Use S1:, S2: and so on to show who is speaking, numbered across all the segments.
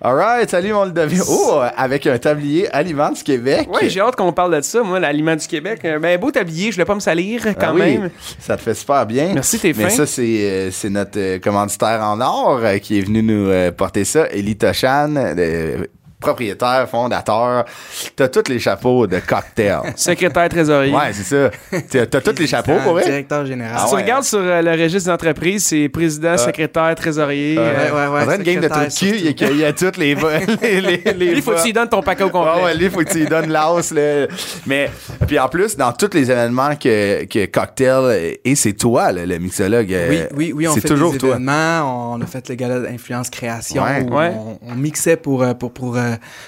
S1: Alright, salut mon Ludovic. Oh, avec un tablier Aliment du Québec.
S2: Oui, j'ai hâte qu'on parle de ça, moi, l'aliment du Québec. Euh, Ben, beau tablier, je ne vais pas me salir quand
S1: Ah oui,
S2: même.
S1: Ça te fait super bien.
S2: Merci, t'es
S1: Mais
S2: fin.
S1: ça, c'est, euh, c'est notre euh, commanditaire en or euh, qui est venu nous euh, porter ça. Elie Toshan, euh, propriétaire, fondateur. T'as tous les chapeaux de cocktail.
S2: Secrétaire trésorier.
S1: ouais, c'est ça. T'as, t'as tous les chapeaux pour vrai?
S3: Directeur général.
S1: Ah
S2: Si tu
S1: ouais, Euh,
S2: regardes sur euh, le registre des entreprises, c'est président, secrétaire, trésorier. euh,
S3: ouais, ouais, ouais,
S1: On dirait une game de
S3: secrétaire,
S1: trucs cul, il y a- il y a toutes les... les, les, les
S2: Il faut que tu lui donnes ton paquet au complet.
S1: Ah ouais, lui, faut que tu lui donnes l'as. là. Mais, puis en plus, dans tous les événements que, que Cocktail, et c'est toi, là, le mixologue. euh,
S3: Oui, oui, oui, on
S1: C'est
S3: fait
S1: toujours
S3: des
S1: toi.
S3: événements, on a fait le gala d'influence création,
S1: Ouais.
S3: où
S2: Ouais.
S3: On, on mixait pour... euh, pour, pour euh,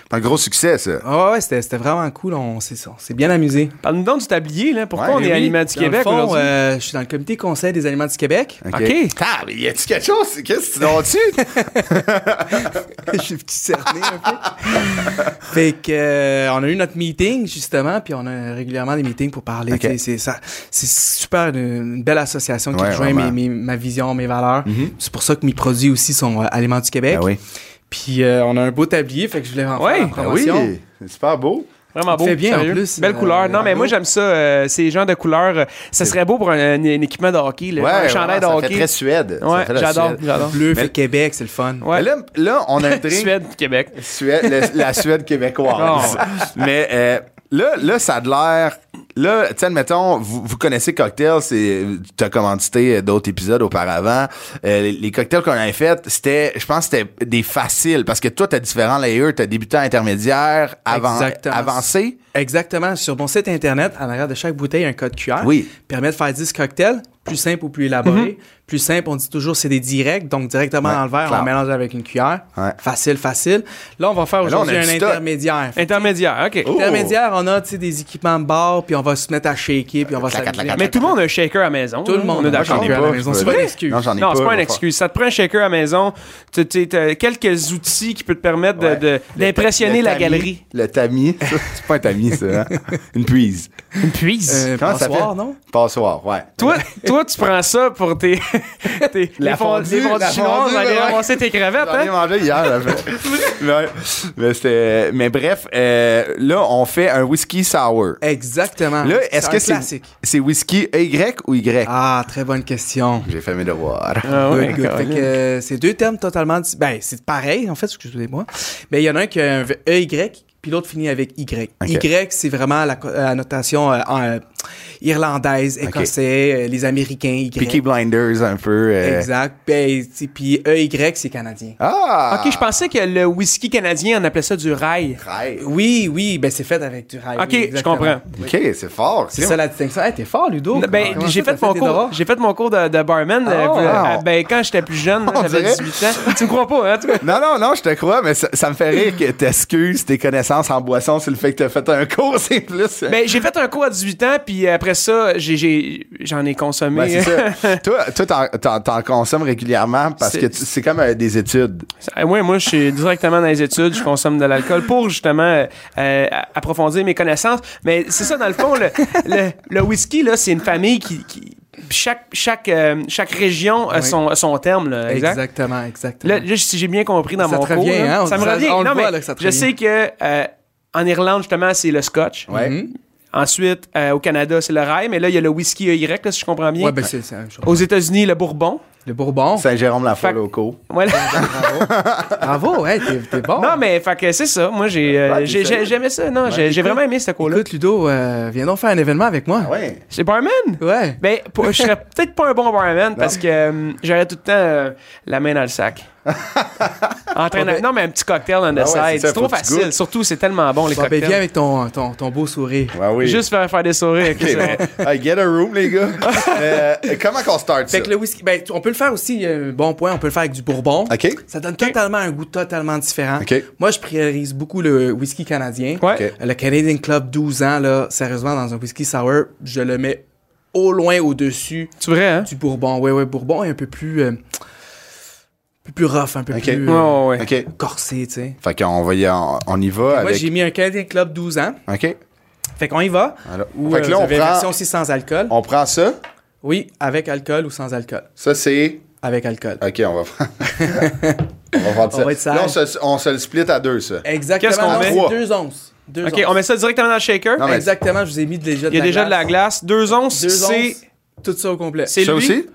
S1: C'est un gros succès, ça.
S3: Ah ouais, ouais, c'était c'était vraiment cool, on s'est on s'est bien amusé.
S2: Parle-nous donc du tablier, là. Pourquoi
S1: Ouais,
S2: on est
S1: oui.
S2: Aliments du
S3: Dans le
S2: Québec
S3: fond,
S2: aujourd'hui?
S3: euh, je suis dans le comité conseil des aliments du Québec.
S2: OK.
S1: Ah, mais y a-tu quelque chose? Qu'est-ce que tu donnes dessus?
S3: je suis petit cerné un peu. fait que euh, on a eu notre meeting justement, puis on a régulièrement des meetings pour parler.
S1: Ok.
S3: tu sais, C'est ça, c'est super une, une belle association qui
S1: Ouais,
S3: rejoint
S1: vraiment. Mm-hmm.
S3: mes, mes- ma vision, mes valeurs. C'est pour ça que mes produits aussi sont euh, aliments du
S1: Ben
S3: Québec. Puis euh, on a un beau tablier, fait que je voulais en
S2: Ouais,
S3: faire la
S2: ben
S1: Ah oui,
S3: promotion.
S1: c'est super beau.
S2: Vraiment beau.
S3: fait bien, en
S2: sérieux.
S3: plus,
S2: Belle
S3: euh,
S2: couleur. Non, mais moi, j'aime ça. euh, ces gens de couleur, euh, ça serait beau pour un, un- un équipement de hockey, là, un chandail de
S1: ça
S2: hockey.
S1: fait très Suède. Ça
S2: Ouais,
S1: fait la
S2: j'adore,
S1: Suède.
S2: j'adore.
S3: Bleu fait Québec, c'est le fun.
S1: Mais Là, là, on a un drink.
S2: Suède, Québec.
S1: Suède, le- la Suède québécoise. Mais euh, là, là, ça a de l'air. Là, tu sais, admettons, vous, vous connaissez Cocktail, c'est, tu as commandité euh, d'autres épisodes auparavant. Euh, les, les cocktails qu'on avait fait, c'était, je pense, que c'était des faciles parce que toi, t'as différents layers, t'as débutant, intermédiaire, avant,
S3: Exactement.
S1: avancé.
S3: Exactement. Sur mon site internet, en arrière de chaque bouteille, un code QR
S1: Oui.
S3: permet de faire 10 cocktails, plus simple ou plus élaboré.
S2: Mm-hmm.
S3: Plus simple, on dit toujours c'est des directs, donc directement
S1: Ouais,
S3: dans le verre,
S1: clair.
S3: on mélange avec une cuillère.
S1: Ouais.
S3: Facile, facile. Là, on va faire
S1: Mais là, on
S3: aujourd'hui
S1: a du
S3: un
S1: stock.
S3: intermédiaire.
S2: Intermédiaire, OK.
S1: Oh.
S3: Intermédiaire, on a tu sais, des équipements de bar, puis on va se mettre à shaker, puis on va
S1: Clac, clac,
S3: s'amuser.
S1: clac,
S2: Mais tout le monde a un shaker à la maison.
S3: Tout le
S2: là.
S3: monde
S2: On
S3: a
S2: est
S3: un
S2: d'accord.
S3: shaker. à la maison, c'est pas une excuse.
S1: Non, j'en ai
S2: Non, c'est pas
S1: on
S2: une
S1: va
S2: excuse. Ça te prend un shaker à la maison. Tu as quelques outils qui peuvent te permettre de-
S1: Ouais.
S2: de-
S1: Le-
S2: d'impressionner
S1: le
S2: la
S1: tamis,
S2: galerie.
S1: Le tamis, Ça, c'est pas un tamis, ça. hein? Une puise.
S2: Une puise.
S3: Euh,
S1: Comment ça
S3: passoire,
S1: fait?
S3: non?
S1: Passoir, ouais.
S2: Toi, toi, tu prends ça pour tes. tes
S1: La
S2: les fond-
S1: fondue,
S2: les fondues
S1: la
S2: chinoises,
S1: fondue,
S2: aller
S1: ouais.
S2: ramasser tes crevettes,
S1: J'en ai
S2: hein?
S1: mangé hier. là, mais- mais, mais c'était- mais bref, euh, là, on fait un whisky sour.
S3: Exactement.
S1: Là, est-ce
S3: Ah, un
S1: que c'est
S3: classique?
S1: c'est whisky EY ou Y?
S3: Ah, très bonne question.
S1: J'ai fait mes devoirs.
S2: Ah ouais,
S3: Good, good. Fait
S2: carrément.
S3: que euh, c'est deux termes totalement... dis- Ben, c'est pareil, en fait, excusez-moi. Mais il y en a un qui a un v- EY, puis l'autre finit avec Y.
S1: Ok.
S3: Y, c'est vraiment la, co- la notation euh, en, euh, irlandaise, écossais, euh, les Américains, Y.
S1: Peaky Blinders, un peu. euh.
S3: Exact. Ben, tu sais, puis EY, c'est canadien.
S1: Ah!
S2: Ok, je pensais que le whisky canadien, on appelait ça du rail.
S1: Right.
S3: Oui, oui, ben c'est fait avec du rail.
S2: Ok,
S3: oui,
S2: je
S3: exactement.
S2: comprends.
S1: OK, c'est fort.
S3: C'est ça la distinction. Hey, t'es fort, Ludo.
S2: Ben,
S3: Comment
S2: j'ai
S3: ça,
S2: fait,
S3: t'as
S2: mon
S3: des
S2: cours,
S3: devoirs?
S2: j'ai fait mon cours de, de barman euh,
S1: Oh,
S2: euh,
S1: wow. Ah,
S2: ben, quand j'étais plus jeune, là,
S1: On
S2: j'avais
S1: dirait.
S2: 18 ans. Tu me crois pas, hein? tu-
S1: Non, non, non, je te crois, mais ça, ça me fait rire que t'excuses tes connaissances en boisson sur le fait que t'as fait un cours, c'est plus. euh,
S2: Ben, j'ai fait un cours à 18 ans, puis après ça, j'ai- j'ai- j'en ai consommé.
S1: Ben, c'est ça. Toi, toi, t'en- t'en- t'en consommes régulièrement parce
S2: C'est-
S1: que tu- c'est comme euh, des études.
S2: Euh, ouais, moi, je suis directement dans les études, je consomme de l'alcool pour justement euh, euh, approfondir mes connaissances. Mais c'est ça, dans le fond, le, le- le whisky, là, c'est une famille qui. qui- chaque, chaque, euh, chaque région a
S3: Oui.
S2: son, a son terme, là, exact.
S3: Exactement, exactement.
S2: Là, là, si j'ai bien compris dans
S3: Ça
S2: mon
S3: te
S2: cours,
S3: revient,
S2: là,
S3: hein? On-
S2: ça me
S3: ça-
S2: revient.
S3: on le
S2: Non, mais
S3: voit, là, que ça te
S2: je
S3: revient.
S2: sais que euh, en Irlande, justement, c'est le scotch.
S1: Ouais.
S3: Mm-hmm. Hmm?
S2: Ensuite, euh, au Canada, c'est le rye, mais là, il y a le whisky EY, là, si je comprends bien.
S3: Ouais, ben c'est c'est la même chose.
S2: Aux États-Unis, le bourbon.
S3: Le Bourbon.
S1: Saint-Jérôme la
S2: Fait-
S1: folle au cours.
S2: Voilà.
S3: Bravo, hey, t'es t'es bon.
S2: Non, mais fait que c'est ça. Moi, j'ai, euh,
S1: Ouais, t'es
S2: j'ai-
S1: solide.
S2: j'ai- j'aimais ça. Non, j'ai, j'ai vraiment aimé ce cours-là.
S3: Écoute, Ludo, euh, viens donc faire un événement avec moi.
S1: Ah Ouais.
S2: C'est barman?
S3: Ouais.
S2: Ben, pour- je serais peut-être pas un bon barman parce que euh, j'aurais tout le temps euh, la main dans le sac. en train de... Non, mais un petit cocktail on the
S1: ben ouais, c'est
S2: side.
S1: ça,
S2: C'est trop
S1: faut que tu
S2: facile.
S1: goûtes.
S2: Surtout, c'est tellement bon, les
S3: Bon, ben,
S2: cocktails.
S3: viens avec ton, ton, ton beau sourire.
S1: Ouais, Bah oui.
S2: Juste faire, faire des sourires.
S1: Ok,
S2: qu'est-ce que-
S1: bon. Hey, get a room, les gars. Euh, comment qu'on start ça?
S3: Fait que le whisky, ben, tu- on peut le faire aussi, euh, bon point, on peut le faire avec du bourbon.
S1: OK.
S3: Ça donne totalement un goût totalement différent.
S1: OK.
S3: Moi, je priorise beaucoup le whisky canadien.
S1: Ok.
S2: Ouais.
S3: Le Canadian Club 12 ans, là, sérieusement, dans un whisky sour, je le mets au loin au-dessus
S2: C'est vrai, hein?
S3: du bourbon. Ouais, ouais, bourbon est un peu plus. euh, un peu plus rough, un peu
S1: OK. Oh.
S3: plus
S2: Ouais,
S3: euh,
S2: ouais, ouais.
S1: OK.
S3: corsé, tu sais.
S1: Fait qu'on va y, on, on y va
S3: Ben, Moi,
S1: avec.
S3: j'ai mis un Canadian Club 12 ans.
S1: OK.
S3: Fait qu'on y va.
S1: Alors,
S3: Ou
S1: fait que là,
S3: euh,
S1: on
S3: vous avez
S1: prend,
S3: version aussi sans alcool.
S1: on prend ça.
S3: Oui, avec alcool ou sans alcool.
S1: Ça, c'est
S3: avec alcool.
S2: Euh,
S1: OK, on va prendre. on va prendre
S3: On
S1: ça.
S3: va être sage.
S1: Là, on se, on se le split à deux, ça.
S3: Exactement.
S2: Qu'est-ce qu'on
S3: Non,
S2: met?
S3: c'est
S1: Trois.
S3: Deux onces. Deux
S2: OK,
S3: onces.
S2: on met ça directement dans le shaker.
S1: Non, mais-
S3: Exactement, je vous ai mis déjà de la glace.
S2: Il y a déjà de la glace. Deux onces,
S3: Deux
S2: c'est...
S3: onces. Tout ça au complet.
S2: C'est
S1: ça
S2: lui?
S1: aussi?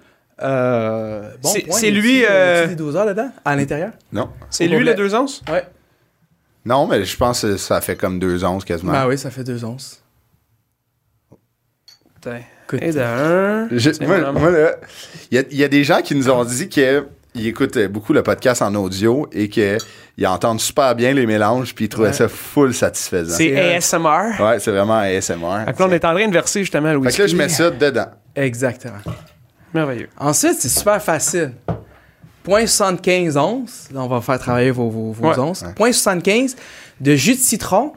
S3: Euh, bon
S2: C'est-
S3: point,
S2: c'est
S3: y a-t-il-
S2: lui,
S3: y a-t-il
S2: euh,
S3: des 12 heures dedans? À l'intérieur?
S1: Non.
S2: C'est
S3: Au
S2: lui,
S3: complet.
S2: le deux onces?
S3: Ouais.
S1: Non, mais je pense que ça fait comme deux onces quasiment.
S3: Ben oui, ça fait deux onces. Écoute,
S2: Et de un...
S1: Je-
S2: C'est
S1: moi,
S2: vraiment-
S1: moi, là, il y a- il y, a des gens qui nous ont dit que ils écoutent euh, beaucoup le podcast en audio et qu'ils entendent super bien les mélanges puis ils trouvaient
S3: Ouais.
S1: ça full satisfaisant.
S2: C'est
S3: C'est, euh,
S2: ASMR.
S1: Ouais, c'est vraiment ASMR.
S2: Fait que là, on est en train de verser justement le
S1: Fait que
S2: whisky.
S1: là, je mets ça dedans.
S3: Exactement.
S2: Merveilleux.
S3: Ensuite, c'est super facile. 0.75 onces, là, on va faire travailler vos, vos, vos
S2: Ouais.
S3: onces. 0.75 de jus de citron,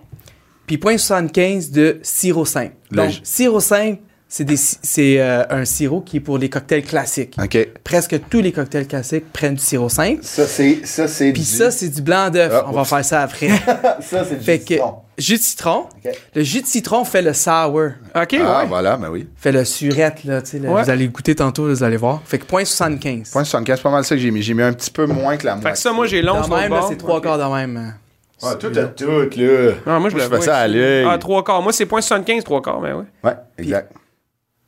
S3: puis 0.75 de sirop simple.
S1: Le
S3: Donc,
S1: jus-
S3: sirop simple, c'est des si- c'est euh, un sirop qui est pour les cocktails classiques.
S1: OK.
S3: Presque tous les cocktails classiques prennent du sirop simple.
S1: Ça, c'est ça c'est
S3: Puis ça, c'est du blanc d'œuf.
S1: Ah,
S3: on va
S1: oups.
S3: faire ça après.
S1: ça c'est du
S3: fait que jus de citron.
S1: Ok.
S3: Le jus de citron fait le sour.
S2: OK,
S1: Ah,
S2: Eh ouais.
S1: voilà, ben oui.
S3: Fait le surette, là, tu sais, le-
S2: Ouais.
S3: Vous allez le goûter tantôt, vous allez voir. Fait que 0.75.
S1: Point 75, c'est pas mal ça que j'ai mis. J'ai mis un petit peu moins que la
S2: Fait
S1: moitié.
S2: que ça, moi, j'ai l'once
S3: Dans même,
S2: l'autre
S3: là,
S2: bord.
S3: c'est trois
S2: Ok.
S3: quarts de même. hein.
S1: Ah, tout à tout, là.
S2: Non, Ah,
S1: Moi,
S2: moi, je, le
S1: je fais
S2: vois
S1: ça à
S2: ici.
S1: l'œil.
S2: Ah, trois quarts. Moi, c'est 0.75, trois quarts, mais ouais.
S1: Ouais, exact.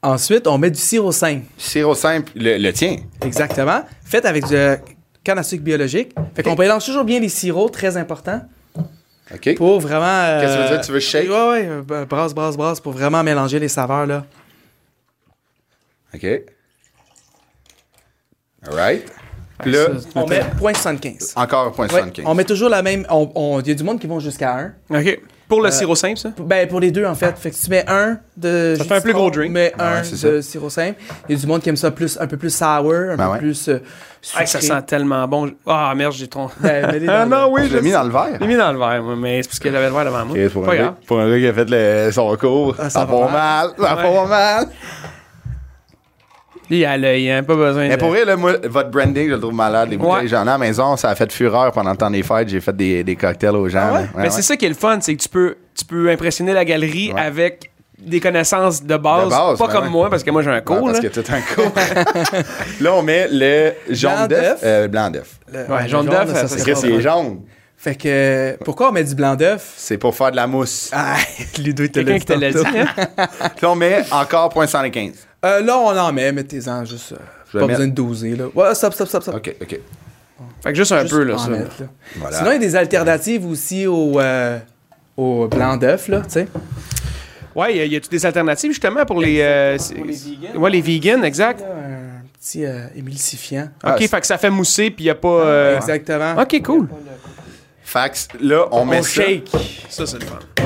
S3: Ensuite, on met du sirop simple.
S1: Sirop simple, le, le tien.
S3: Exactement. Fait avec du euh, canne à sucre biologique. Fait qu'on mélange toujours bien les sirops, très important,
S1: OK.
S3: pour vraiment... euh,
S1: Qu'est-ce que tu veux dire? Tu veux shake?
S3: Ouais, ouais. euh, bah, Brasse, brasse, brasse, pour vraiment mélanger les saveurs, là.
S1: OK. All right. Puis
S2: Fait
S1: là,
S2: que ça,
S3: On met 0.75.
S1: encore point
S3: Ouais,
S1: 75.
S3: on met toujours la même... on- on- Il y a du monde qui vont jusqu'à 1.
S2: OK. Pour le sirop simple, ça?
S3: Ben, pour les deux, en fait. Fait que tu mets un de.
S2: Ça
S3: jus
S2: fait un
S3: de
S2: plus
S3: citron,
S2: gros drink.
S3: Mais
S1: Ah
S3: un
S1: ouais, c'est
S3: de sirop simple. Il y a du monde qui aime ça plus, un peu plus sour,
S1: Ben
S3: un peu
S1: ouais.
S3: plus euh,
S2: Hey,
S3: sucré.
S2: Ah, ça sent tellement bon. Ah, merde, j'ai trop...
S3: Ben, mets-les dans
S2: Ah
S3: le-
S2: non, oui,
S1: Je l'ai mis dans le verre.
S2: J'ai mis dans le verre, moi, mais c'est parce que j'avais le verre devant moi.
S1: Et
S2: Pas
S1: pour, un
S2: grave.
S1: gars, pour un gars qui a fait le- son cours,
S3: Ah,
S1: ça
S3: ça
S1: va
S3: va
S1: pas mal, ça va
S2: Ouais.
S1: pas mal.
S2: Il y a l'œil, hein, pas besoin
S1: Mais
S2: de...
S1: pour vrai, là, moi, votre branding, je le trouve malade. Les bouteilles
S2: Ouais.
S1: que j'en ai à la maison, ça a fait fureur pendant le temps des fêtes. J'ai fait des, des cocktails aux gens.
S3: Ah ouais?
S1: là.
S2: Mais c'est ça qui est le fun, c'est que tu peux, tu peux impressionner la galerie
S1: Ouais.
S2: avec des connaissances de base,
S1: De base,
S2: pas
S1: ben
S2: comme
S1: ouais.
S2: moi, parce que moi j'ai un
S1: Ouais,
S2: cours.
S1: parce
S2: là.
S1: que tout un cours. là, on met le jaune
S3: Blanc
S1: d'œuf.
S3: d'œuf.
S1: euh, blanc d'œuf.
S3: le-
S2: Ouais, jaune
S3: le jaune,
S2: d'œuf, ça,
S3: là, ça,
S2: c'est
S1: Parce
S3: c'est
S1: que
S3: bon.
S1: c'est jaune.
S3: Fait que euh, pourquoi on met du blanc d'œuf
S1: C'est pour faire de la mousse.
S3: Ah, Ludo, il te
S2: Quelqu'un qui te l'a dit.
S3: tantôt.
S2: hein?
S1: Là, on met encore 0.75.
S3: Euh, là, on en met, mettez-en juste. euh,
S1: Je vais
S3: pas
S1: mettre-
S3: besoin de doser, là. Ouais, stop, stop, stop, stop.
S1: OK, OK.
S2: Fait que juste un
S3: Juste
S2: peu, là,
S3: en
S2: ça.
S3: mettre, là.
S1: Voilà.
S3: Sinon, il y a des alternatives aussi au, euh, au blanc d'œuf, là, tu sais.
S2: Ouais, y a- y a-tu des alternatives justement pour les. euh, c'est-
S3: Pour les vegans.
S2: ouais, les vegans, exact.
S3: Un petit euh, émulsifiant.
S1: Ah,
S2: ok,
S1: c'est-
S2: fait que ça fait mousser, puis y a pas. euh,
S3: Exactement.
S2: Ok, cool.
S1: Fax, là, on, met
S3: On shake.
S2: Ça, c'est le fun.
S1: ça.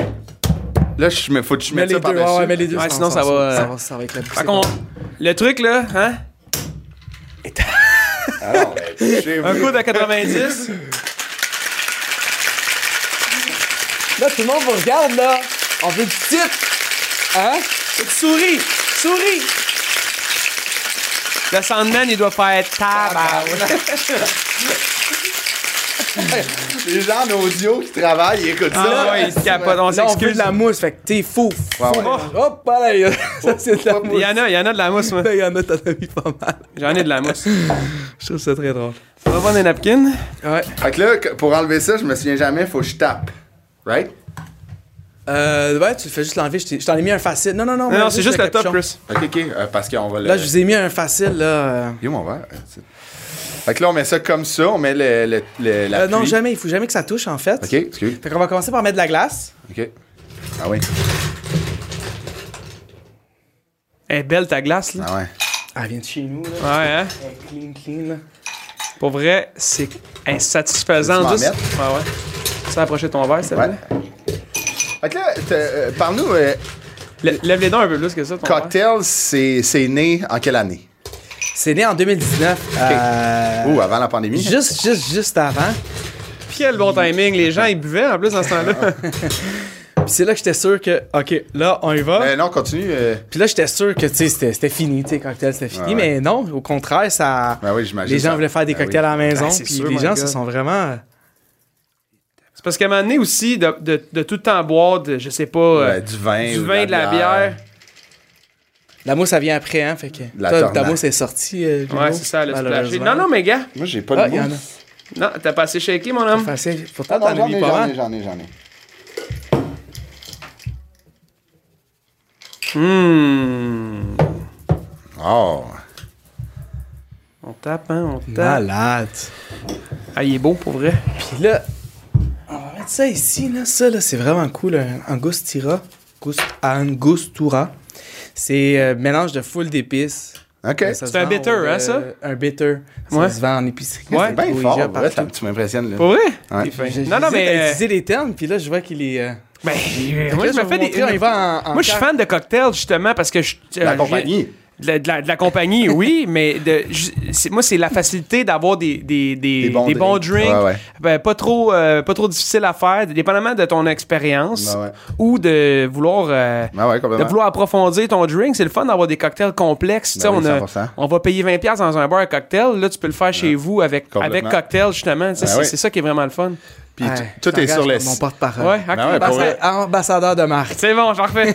S1: Là, je mets, faut que je
S3: Mets
S1: mette
S3: les
S1: ça
S3: deux, ouais,
S1: par-dessus.
S3: ouais, mets les deux.
S2: Ouais,
S3: ça
S2: sinon, ça
S3: ensemble,
S2: va, euh,
S3: Ça va, ça va éclater.
S2: Fait qu'on. Le truc, là, hein?
S1: Ah non, ben, chez
S2: Un
S1: vous.
S2: coup de 90.
S3: Là, tout le monde vous regarde, là. On veut du titre. Hein?
S2: Souris! Souris! Le Sandman, il doit faire
S1: Ah,
S2: tabac.
S1: Les gens en audio qui travaillent, ils écoutent
S2: Ah
S1: ça.
S2: ouais, il capote, on
S3: Là, on veut
S2: s'excuse.
S3: de la mousse. Fait que t'es fou.
S1: Ouais, ouais.
S3: Hop, voilà. Ça, c'est de la
S2: Il
S3: mousse.
S2: y en a, il y en a de la mousse, moi.
S3: Là, il y en a, t'en as mis pas mal.
S2: J'en ai de la mousse.
S3: Je trouve ça très drôle.
S2: On va prendre des napkins.
S3: Ouais.
S1: Fait que là, que- pour enlever ça, je me souviens jamais, faut que je tape. Right?
S3: Euh, ouais, tu fais juste l'enlever. Je t'ai- je t'en ai mis un facile. Non, non, non.
S2: Non,
S3: mais
S2: non, c'est juste le top,
S3: capuchon.
S2: Chris.
S1: Ok, ok, euh, parce qu'on va le.
S3: Là, je vous ai mis un facile, là. euh.
S1: Il est où mon verre? Euh, c'est- Fait que là, on met ça comme ça, on met le, le- le- la
S3: Euh, non,
S1: pluie.
S3: jamais. Il faut jamais que ça touche, en fait.
S1: Ok, excuse.
S3: Fait qu'on va commencer par mettre de la glace.
S1: Ok. Ah oui.
S2: Elle est belle ta glace, là.
S1: Ah ouais.
S3: Ah, elle vient de chez nous, là.
S2: Ouais, hein?
S3: Elle est Clean, clean, là.
S2: Pour vrai, c'est
S1: Veux-tu
S2: insatisfaisant.
S1: m'en
S2: Juste...
S1: mettre?
S2: Ouais, ouais. Ça, approcher ton verre, c'est
S1: Ouais. Fait que là, t'as, euh, parle-nous, euh,
S2: Lève les dents un peu plus que ça, ton verre.
S1: Cocktail, c'est c'est né en quelle année?
S3: C'est né en 2019. euh,
S1: Ou avant la pandémie?
S3: Juste, juste, juste avant.
S2: Quel bon timing. Les gens, ils buvaient en plus dans ce temps-là.
S3: Puis c'est là que j'étais sûr que, OK, là, on y va.
S1: Euh, non, continue. euh,
S3: Puis là, j'étais sûr que, tu sais, c'était c'était fini, tu sais, cocktail, c'était fini.
S1: Ouais, ouais.
S3: Mais non, au contraire, ça.
S1: Ben oui, j'imagine
S3: Les gens
S1: ça.
S3: voulaient faire des
S1: Ben oui.
S3: cocktails à la maison.
S2: Ah, c'est
S3: puis
S2: sûr,
S3: les
S2: my
S3: gens
S2: God.
S3: se sont vraiment.
S2: c'est parce qu'à un moment donné aussi, de, de, de tout le temps boire, de, je sais pas, euh,
S1: ouais, du vin.
S2: du
S1: ou
S2: vin, de la bière.
S3: La mousse, ça vient après, hein? Fait que.
S1: La
S3: Toi, ta
S1: tornade.
S3: mousse est sortie. euh, Bruno,
S2: Ouais, c'est ça, le splashé.
S3: malheureusement.
S2: Non, non, mais gars,
S1: Moi, j'ai pas
S3: Ah,
S1: de
S3: il y en a.
S1: mousse.
S2: non, t'as pas assez shaké, mon homme.
S3: Facile. Pourtant,
S1: Ah, non,
S3: t'en as
S1: j'en
S3: mis
S1: ai,
S3: pas
S1: j'en ai,
S3: mal.
S1: j'en ai, j'en ai.
S2: Hum.
S1: Oh.
S2: On tape, hein, on tape.
S3: Malade.
S2: Ah, il est beau pour vrai.
S3: Puis là, on va mettre ça ici, là. Ça, là, c'est vraiment cool. Un angostura. Gust- Angostura. C'est un mélange de full d'épices.
S1: OK.
S3: Ça
S1: C'est
S3: se
S2: C'est un
S3: vend
S2: bitter,
S3: au-
S2: hein, ça?
S3: euh, Un bitter. Ça
S2: Ouais.
S3: se vend en épicerie.
S2: Ouais.
S3: C'est
S1: bien
S3: au
S1: fort.
S3: IGA
S1: ouais,
S3: partout.
S1: tu m'impressionnes, là.
S2: Pour vrai?
S1: Ouais.
S2: Il est fin.
S3: J'ai-
S2: Non, non,
S3: j'hésite à
S2: mais. euh,
S3: utiliser les termes, puis là, je vois qu'il est... euh,
S2: Ben, moi,
S3: Là,
S2: je me
S3: vais
S2: fais
S3: vous montrer, on y
S2: des.
S3: va en- en
S2: Moi, je suis
S3: carte.
S2: fan de cocktails, justement, parce que je. euh,
S1: La
S2: je-
S1: compagnie.
S2: De la, de la- de la compagnie, oui, mais de, je- c'est- moi, c'est la facilité d'avoir des, des, des,
S1: Des bons
S2: des bons
S1: drinks.
S2: drinks,
S1: Ouais, ouais.
S2: ben, pas, trop, euh, pas trop difficile à faire, dépendamment de ton expérience
S1: Ouais, ouais.
S2: ou de vouloir. euh,
S1: Ah ouais,
S2: de
S1: complètement.
S2: vouloir approfondir ton drink, c'est le fun d'avoir des cocktails complexes. Tu sais,
S1: Ben oui,
S2: on, a-
S1: 100%.
S2: on va payer 20$ dans un bar à cocktail. Là, tu peux le faire chez vous avec, avec
S1: Complètement.
S2: cocktail, justement. Tu sais,
S1: Ben
S2: c'est
S1: oui.
S2: c'est ça qui est vraiment le fun.
S1: Puis
S3: Ouais,
S1: tout- tout est
S3: t'engages
S1: sur les...
S3: comme Mon porte-parole.
S2: Ouais, ok,
S1: Ben ouais,
S2: bah,
S1: pour
S2: ça-
S1: vrai.
S3: Ambassa- Ambassadeur de marque.
S2: C'est bon, parfait.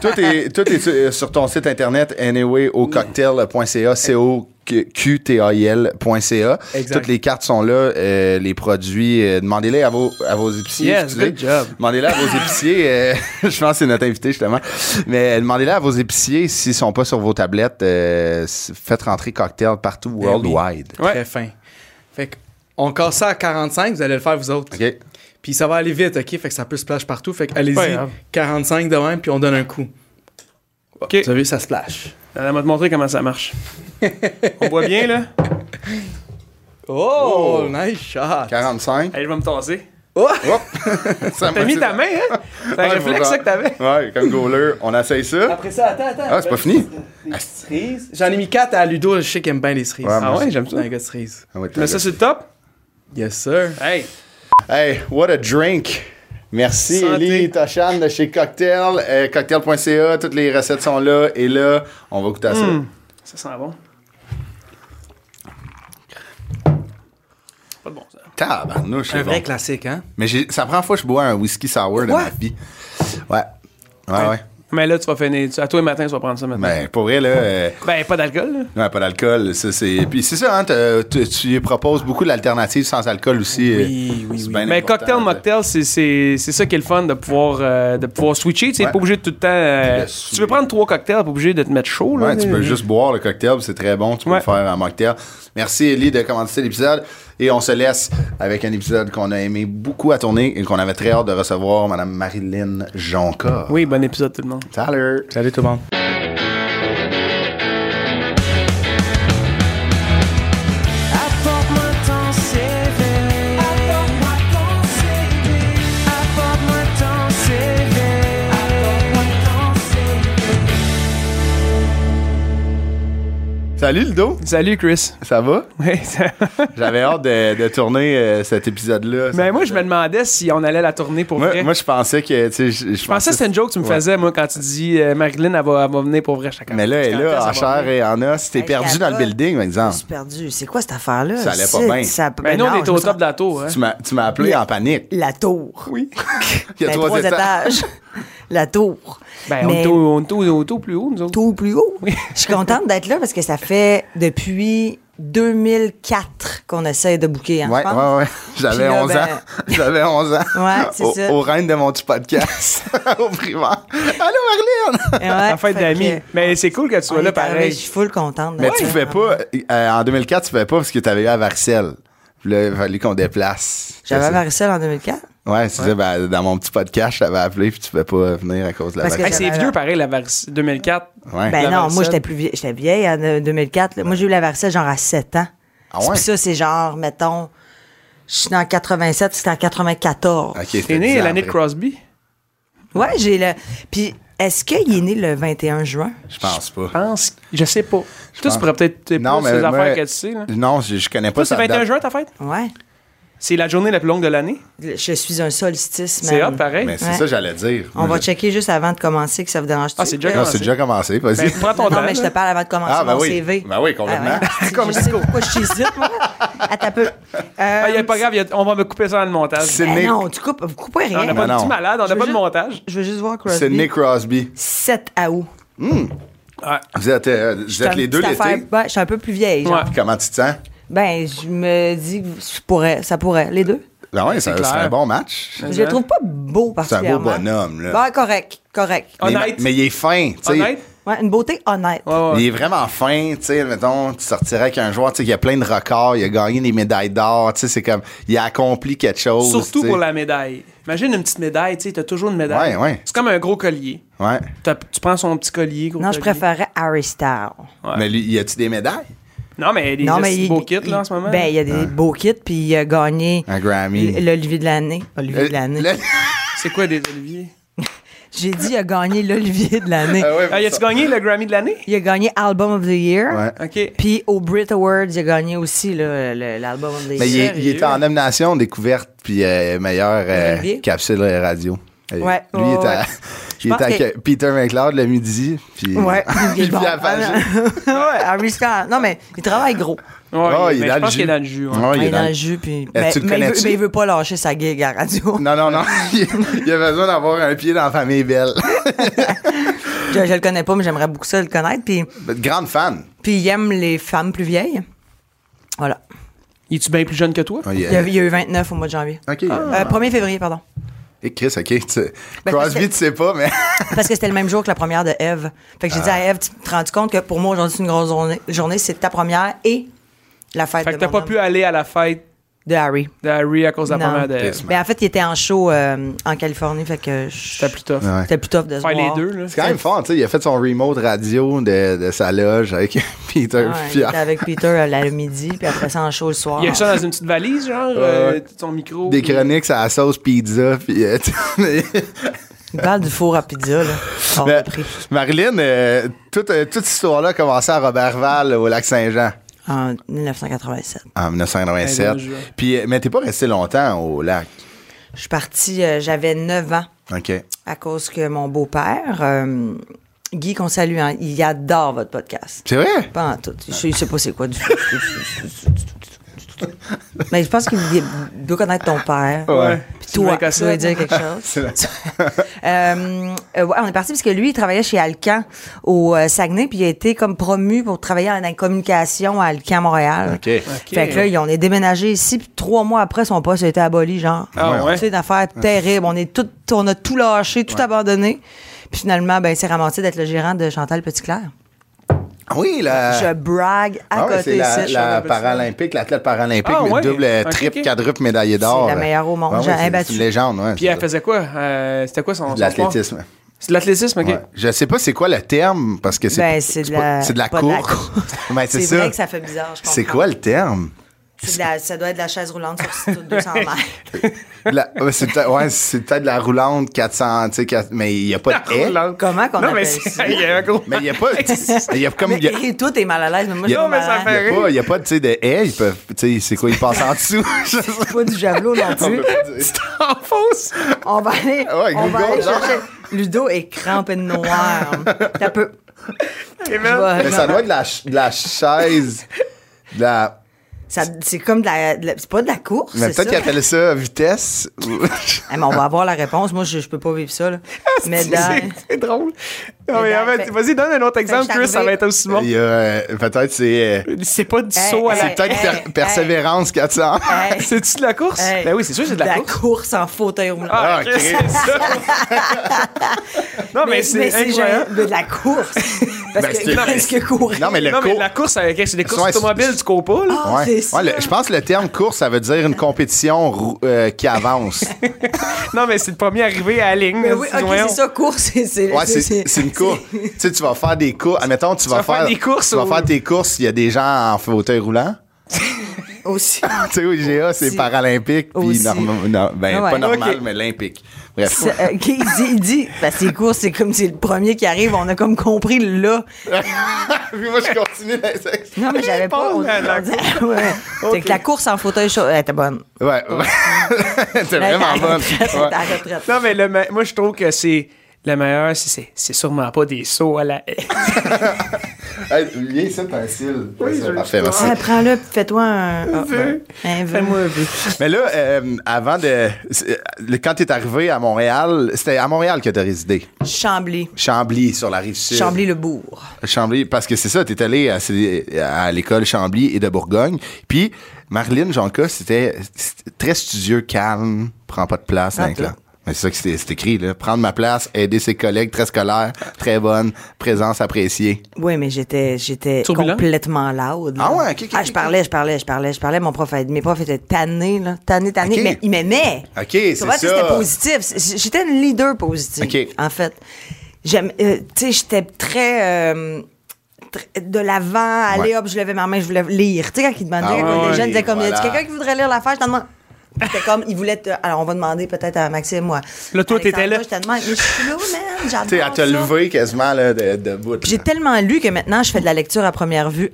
S1: tout est, tout est sur- sur ton site internet anywayaucocktail.ca, c o q t a i l.ca.
S3: Exact.
S1: Toutes les cartes sont là, euh, les produits. euh, demandez-les à vos, à vos épiciers.
S2: Yes,
S1: excusez.
S2: good job.
S1: Demandez-les à vos épiciers. euh, je pense que c'est notre invité, justement. Mais euh, demandez-les à vos épiciers s'ils sont pas sur vos tablettes. euh, s- faites rentrer cocktail partout
S3: Ben oui.
S1: worldwide.
S2: Ouais.
S3: Très fin. Fait que, on casse ça à 45, vous allez le faire vous autres.
S1: OK?
S3: Puis ça va aller vite, OK? Fait que ça peut splash partout. Fait que allez-y,
S2: Pas grave.
S3: 45 de même, puis on donne un coup.
S2: OK.
S3: Vous avez vu, ça splash.
S2: Elle va te montrer comment ça marche. On voit bien, là?
S3: Oh, nice shot.
S1: 45.
S2: Allez, je vais me tasser.
S1: Hop! Ça
S2: T'as
S1: m'a-
S2: mis ta main, hein? C'est un
S1: Ouais,
S2: réflexe, ça, que t'avais.
S1: Ouais, comme goaler, on essaye ça.
S3: Après ça, attends, attends.
S1: Ah, c'est pas fini?
S3: Des petites cerises. J'en ai mis 4 à Ludo, je sais qu'il aime bien les cerises.
S1: Ouais,
S2: Ah ouais, j'aime ça.
S3: C'est un gars de cerises.
S1: Ah ouais, t'as
S2: Tu mets
S1: le-
S2: ça sur le top?
S3: Yes, sir.
S2: Hey!
S1: Hey, what a drink! Merci
S2: Santé.
S1: Ellie Tachan de chez Cocktail, euh, cocktail.ca, toutes les recettes sont là et là, on va goûter à ça.
S2: Ça sent bon. Pas de bon, ça.
S1: Tabarnouche,
S3: Un
S1: c'est
S3: vrai
S1: bon.
S3: classique, hein?
S1: Mais j'ai- ça prend fois que je bois un whisky sour de
S3: Quoi?
S1: ma vie. Ouais. Ouais, ouais.
S2: Mais là, tu vas finir. tu- À toi le matin, tu vas prendre ça maintenant.
S1: Ben, pour vrai, là, euh,
S2: Ben, pas d'alcool, là.
S1: ouais, pas d'alcool. ça, c'est- Puis c'est ça, hein, t'as- tu tu proposes beaucoup d'alternatives sans alcool aussi. euh,
S3: Oui, oui, oui.
S2: Mais Ben, cocktail, mocktail, c'est- c'est c'est ça qui est le fun de pouvoir, euh, de pouvoir switcher. Tu sais,
S1: Ouais.
S2: pas obligé de tout le temps. euh,
S1: Le
S2: si tu veux prendre trois cocktails, pas obligé de te mettre chaud, là.
S1: Ouais, tu
S2: mais-
S1: peux juste boire le cocktail, puis c'est très bon. Tu peux
S2: Hum. Ouais.
S1: le faire en mocktail. Merci, Ellie, de commencer l'épisode. Et on se laisse avec un épisode qu'on a aimé beaucoup à tourner et qu'on avait très hâte de recevoir, Madame Marilyn Jonca.
S2: Oui, bon épisode, tout le monde.
S1: Salut!
S3: Salut tout le monde.
S4: Apporte-moi ton CV. Apporte-moi ton CV. Apporte-moi ton CV. Apporte-moi ton CV.
S1: Salut, Ludo!
S2: Salut, Chris.
S1: Ça va?
S2: Ouais, ça-
S1: J'avais hâte de, de tourner euh, cet épisode-là.
S2: Mais Ben, moi, je me demandais si on allait la tourner pour
S1: Moi,
S2: vrai.
S1: moi, je pensais que. tu sais, Je je
S2: Je pensais que c'était une joke que tu me
S1: Ouais.
S2: faisais, moi, quand tu dis euh, Marilyn, elle va, elle va venir pour vrai chacun.
S1: Mais là, elle est là, en chair et en os. T'es
S4: Hey,
S1: perdu
S4: je
S1: dans le
S4: capote.
S1: building, par
S4: Je
S1: exemple.
S4: suis perdu. C'est quoi cette affaire-là?
S1: Ça allait pas
S4: C'est-
S1: bien.
S4: ça-
S2: Mais
S4: ben
S2: nous,
S4: non,
S2: on
S4: je
S2: était au
S4: me
S2: top de la tour. Hein.
S1: Tu m'as- tu m'as appelé en panique.
S4: sens- La tour.
S2: Oui.
S1: Il y a
S4: Ben,
S1: trois étages.
S4: la tour.
S2: Ben, on
S4: Mais-
S2: est au- on est au- on est au plus haut, nous autres.
S4: tout plus haut. Je suis contente d'être là parce que ça fait depuis 2004 qu'on essaie de bouquer, hein,
S1: Ouais,
S4: je pense.
S1: ouais, ouais. J'avais
S4: Puis là,
S1: 11 ans.
S4: ben-
S1: J'avais 11 ans.
S4: Ouais, c'est
S1: au,
S4: ça.
S1: Au reine de mon petit podcast. au primaire. Allô, Marlène!
S4: Ouais,
S2: En fait,
S4: fait
S2: d'amis.
S4: que-
S2: Mais c'est cool que tu sois
S4: On
S2: là
S4: est arrivé, Je
S2: pareil.
S4: suis full contente.
S1: Mais
S4: d'être
S1: tu
S4: là.
S1: pouvais pas, euh, en 2004, tu pouvais pas parce que t'avais eu à Varcel. Puis là, il fallait qu'on déplace.
S4: J'avais
S1: C'est-
S4: Maricel en 2004.
S1: Ouais, c'est ça. ben, dans mon petit podcast, je t'avais appelé puis tu pouvais pas venir à cause de la
S4: Parce que
S2: Hey,
S1: varicelle.
S2: c'est
S4: j'avais-
S2: vieux, pareil, la varice 2004.
S1: Ouais.
S4: Ben
S2: La
S4: non, moi
S2: varicelle.
S4: j'étais plus vieille, j'étais vieille en euh, 2004. là. Moi j'ai eu la varicelle genre à 7 ans.
S1: Ah ouais?
S4: Puis ça c'est genre mettons je suis née en 87, c'était en 94.
S1: Ok, c'était hein.
S2: T'es
S1: 10
S2: né
S1: ans
S2: l'année de
S1: après.
S2: Crosby?
S4: Ouais, j'ai le puis est-ce qu'il est né le 21 juin
S1: Je pense pas.
S2: Pense. Je sais pas. Toi,
S1: pense-
S2: tu pourrais peut-être t'es
S1: Non,
S2: plus ces
S1: mais. moi-
S2: affaires que tu sais. là.
S1: Non, je, je connais pas
S2: Toi,
S1: ça.
S2: c'est 21 juin ta fête?
S4: Ouais.
S2: C'est la journée la plus longue de l'année.
S4: Je suis un solstice man.
S2: C'est hot, pareil.
S1: Mais c'est
S4: Ouais.
S1: ça, j'allais dire.
S4: On va
S1: Je-
S4: checker juste avant de commencer que ça vous dérange
S2: Ah, c'est déjà
S1: Non, c'est déjà commencé. Vas-y.
S2: Ben, prends ton temps.
S4: Non, mais je te
S2: là.
S4: parle avant de commencer
S1: Ah, ben
S4: mon
S1: oui.
S4: CV.
S1: Ben oui, complètement.
S4: ouais. Je sais pourquoi je suis ici, moi. Attends un peu.
S2: Ah, y a
S4: Euh,
S2: pas grave, y a- on va me couper ça dans le montage.
S1: C'est
S4: ben
S1: Nick-
S4: non, tu coupes, vous coupez
S2: On n'a
S4: rien.
S2: pas
S1: Ben
S2: de
S1: non.
S2: petit malade, on
S4: Je
S2: n'a
S4: veux
S2: pas de
S4: juste-
S2: montage.
S4: Je veux juste voir Crosby.
S1: C'est Nick Crosby.
S4: 7 août.
S1: Vous êtes, euh, vous êtes les deux
S4: Petite affaire-
S1: l'été.
S4: ouais, je suis un peu plus vieille. genre.
S2: Ouais.
S1: Comment tu te sens?
S4: Ben, je me dis que je pourrais, ça pourrait, les deux.
S1: Ben ouais, ça-
S2: C'est
S1: c'est
S2: clair.
S1: un bon
S2: Ah
S1: match.
S4: Je le trouve pas beau
S1: C'est un beau
S4: particulièrement.
S1: bonhomme, là.
S4: Ouais, correct, correct.
S1: Mais-
S2: Honnête.
S1: Mais, il est fin, tu sais.
S2: Honnête?
S4: Ouais, une beauté honnête.
S2: Ouais, ouais.
S1: Il est vraiment fin, tu sais, mettons, tu sortirais avec un joueur, tu sais, qui a plein de records, il a gagné des médailles d'or, tu sais, c'est comme, il a accompli quelque chose.
S2: Surtout
S1: tu sais.
S2: pour la médaille. Imagine une petite médaille, tu sais, t'as toujours une médaille.
S1: Ouais, ouais.
S2: C'est comme un gros collier.
S1: Ouais.
S2: T'as- tu prends son petit collier. gros
S4: Non, je
S2: collier.
S4: préférais Harry Styles.
S2: Ouais.
S1: Mais lui, y a-tu des médailles?
S2: Non, mais il y a
S4: Non,
S2: des
S4: mais
S2: petits
S4: il-
S2: beaux kits,
S4: il-
S2: là, en ce moment.
S4: Ben, il y a des beaux kits, puis il a gagné
S1: Un Grammy. Euh,
S4: l- l'Olivier de l'année. Olivier de l'année.
S1: Le- le-
S2: C'est quoi des oliviers?
S4: J'ai dit, il a gagné l'Olivier de l'année.
S1: Ah ouais,
S2: Ah, y a-tu gagné le Grammy de l'année?
S4: Il a gagné Album of the Year.
S1: Ouais.
S2: OK.
S4: Puis au Brit Awards, il a gagné aussi là, le- l'Album of the Year.
S1: Mais il, est- il
S2: Sérieux?
S1: était en nomination découverte puis euh, meilleur euh,
S4: Olivier?
S1: capsule radio. Euh,
S4: Ouais,
S1: Lui
S4: ouais,
S1: il était, à-
S4: ouais.
S1: il
S4: pense
S1: était avec
S4: que-
S1: euh, Peter McLeod le midi puis
S4: Ouais, il est
S1: puis
S4: bon.
S1: à Pagé.
S4: ouais, Harry Styles. Non, mais il travaille gros.
S2: Ouais,
S1: Ah, il est
S2: mais
S1: dans
S2: je
S1: le
S2: pense
S1: jus.
S2: qu'il est dans le jus. ouais.
S1: Ouais, Oh, il
S4: il
S1: est
S4: est dans le
S1: dans-
S4: jus, puis.
S1: Eh,
S4: Mais,
S1: tu le
S4: mais il
S1: connais-tu?
S4: veut, mais il veut pas lâcher sa gig à la radio.
S1: Non non non, il, il a besoin d'avoir un pied dans la famille Belle.
S4: je, je le connais pas, mais j'aimerais beaucoup ça le connaître. Puis,
S1: Ben, Grande fan.
S4: puis il aime les femmes plus vieilles. Voilà.
S2: Il est-tu bien plus jeune que toi?
S1: Oh, il-
S4: Il y a, il y a eu 29 au mois de janvier.
S1: OK.
S4: Euh, 1er février, pardon.
S1: Et Chris, OK, tu-
S4: Ben,
S1: Crosby,
S4: c'est-
S1: tu sais pas mais
S4: Parce que c'était le même jour que la première de Eve. Fait que j'ai dit à Eve, tu te rends compte que pour moi, aujourd'hui, c'est une grosse journée. journée c'est ta première et la fête
S2: Fait
S4: de,
S2: que t'as
S4: mon
S2: pas
S4: homme,
S2: pu aller à la fête
S4: de Harry.
S2: d'Harry à cause de la
S4: Non.
S2: première de.
S1: Yes.
S4: Mais en fait, il était en show euh, en Californie, fait que je-
S2: C'était plus tough.
S1: Ouais.
S4: c'était plus tough de se
S2: Faire les
S4: voir.
S2: deux, là.
S1: c'est quand même fort, tu sais, il a fait son remote radio de, de sa loge avec Peter
S4: Ouais,
S1: puis-
S4: j'étais avec Peter euh, le midi, puis après ça en show le soir.
S2: Il y a ça dans une petite valise, genre, euh,
S1: ouais.
S2: ton micro.
S1: des
S2: puis-
S1: chroniques à la sauce pizza puis euh,
S4: Il parle du four à pizza, là. Hors de
S1: Mais-
S4: prix.
S1: Marilyn, euh, toute, euh, toute cette histoire-là a commencé à Robertval au lac Saint-Jean
S4: En 1987.
S1: en
S2: Eh
S1: 1997.
S2: bien, je-
S1: Puis, euh, mais t'es pas resté longtemps au lac.
S4: Je suis partie, euh, j'avais 9 ans,
S1: OK.
S4: à cause que mon beau-père, euh, Guy, qu'on salue, hein, il adore votre podcast.
S1: C'est vrai?
S4: Pas en tout. Je je sais pas c'est quoi du Mais je pense qu'il doit connaître ton père.
S1: Ouais.
S4: Puis
S2: Sylvain
S4: toi, tu
S2: Cossette.
S4: dois lui dire quelque chose. Euh, euh, ouais, on est parti parce que lui, il travaillait chez Alcan au euh, Saguenay, puis il a été comme promu pour travailler en, en communication à Alcan Montréal.
S1: OK.
S2: Ok.
S4: Fait que là, ils- on est déménagé ici, puis trois mois après, son poste a été aboli, genre.
S2: Ah ouais?
S4: Tu sais, une affaire terrible. On, est tout, on a tout lâché, tout abandonné. Puis finalement, ben, il s'est ramassé d'être le gérant de Chantal Petitclerc.
S1: Oui, la...
S4: Je brague à
S1: Euh, Ah ouais, c'est
S4: côté
S1: la,
S4: ici.
S1: la
S2: Charles Robinson.
S1: paralympique, l'athlète paralympique,
S2: Ah
S1: mais
S2: ouais?
S1: double,
S2: Ok,
S1: triple,
S2: ok.
S1: quadruple médaillé d'or.
S4: C'est la meilleure au monde,
S1: Ouais, ouais,
S4: j'ai eh ben,
S1: c'est-
S4: imbattue.
S1: C'est une légende, ouais.
S2: Puis
S1: c'est
S2: elle
S1: ça.
S2: faisait quoi? Euh, C'était quoi son.
S1: De
S2: son sport?
S1: l'athlétisme.
S2: C'est de l'athlétisme, ok.
S1: Ouais. Je sais pas c'est quoi le terme, parce que c'est
S4: Ben, c'est de
S1: pas-
S4: la-
S1: c'est de la
S4: pas de la
S1: course. Ben, c'est
S4: C'est vrai que
S1: ça.
S4: ça fait bizarre, je comprends.
S1: C'est quoi le terme?
S4: C'est de la- ça doit être de la chaise roulante sur 200 mètres.
S1: De la- ouais, c'est peut-être ouais, c'est peut-être de la roulante 400, tu sais, quatre- mais il n'y a pas de haie.
S4: Comment qu'on
S2: Non, mais
S4: appelle ça?
S2: c'est. Il y a un gros.
S1: Mais il n'y a pas. Il y a comme.
S4: Mais
S1: il y a-
S4: et toi, t'es mal à l'aise, mais moi, je
S1: Y
S4: suis
S1: a-
S4: pas
S2: Non, mais
S4: mal à
S2: ça fait-
S4: l'aise.
S1: Il n'y a, pas, tu sais, de haie, ils peuvent, tu sais, c'est quoi, ils passent en dessous. Je sais
S4: C'est pas du javelot non
S1: pas, on
S4: plus.
S1: peut pas dire.
S2: Enfonce!
S4: On va aller,
S1: Ah, Ouais,
S4: on va
S1: Google,
S4: aller
S1: genre.
S4: chercher. Ludo est crampé de noir. Ça peut.
S2: Et même-
S1: Mais ça doit être de la, ch- de la chaise. De la...
S4: Ça- C'est comme de la. de la- C'est pas de la course.
S1: Mais
S4: c'est ça.
S1: peut-être qu'ils appellent ça vitesse. ou-
S4: Eh, mais on va avoir la réponse. Moi, je, je peux pas vivre ça. Là.
S1: Ah,
S4: Mais
S2: C'est-
S4: dans-
S2: C'est drôle. Non, mais
S4: dans-
S2: en fait,
S4: fait-
S2: vas-y, donne un autre exemple,
S4: je suis
S2: Chris, ça va
S4: arrivée-
S2: être aussi bon.
S1: Il y a, euh, peut-être c'est. euh,
S2: C'est pas du
S4: Hey,
S2: saut à la
S4: hey.
S1: peut-être per-
S4: hey.
S1: persévérance 400.
S4: Hey,
S2: C'est-tu de la course?
S4: hey,
S2: Ben oui, c'est sûr, c'est de la course.
S4: en fauteuil roulant.
S1: Ah, Chris.
S2: non, Ah, mais, c'est incroyable.
S4: gênant. Mais de la course. Parce
S1: Ben, c'est-
S4: que presque courir.
S1: Non, mais le
S2: non, mais
S1: cours.
S2: la course, avec- c'est des courses
S1: Ouais, c'est-
S2: automobiles, tu cours pas, là.
S4: Ah,
S1: Ouais.
S4: c'est
S1: Ouais, le-
S4: ça.
S1: je pense que le terme course, ça veut dire une compétition rou- euh, qui avance.
S2: Non, mais c'est le premier arrivé à la ligne.
S4: Mais oui, ok,
S2: voyons.
S4: c'est ça, course. c'est- c'est-
S1: Ouais, c'est- c'est une course. Tu sais, tu vas faire des courses. Admettons, tu, vas
S2: vas faire
S1: faire,
S2: des courses
S1: Tu vas
S2: ou-
S1: faire tes courses, il y a des gens en fauteuil roulant.
S4: Aussi.
S1: tu sais, au IGA, c'est
S4: Ah, Aussi.
S1: paralympique, puis
S4: Aussi.
S1: norma- non, ben,
S4: Ouais.
S1: pas normal,
S2: Ok.
S1: mais olympique. Bref.
S4: C'est- euh, qu'il dit- il dit, ben, c'est court, c'est comme c'est le premier qui arrive, on a comme compris là.
S1: Puis moi, je continue dans les ex-
S4: Non, mais j'avais pas.
S2: Répondre à la
S4: Ouais, ouais. C'est que la course en fauteuil chaud, elle était bonne.
S1: Ouais, ouais. T'es
S4: Elle était
S1: vraiment
S4: à Ben, la
S1: bonne.
S4: retraite, elle était à
S1: Ouais.
S4: la retraite.
S2: Non, mais le ma- moi, je trouve que c'est. Le meilleur, c'est- c'est c'est sûrement pas des sauts à la.
S1: Hey, viens ici, t'as un cil.
S2: je-
S1: Parfait, merci.
S4: Ouais, Prends-le, puis fais-toi un. Un
S2: vœu.
S4: Un vœu.
S2: Fais-moi un peu.
S1: Mais là, euh, avant de. c'est- le- Quand t'es arrivé à Montréal, c'était à Montréal que t'as résidé.
S4: Chambly.
S1: Chambly, sur la rive sud.
S4: Chambly-le-Bourg.
S1: Chambly, parce que c'est ça, t'es allé à, c'est- à l'école Chambly et de Bourgogne. Puis, Marlene Jonca, c'était c'était très studieux, calme, prend pas de place dans
S4: Ah,
S1: le
S4: toi.
S1: clan. Mais c'est ça que c'est c'est écrit, là. Prendre ma place, aider ses collègues, très scolaire, très bonne, présence appréciée.
S4: Oui, mais j'étais j'étais
S2: Turbulent?
S4: complètement loud. là.
S1: Ah ouais, ok, ok,
S4: Ah, je
S1: ok.
S4: parlais, je parlais, je parlais, je parlais. Mon prof, a- mes profs étaient tannés, là. Tannés, tannés.
S1: Ok.
S4: Mais ils m'aimaient.
S1: Ok, c'est
S4: Tu vois,
S1: ça.
S4: c'était positif. C'est- J'étais une leader positive,
S1: Ok.
S4: en fait. J'aime, euh, tu sais, j'étais très... euh, tr- de l'avant, allez
S1: Ouais.
S4: hop, je levais ma main, je voulais lire. Tu sais, quand ils demandaient,
S1: Ah
S4: quand
S1: ouais,
S4: les gens
S1: ouais,
S4: disaient comme, y a
S1: voilà.
S4: quelqu'un qui voudrait lire l'affaire? Je t'en demande. C'était comme, ils voulaient te- Alors, on va demander peut-être à Maxime, moi.
S2: Là, toi, t'étais là.
S4: Je te demande, mais je suis là, man, j'adore
S1: Tu sais, à te
S4: ça.
S1: lever quasiment, là, de, de bout.
S4: Puis J'ai tellement lu que maintenant, je fais de la lecture à première vue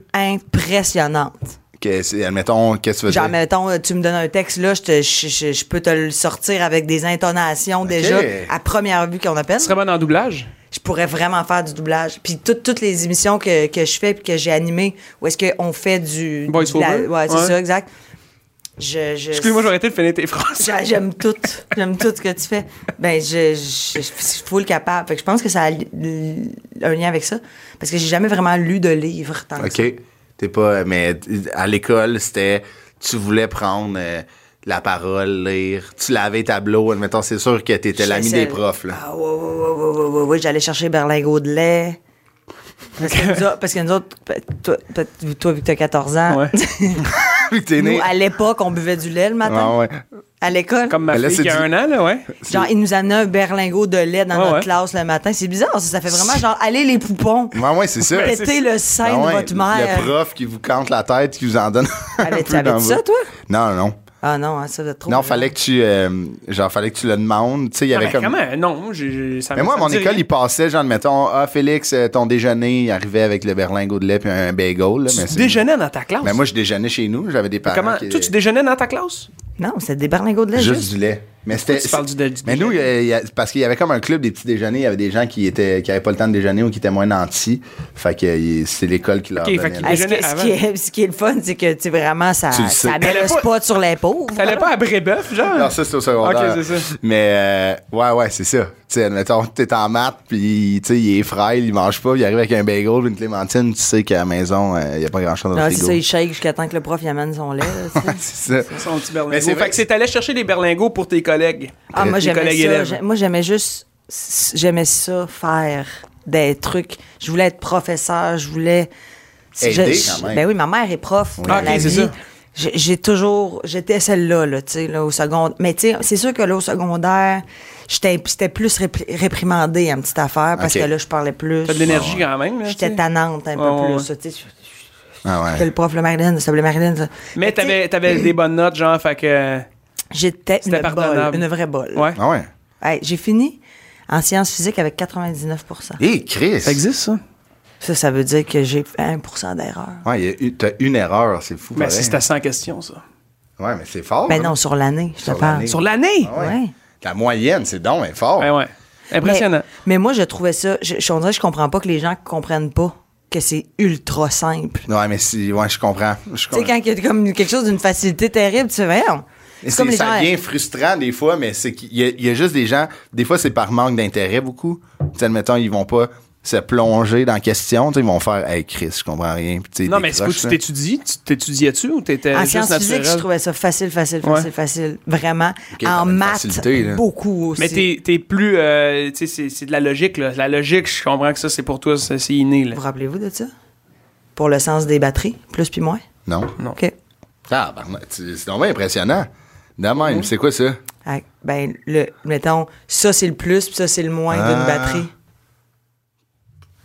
S4: impressionnante.
S1: Que c'est- admettons, qu'est-ce que tu veux
S4: Genre,
S1: dire?
S4: mettons, euh, tu me donnes un texte, là, je, te- je- je- je peux te le sortir avec des intonations déjà à première vue qu'on appelle.
S2: Tu serais bonne en doublage?
S4: Je pourrais vraiment faire du doublage. Puis toutes- toutes les émissions que, que je fais puis que j'ai animées, où est-ce qu'on fait du...
S2: Voice
S4: de la-
S2: over?
S4: Ouais, c'est
S2: Ouais.
S4: ça, exact. Je, je-
S2: Excuse-moi, j'aurais été de finir tes phrases.
S4: J'a- J'aime tout. J'aime tout ce que tu fais. Ben, je, je, je suis full capable. Fait que je pense que ça a li- li- un lien avec ça. Parce que j'ai jamais vraiment lu de livre tant que ça.
S1: OK. T'es pas. euh, Mais à l'école, c'était. Tu voulais prendre euh, la parole, lire. Tu lavais tableau. Admettons, c'est sûr que t'étais l'ami
S4: J'essaie-
S1: des profs, là.
S4: Ah, ouais, ouais, ouais, ouais, ouais, ouais, ouais, J'allais chercher berlingot de lait. Parce que nous autres, parce que nous autres, pe- toi, pe- toi, vu que t'as 14 ans,
S2: Ouais.
S1: Puis t'es
S4: nous,
S1: né.
S4: à l'époque, on buvait du lait le matin.
S1: Ah ouais.
S4: À l'école.
S2: Comme ma
S1: Mais là,
S2: fille
S1: c'est
S2: qui a
S1: du-
S2: un an, là, ouais.
S4: Genre, ils nous amenaient un berlingot de lait dans
S2: Ouais,
S4: notre
S2: ouais.
S4: classe le matin. C'est bizarre, ça, ça fait vraiment genre, allez les poupons,
S1: Ah, Ouais, ouais, c'est ça.
S4: pétez le sein
S1: Ah ouais,
S4: de votre mère. Ah,
S1: Le prof qui vous cante la tête, qui vous en donne. un
S4: Avais-
S1: peu
S4: t'avais-tu
S1: dans
S4: ça,
S1: votre-
S4: toi?
S1: Non, non.
S4: Ah non, hein, ça va trop.
S1: Non, fallait que tu. euh, genre, fallait que tu le demandes. Tu sais, il y
S2: Non,
S1: avait
S2: Ah, mais
S1: comme.
S2: comment? Non, moi, j'ai- j'ai- ça
S1: Mais
S2: me-
S1: moi, à
S2: ça me
S1: mon
S2: dit
S1: école,
S2: rien.
S1: il passait, genre, mettons, ah, Félix, euh, ton déjeuner, il arrivait avec le berlingot de lait puis un bagel. Là, mais
S2: Tu
S1: c'est-
S2: déjeunais dans ta classe?
S1: Mais moi, je déjeunais chez nous. J'avais des parents.
S2: Comment?
S1: qui-
S2: Toi, tu déjeunais dans ta classe?
S4: Non, c'était des berlingots de lait
S1: Juste,
S4: juste.
S1: du lait. Mais c'était.
S2: Ah, tu parles du dé- du
S1: Mais nous, il y a- il y a- parce qu'il y avait comme un club des petits déjeuners, il y avait des gens qui étaient qui avaient pas le temps de déjeuner ou qui étaient moins nantis. Fait que il- c'est l'école qui leur
S2: Ok, fait
S1: donnait.
S2: qu'il-
S1: là.
S4: Ah, ce,
S2: déjeuner
S4: que- ce qui est, ce qui est le fun, c'est que tu sais, vraiment, ça,
S1: Tu le sais.
S4: ça met
S2: T'allais
S4: le
S2: pas-
S4: spot sur les pauvres.
S2: T'allais pas à Brébeuf, genre?
S1: Non, ça, c'est au secondaire.
S2: Ok, c'est ça.
S1: Mais, euh, ouais, ouais, c'est ça. Tu sais, admettons, t'es en maths, puis, tu sais, il est frêle, il mange pas, il arrive avec un bagel, une clémentine, tu sais qu'à la maison, euh, il y a pas grand-chose dans
S4: Non,
S1: le
S4: c'est
S1: frigo.
S4: ça, ils shake jusqu'à temps que le prof y amène son lait. là, tu sais.
S1: C'est ça.
S2: Son petit
S1: Mais
S2: berlingot.
S1: c'est vrai
S2: Fait que c'est allé chercher des berlingots pour tes collègues.
S4: ah, moi,
S2: Tes
S4: j'aimais
S2: collègues
S4: ça.
S2: élèves.
S4: J'ai- Moi, j'aimais juste. J'aimais ça, faire des trucs. Je voulais être professeur, je voulais.
S1: Aider,
S4: je-
S1: quand
S4: je-
S1: même.
S4: Ben oui, ma mère est prof. dans
S2: Ah, ok,
S4: la
S2: c'est
S4: vie.
S2: ça.
S4: J'ai- J'ai toujours. J'étais celle-là, là, tu sais, là, au secondaire. Mais, tu sais, c'est sûr que là, au secondaire, j'étais j'étais plus répri- réprimandée à une petite affaire parce
S1: Ok.
S4: que là, je parlais plus.
S2: T'as de l'énergie quand même. là, tu
S4: J'étais
S2: sais.
S4: tannante un peu
S2: Ouais, ouais,
S4: plus.
S2: ouais.
S4: ça, tu sais,
S1: Ah,
S4: J'étais
S1: ouais.
S4: le prof, le Marilyn, ça s'appelait Marilyn. ça.
S2: Mais
S4: tu sais,
S2: t'avais t'avais des bonnes notes, genre, fait que.
S4: J'étais une
S2: C'était pardonnable.
S4: bolle, une vraie bolle.
S2: Ouais.
S1: Ah, ouais.
S4: Hey, j'ai fini en sciences physiques avec 99
S1: Hé, Chris!
S2: existe, ça?
S4: Ça, ça veut dire que j'ai fait 1 d'erreur.
S2: Oh,
S1: Ouais, il y a eu- t'as une erreur, c'est fou.
S2: Mais
S1: pareil.
S2: si c'était sans question, ça.
S1: Ouais, mais c'est fort.
S4: Ben
S1: hein.
S4: non, sur l'année, je te
S1: Sur
S4: parle.
S1: l'année.
S2: Sur l'année!
S1: Ah ouais.
S4: Ouais.
S1: La moyenne, c'est donc, mais fort.
S2: Ouais, ouais. Impressionnant.
S4: Mais, mais moi, je trouvais ça. Je, je, on dirait que je comprends pas que les gens comprennent pas que c'est ultra simple.
S1: Ouais, mais si, ouais, je comprends. Je
S4: Tu sais,
S1: comprends.
S4: quand il y a comme quelque chose d'une facilité terrible, tu fais, Voyons.
S1: Et
S4: C'est
S1: c'est-
S4: comme les
S1: ça
S4: gens. euh,
S1: devient frustrant des fois, mais c'est qu'il y, a- il y a juste des gens. Des fois, c'est par manque d'intérêt beaucoup. Tu sais, admettons, ils vont pas se plonger dans la question. Tu sais, ils vont faire Hey Chris, je comprends rien. Puis, tu sais,
S2: Non,
S1: des
S2: mais c'est
S1: croches,
S2: quoi, tu
S1: là.
S2: t'étudies? Tu t'étudiais-tu ou t'étais
S4: euh, En
S2: juste
S4: sciences
S2: naturel?
S4: physiques, je trouvais ça facile, facile, facile,
S2: Ouais.
S4: facile. Vraiment. en
S1: t'avais une
S4: maths,
S1: facilité, là.
S4: beaucoup aussi.
S2: Mais t'es t'es plus. euh, tu sais, c'est- c'est de la logique, là. La logique, je comprends que ça, c'est pour toi, ça, c'est inné, là.
S4: Vous rappelez-vous de ça? Pour le sens des batteries, plus puis moins.
S1: Non.
S2: Non.
S4: OK.
S1: Ah, ben, tu- c'est vraiment impressionnant. De même, c'est quoi ça?
S4: Ah, Ben, le, mettons, ça c'est le plus, puis ça c'est le moins d'une
S1: Ah.
S4: batterie.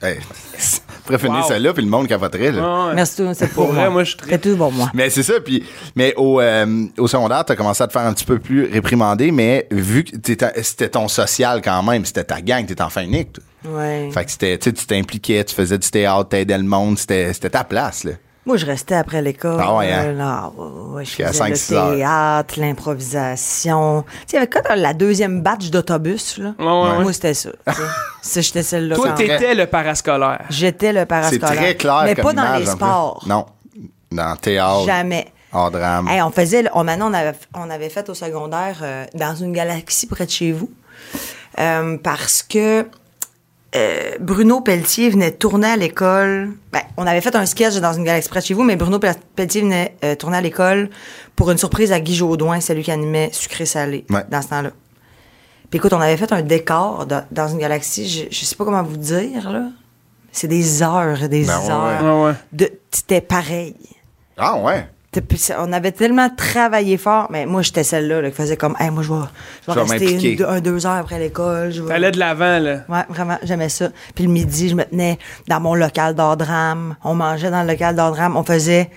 S1: Hey. Après, finir
S2: Wow.
S1: ça là, puis le monde capoterait. Là.
S2: Ah, ouais.
S4: Merci, tout, c'est
S2: Pour
S4: pour
S2: vrai,
S4: moi.
S2: moi, je suis très-
S4: C'est tout pour moi.
S1: Mais c'est ça, puis mais au, euh, au secondaire, t'as commencé à te faire un petit peu plus réprimander, mais vu que t'étais- c'était ton social quand même, c'était ta gang, t'étais enfin unique. toi.
S4: Ouais.
S1: Fait que c'était, tu sais, tu t'impliquais, tu faisais du théâtre, t'aidais le monde, c'était c'était ta place, là.
S4: Moi, je restais après l'école.
S1: Ah ouais, hein?
S4: Euh, là, ouais, ouais, je
S1: Jusqu'à
S4: faisais
S1: cinq,
S4: le
S1: six heures.
S4: théâtre, l'improvisation. Tu sais, avec quand t'as la deuxième batch d'autobus, là,
S2: Ouais, ouais, ouais.
S4: moi, c'était ça. tu sais. Ça, J'étais celle-là.
S2: Toi,
S4: quand-
S2: t'étais le parascolaire.
S4: J'étais le
S1: C'est
S4: parascolaire.
S1: très clair
S4: Mais
S1: comme
S4: pas dans
S1: image,
S4: les
S1: en plus.
S4: sports.
S1: Non. Dans théâtre.
S4: Jamais.
S1: Hors drame.
S4: Hey, on faisait, le- on, maintenant, on avait, on avait fait au secondaire euh, dans une galaxie près de chez vous. Euh, parce que euh, Bruno Pelletier venait tourner à l'école. Ben, on avait fait un sketch dans une galaxie près de chez vous, mais Bruno Pel- Pelletier venait euh, tourner à l'école pour une surprise à Guy Jodoin, celui qui animait Sucré-Salé
S1: Ouais.
S4: dans ce temps-là. Puis écoute, on avait fait un décor de- dans une galaxie, je, je sais pas comment vous dire, là. C'est des heures, et des
S1: Ben ouais,
S4: heures.
S2: ouais. Ouais, ouais.
S4: de- C'était pareil.
S1: Ah ouais.
S4: T'as pu- ça- On avait tellement travaillé fort, mais moi, j'étais celle-là là, qui faisait comme, Hey, moi, je vais,
S1: Je
S4: je vais
S1: vais m'impliquer.
S4: rester une- deux- un, deux heures après l'école. je vais-
S2: T'allais de l'avant, là.
S4: Ouais, vraiment, j'aimais ça. Puis le midi, je me tenais dans mon local d'art drame. On mangeait dans le local d'art drame. On faisait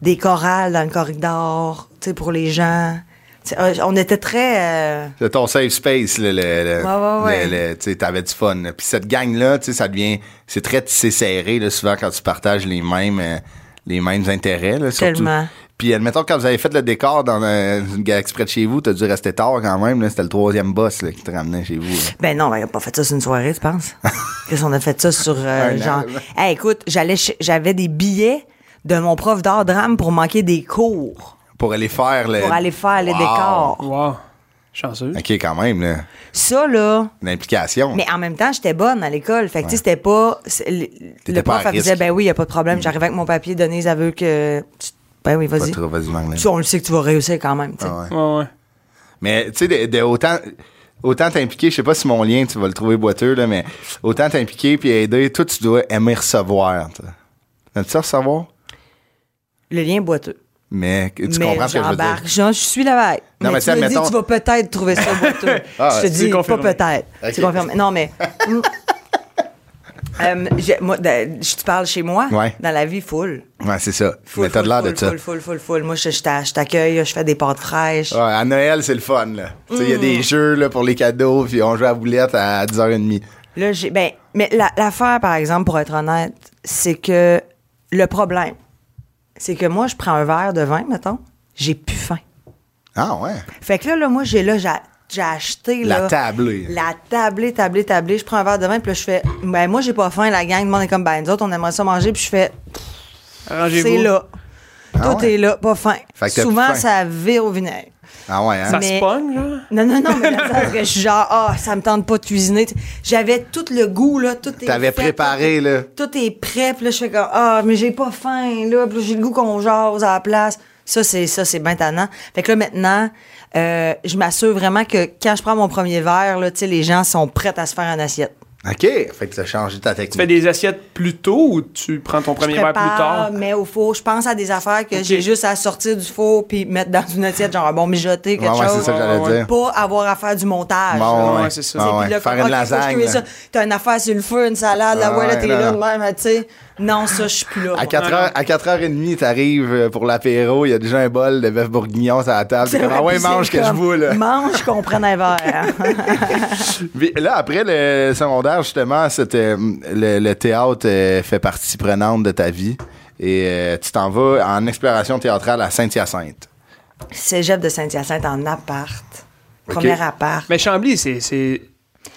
S4: des chorales dans le corridor, tu sais, pour les gens. Tu sais, euh, on était très... euh,
S1: C'est ton safe space, là, le, le-
S4: Ouais, ouais, ouais.
S1: le- le- tu sais, t'avais du fun. là. Puis cette gang-là, tu sais, ça devient, c'est très tissé serré, là, souvent quand tu partages les mêmes, euh, les mêmes intérêts, là, surtout.
S4: Tellement.
S1: Puis admettons, quand vous avez fait le décor dans euh, une galaxie près de chez vous, t'as dû rester tard quand même, là, c'était le troisième boss, là, qui te ramenait chez vous. là.
S4: Ben non, ben, on a pas fait ça sur une soirée, tu penses? Qu'est-ce qu'on a fait ça sur euh,
S1: Un
S4: genre.
S1: an.
S4: Hey, écoute, j'allais chez- j'avais des billets de mon prof d'art drame pour manquer des cours.
S1: Pour aller faire le...
S4: pour aller faire les
S1: Wow.
S4: décors.
S2: Wow. Chanceux.
S1: OK, quand même, là.
S4: Ça, là.
S1: Une implication.
S4: Mais en même temps, j'étais bonne à l'école. Fait que, tu sais, c'était pas. c'est- Le,
S1: T'étais
S4: le
S1: pas à
S4: prof, elle
S1: risque.
S4: disait, ben oui, y a pas de problème. J'arrivais avec mon papier, Denise, elle veut que. tu- Ben oui,
S1: Pas
S4: vas-y.
S1: trop, vas-y, Marlène.
S4: Tu- on le sait que tu vas réussir quand même, tu sais.
S1: Ah ouais.
S2: Ouais, ouais.
S1: Mais tu sais, de, de autant autant t'impliquer, je sais pas si mon lien, tu vas le trouver boiteux, là, mais autant t'impliquer puis aider, toi, tu dois aimer recevoir. toi. Aimes-tu ça recevoir?
S4: Le lien boiteux.
S1: Mais tu
S4: mais
S1: comprends ce que je veux dire.
S4: j'embarque, genre, je suis la veille.
S1: Non, mais
S4: tu
S1: ça,
S4: me dis,
S1: mettons-
S4: tu vas peut-être trouver ça boiteux.
S1: Ah,
S4: je te
S1: ouais.
S2: C'est
S4: dis, pas
S2: confirmé.
S4: peut-être.
S1: Ok.
S4: C'est confirmé. Non, mais. Mm. Euh, j'ai- moi, de- je te parle chez moi,
S1: Ouais.
S4: dans la vie, full.
S1: Ouais, c'est ça.
S4: Full,
S1: mais t'as de
S4: full,
S1: l'air de
S4: full,
S1: ça.
S4: Full, full, full, full. Moi, je, je t'a- je t'accueille, je fais des pâtes fraîches.
S1: Ouais, à Noël, c'est le fun, là. Tu sais, il y a
S4: Mm.
S1: des jeux là, pour les cadeaux, puis on joue à boulette à 10h30.
S4: Là, j'ai. Ben, mais la- l'affaire, par exemple, pour être honnête, c'est que le problème, c'est que moi, je prends un verre de vin, mettons, j'ai plus faim.
S1: Ah ouais.
S4: Fait que là, là moi, j'ai là, j'ai j'ai acheté.
S1: La
S4: là,
S1: tablée.
S4: La tablée, tablée, tablée. Je prends un verre de vin, puis là, je fais. Ben, moi, j'ai pas faim, la gang. demande comme, ben, nous autres, on aimerait ça manger, puis je fais.
S2: Arrangez-vous.
S4: C'est là.
S1: Ah
S4: Tout
S1: ouais?
S4: est là, pas faim.
S1: Fait que t'as
S4: Souvent,
S1: plus faim.
S4: ça vire au vinaigre.
S1: Ah ouais, hein?
S2: Ça se
S4: Mais-
S2: pogne, genre?
S4: Non, non, non, mais dans le sens que je suis genre, ah, ça me tente pas de cuisiner. J'avais tout le goût, là, tout est
S1: T'avais
S4: fait,
S1: préparé,
S4: tout
S1: là.
S4: est- Tout est prêt, puis là, je fais comme, ah, mais j'ai pas faim, là, puis là, j'ai le goût qu'on jase à la place. Ça, c'est ça, c'est bien tannant. Fait que là, maintenant, euh, je m'assure vraiment que quand je prends mon premier verre, là, tu sais, les gens sont prêts à se faire une assiette.
S1: OK. Fait que t'as changé ta
S2: Tu fais
S1: technique.
S2: des assiettes plus tôt ou tu prends ton premier
S4: Je
S2: verre plus
S4: prépare,
S2: tard?
S4: mais au four, je pense à des affaires que
S2: Ok.
S4: j'ai juste à sortir du four puis mettre dans une assiette, genre un bon mijoté, quelque
S1: Ouais, ouais, c'est
S4: chose.
S1: ça que
S2: Ouais, ouais.
S1: j'allais dire.
S4: Pas avoir à faire du montage. là.
S1: Bon,
S2: Ouais, c'est ça.
S1: Bon,
S2: Et
S1: ouais.
S4: Puis là,
S1: Faire
S4: comme,
S1: une
S4: OK, faut que je
S1: lasagne.
S4: cuise
S1: là.
S4: ça. T'as une affaire sur le feu, une salade,
S1: Ah
S4: là, ouais, là,
S1: ouais,
S4: t'es
S1: non,
S4: là de
S1: non.
S4: même, hein, tu sais. Non, ça, je suis plus là.
S1: À
S4: moi.
S1: 4
S2: non.
S1: heures- à 4h30, t'arrives euh, pour l'apéro, il y a déjà un bol de bœuf bourguignon sur la table. T'es comme, Ah ouais,
S4: Puis c'est
S1: mange que je
S4: comme,
S1: vois, là.
S4: Mange qu'on prenne un verre.
S1: Puis là, après le secondaire, justement, c'était hum, le, le théâtre euh, fait partie prenante de ta vie. Et euh, tu t'en vas en exploration théâtrale à Saint-Hyacinthe.
S4: Cégep de Saint-Hyacinthe en appart. Premier appart.
S2: Mais Chambly, c'est. c'est... c'est où?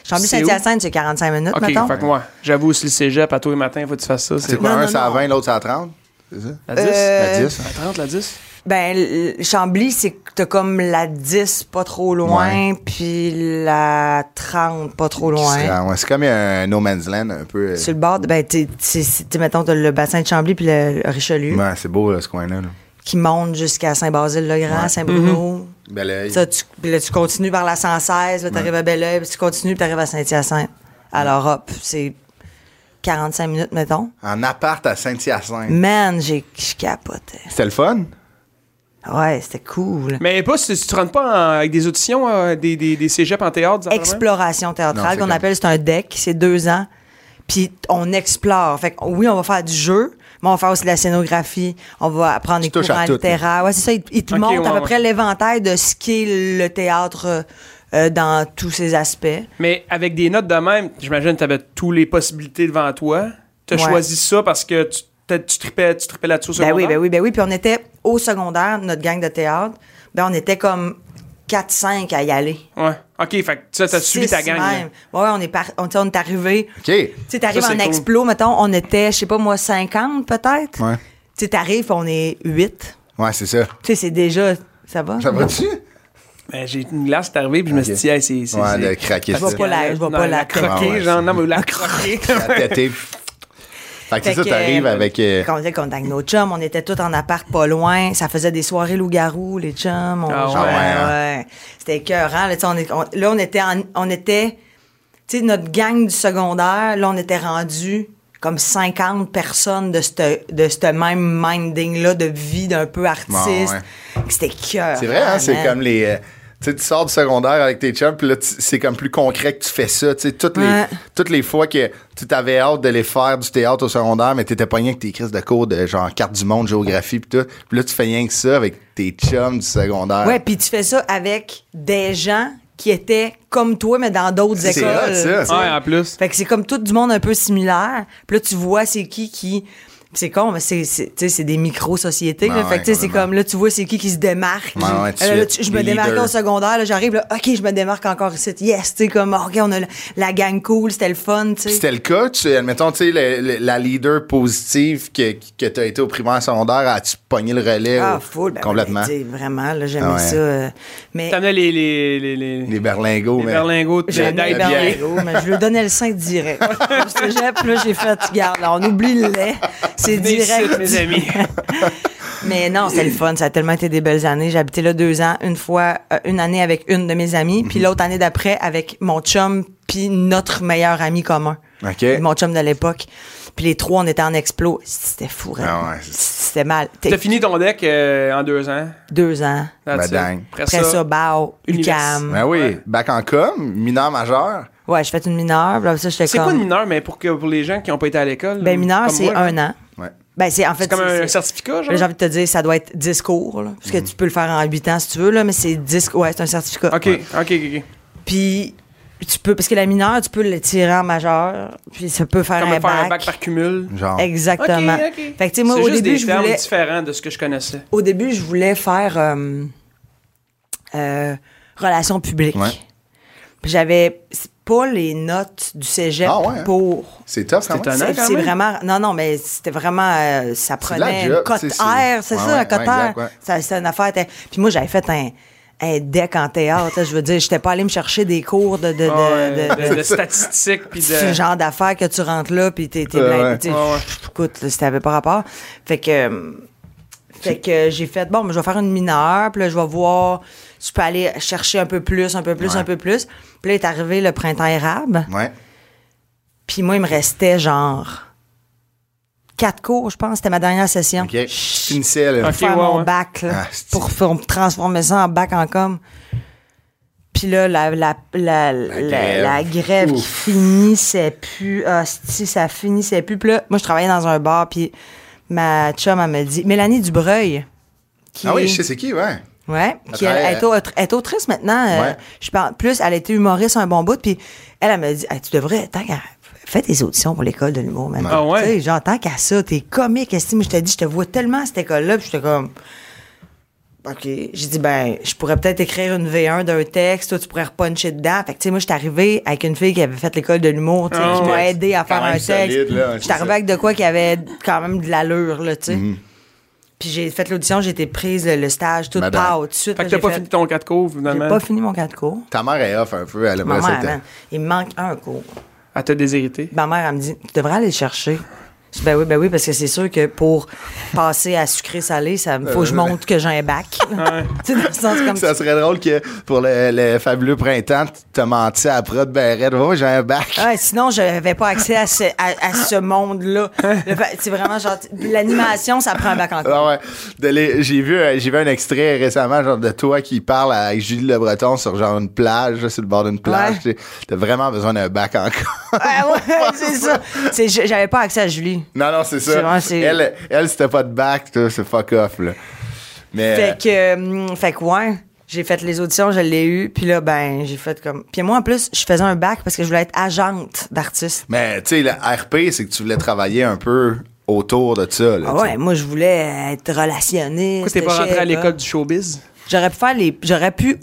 S4: Chambly-Saint-Hyacinthe, c'est 45 minutes,
S2: Ok,
S4: mettons.
S2: fait que moi, j'avoue aussi le cégep, à tous les matins, faut que tu fasses ça.
S1: C'est
S2: C'est
S1: quoi,
S4: Non,
S1: un,
S4: non,
S1: c'est à
S4: non.
S1: 20, l'autre, c'est à 30? C'est ça?
S2: La
S1: À
S2: 10?
S1: hein?
S4: Euh,
S1: 10?
S2: La 30, la 10?
S4: Ben, l- Chambly, c'est que t'as comme la 10 pas trop loin, puis la 30 pas trop
S1: Qui se
S4: loin.
S1: rend, ouais. C'est comme un No Man's Land, un peu. euh,
S4: Sur le bord, de- ben, t'es, t'es- t'es- mettons, t'as le bassin de Chambly puis le Richelieu
S1: euh, ouais, c'est beau, là, ce coin-là. là.
S4: qui monte jusqu'à Saint-Basile-le-Grand, Saint-Bruno.
S1: Bel œil.
S4: Ça, tu, puis là, tu continues vers la 116, là, t'arrives à Belleuil, puis tu continues, puis t'arrives à Saint-Hyacinthe. Alors, hop, c'est 45 minutes, mettons.
S1: En appart à Saint-Hyacinthe.
S4: Man, j'ai, je capotais.
S1: C'était le fun?
S4: Ouais, c'était cool.
S2: Mais pas si tu te rentres pas en- avec des auditions, euh, des, des, des cégeps en théâtre, des affaires de même?
S4: Exploration
S1: Non,
S4: théâtrale
S1: c'est
S4: qu'on
S1: comme-
S4: appelle, c'est un deck, c'est deux ans. Puis on explore. Fait que oui, on va faire du jeu, mais on va faire aussi de la scénographie. On va apprendre des
S1: touches à
S4: courants
S1: tout,
S4: littéraires. Ouais, c'est ça. Ils ils te
S2: Ok,
S4: montrent
S2: ouais,
S4: à
S2: ouais.
S4: peu près l'éventaire de ce qu'est le théâtre euh, euh, dans tous ses aspects.
S2: Mais avec des notes de même, j'imagine que tu avais toutes les possibilités devant toi. Tu as
S4: Ouais.
S2: choisi ça parce que tu t'as- tu tripais, tu tripais là-dessus au
S4: Ben
S2: secondaire?
S4: oui, ben oui, ben oui. Puis on était au secondaire, notre gang de théâtre. Ben on était comme 4-5 à y aller.
S2: Ouais. OK, fait que ça, t'as suivi ta
S4: Six
S2: gang. là.
S4: même. Ouais, on est, par... on, tu sais, on est arrivé.
S1: OK.
S4: Tu sais, t'arrives
S2: Ça, c'est
S4: en
S2: cool.
S4: explo, mettons, on était, je sais pas moi, 50 peut-être.
S1: Ouais.
S4: Tu sais, t'arrives, on est 8.
S1: Ouais, c'est ça.
S4: Tu sais, c'est déjà. Ça va?
S1: Ça va-tu?
S2: Ben, j'ai une glace c'est arrivé, puis je me suis
S1: Ok.
S2: dit, hey, c'est. c'est-
S1: Ouais,
S2: c'est-
S1: de craquer.
S2: Je
S1: ça.
S2: vais pas la, je vais
S4: Non,
S2: pas la,
S4: la
S2: croquer,
S1: Ah ouais,
S2: genre,
S1: ça.
S2: non, mais la croquer.
S1: La têter. Fait que c'est
S4: Fait
S1: ça,
S4: que,
S1: t'arrives
S4: euh,
S1: avec. euh,
S4: Quand on disait qu'on était avec nos chums, on était tous en appart pas loin. Ça faisait des soirées loup-garou, les chums. On
S2: Ah
S4: jouait,
S1: ouais, hein?
S4: ouais. C'était écœurant. Là, tu sais, on est- on- là, on était. en- on était tu sais, notre gang du secondaire, là, on était rendu comme 50 personnes de ce de c'te même minding-là, de vie d'un peu artiste. C'était écœurant.
S1: C'est vrai, hein, c'est
S4: man.
S1: comme les. euh, tu sais, tu sors du secondaire avec tes chums, puis là, tu- c'est comme plus concret que tu fais ça. Tu sais, toutes,
S4: Ouais.
S1: les, toutes les fois que tu t'avais hâte de les faire du théâtre au secondaire, mais t'étais pas rien que tes crises de cours de genre carte du monde, géographie, puis tout. Puis là, tu fais rien que ça avec tes chums du secondaire.
S4: Ouais, puis tu fais ça avec des gens qui étaient comme toi, mais dans d'autres
S1: C'est
S4: écoles.
S1: hot, ça.
S2: Ouais, en plus.
S4: Fait que c'est comme tout du monde un peu similaire. Puis là, tu vois c'est qui qui... C'est con, mais c'est, c'est, tu sais, c'est des micro-sociétés. là.
S1: Ah
S4: fait
S1: ouais,
S4: que tu sais, c'est
S1: complètement.
S4: comme, là, tu vois c'est qui qui se démarque.
S1: Ouais, ouais, tout de
S4: Euh, là,
S1: suite,
S4: tu- je
S1: des
S4: me démarque
S1: leaders.
S4: au secondaire, là, j'arrive, là, OK, je me démarque encore ici. Yes, tu sais, comme, OK, on a la, la gang cool, c'était le fun, tu
S1: Puis
S4: sais.
S1: C'était le cas, tu, admettons, tu sais, le- le- la leader positive que, que t'as été au primaire et secondaire, as-tu pogné le relais?
S4: Ah,
S1: au-
S4: full, ben,
S1: complètement.
S4: ben, tu sais, vraiment, là, j'aimais
S1: Ah ouais.
S4: ça. euh, mais
S2: T'amenais les, les, les, les,
S1: les berlingots,
S2: les
S1: mais.
S2: berlingots de
S4: j'aimais les
S1: la bière.
S2: d'Airbnb.
S4: berlingots, mais je lui donnais le 5 direct. Au cégep, là, j'ai fait, garde, là, on oublie le lait. C'est
S2: Venez ici,
S4: direct.
S2: mes amis.
S4: Mais non, c'était le fun. Ça a tellement été des belles années. J'ai habité là deux ans. Une fois, euh, une année avec une de mes amies,
S1: Mhm.
S4: puis l'autre année d'après avec mon chum, puis notre meilleur ami commun.
S1: OK.
S4: Mon chum de l'époque. Puis les trois, on était en explo. C'était fou, hein.
S1: Ah ouais, c'est-
S4: C'était mal.
S2: T'as
S4: T'es
S2: fini ton deck euh, en deux ans.
S4: deux ans.
S2: That's
S1: Ben,
S2: it.
S1: dang.
S2: Après
S4: Après ça,
S2: ça,
S4: bao,
S2: Univers-
S4: UCAM.
S1: Ben oui,
S2: Ouais.
S1: bac en com, mineur majeur.
S4: Ouais, j'ai fait une mineure. puis après ça, j'étais
S2: c'est
S4: comme.
S2: quoi une mineure, mais pour, que, pour les gens qui n'ont pas été à l'école?
S4: Ben, mineure,
S2: comme
S4: c'est
S2: moi,
S4: un an.
S1: Ouais.
S4: Ben, c'est en fait.
S2: C'est comme
S4: c'est-
S2: un
S4: c'est-
S2: certificat,
S4: J'ai
S2: genre?
S4: envie de te dire, ça doit être 10 cours, là,
S1: Mhm.
S4: parce que tu peux le faire en 8 ans si tu veux, là, mais c'est 10 Ouais, c'est un certificat.
S2: OK, OK, OK.
S4: Puis tu peux parce que la mineure, tu peux le tirer en majeur, puis ça peut faire,
S2: Comme
S4: un,
S2: faire
S4: bac.
S2: un bac par cumul.
S1: Genre.
S4: Exactement.
S2: OK, OK.
S4: Fait que tu sais moi
S2: C'est
S4: au
S2: juste
S4: début
S2: des
S4: je
S2: termes
S4: voulais
S2: différents de ce que je connaissais.
S4: au début je voulais faire euh, euh, relations publiques.
S1: Ouais.
S4: Puis j'avais c'est pas les notes du cégep
S1: Ah ouais, hein?
S4: pour
S1: C'est tough, quand
S2: C'est
S1: même.
S2: étonnant.
S4: c'est
S2: quand
S4: c'est
S2: même.
S4: vraiment non non mais c'était vraiment euh, ça
S1: C'est de la
S4: prenait
S1: job,
S4: une cote
S1: tu sais, c'est-
S4: air c'est
S1: Ouais,
S4: ça
S1: ouais,
S4: la cote
S1: ouais,
S4: air
S1: exact, ouais.
S4: Ça- c'est une affaire t'es- puis moi j'avais fait un un deck en théâtre là, je veux dire j'étais pas allé me chercher des cours de- de- de-
S2: Ah Ouais,
S4: de- de
S2: de, de statistiques puis
S4: C'est
S2: de
S4: le genre d'affaires que tu rentres là puis t'es t'es
S1: Ouais,
S4: blindé.
S1: Euh, ouais.
S4: T'sais,
S2: Ouais, ouais.
S4: pff, Écoute, là, si t'avais pas rapport. Fait que. euh, Fait que euh, j'ai fait, bon, mais je vais faire une mineure, puis là, je vais voir, je peux aller chercher un peu plus, un peu plus,
S1: Ouais.
S4: un peu plus. Puis là, est arrivé le printemps érable,
S1: Ouais.
S4: puis moi, il me restait genre quatre cours, je pense, c'était ma dernière session.
S1: OK. Je finissais, là.
S2: Ok,
S4: Pour faire
S2: ouais,
S4: mon
S2: ouais.
S4: bac, là,
S1: Ah, c'est-
S4: pour, faire- me transformer ça en bac en com. Puis là, la, la, la, la-
S1: grève.
S4: la grève qui finissait plus. Ah, si ça finissait plus. Puis là, moi, je travaillais dans un bar, puis ma chum, elle me dit Mélanie Dubreuil. Qui
S1: Ah oui,
S4: est-
S1: je sais c'est qui, ouais.
S4: Ouais,
S1: Elle
S4: qui elle,
S1: travaille-
S4: est, au- est autrice maintenant. euh,
S1: Ouais.
S4: je parle plus, elle a été humoriste un bon bout, puis elle, elle me dit Hey, Tu devrais, tant qu'à. Fais tes auditions pour l'école de l'humour, man.
S2: Ah ouais?
S4: Tu sais, genre, tant qu'à ça, t'es comique, estime. Je te dis, je te vois tellement à cette école-là, puis j'étais comme. OK. J'ai dit, ben, je pourrais peut-être écrire une V1 d'un texte, toi, tu pourrais repuncher dedans. Fait que, tu sais, moi, je suis arrivée avec une fille qui avait fait l'école de l'humour, tu sais,
S2: Ah
S4: qui
S2: ouais.
S4: m'a aidé à
S1: Quand
S4: faire
S1: même
S4: un texte.
S1: solide, là,
S4: Je
S1: c'est
S4: suis
S1: ça.
S4: arrivée avec de quoi qui avait quand même de l'allure, là, tu sais. Puis j'ai fait l'audition, j'ai été prise, le, le stage, tout
S1: Madame.
S4: pas, tout de suite.
S2: fait que
S4: là,
S2: t'as
S4: j'ai
S2: pas fini ton 4 cours
S4: J'ai
S2: finalement.
S4: pas fini mon cas de cours.
S1: Ta mère est off un peu, elle
S4: Ma
S1: aimerait ça.
S4: mère, hein.
S1: t'as-
S4: man, il me manque un cours.
S2: Elle t'a déshérité.
S4: Ma mère, elle me dit, tu devrais aller le chercher. Je dis, ben oui, ben oui, parce que c'est sûr que pour passer à sucré-salé, ça me faut que je montre que j'ai un bac. tu sais, dans le sens comme
S1: Euh. Ça serait drôle que pour le, le fabuleux printemps, tu te menti à la prod Barrette. Ouais, j'ai un bac.
S4: Ouais, Ah, sinon, je n'avais pas accès à ce, à, à ce monde-là. Le fait- C'est vraiment genre. L'animation, ça prend un bac en cours.
S1: Ah ouais. De les- j'ai vu, un- j'ai vu un extrait récemment, genre de toi qui parle avec Julie Le Breton sur genre une plage, là, sur le bord d'une plage.
S4: Ouais.
S1: T'as- T'as vraiment besoin d'un bac encore.
S4: Ouais, ouais, c'est ça. C'est- je- J'avais pas accès à Julie.
S1: non, non, c'est
S4: C'est
S1: ça.
S4: vrai, c'est-
S1: Elle, elle, c'était pas de bac, toi, c'est fuck off, là. Mais.
S4: Fait que, euh, fait que ouais, j'ai fait les auditions, je l'ai eu, puis là, ben, j'ai fait comme. Puis moi, en plus, je faisais un bac parce que je voulais être agente d'artiste.
S1: Mais tu sais, le RP, c'est que tu voulais travailler un peu autour de ça. là,
S4: Ah
S1: tu sais.
S4: ouais, moi, je voulais être relationniste.
S2: Pourquoi t'es pas rentré
S4: chef,
S2: à l'école du showbiz?
S4: J'aurais pu faire les. J'aurais pu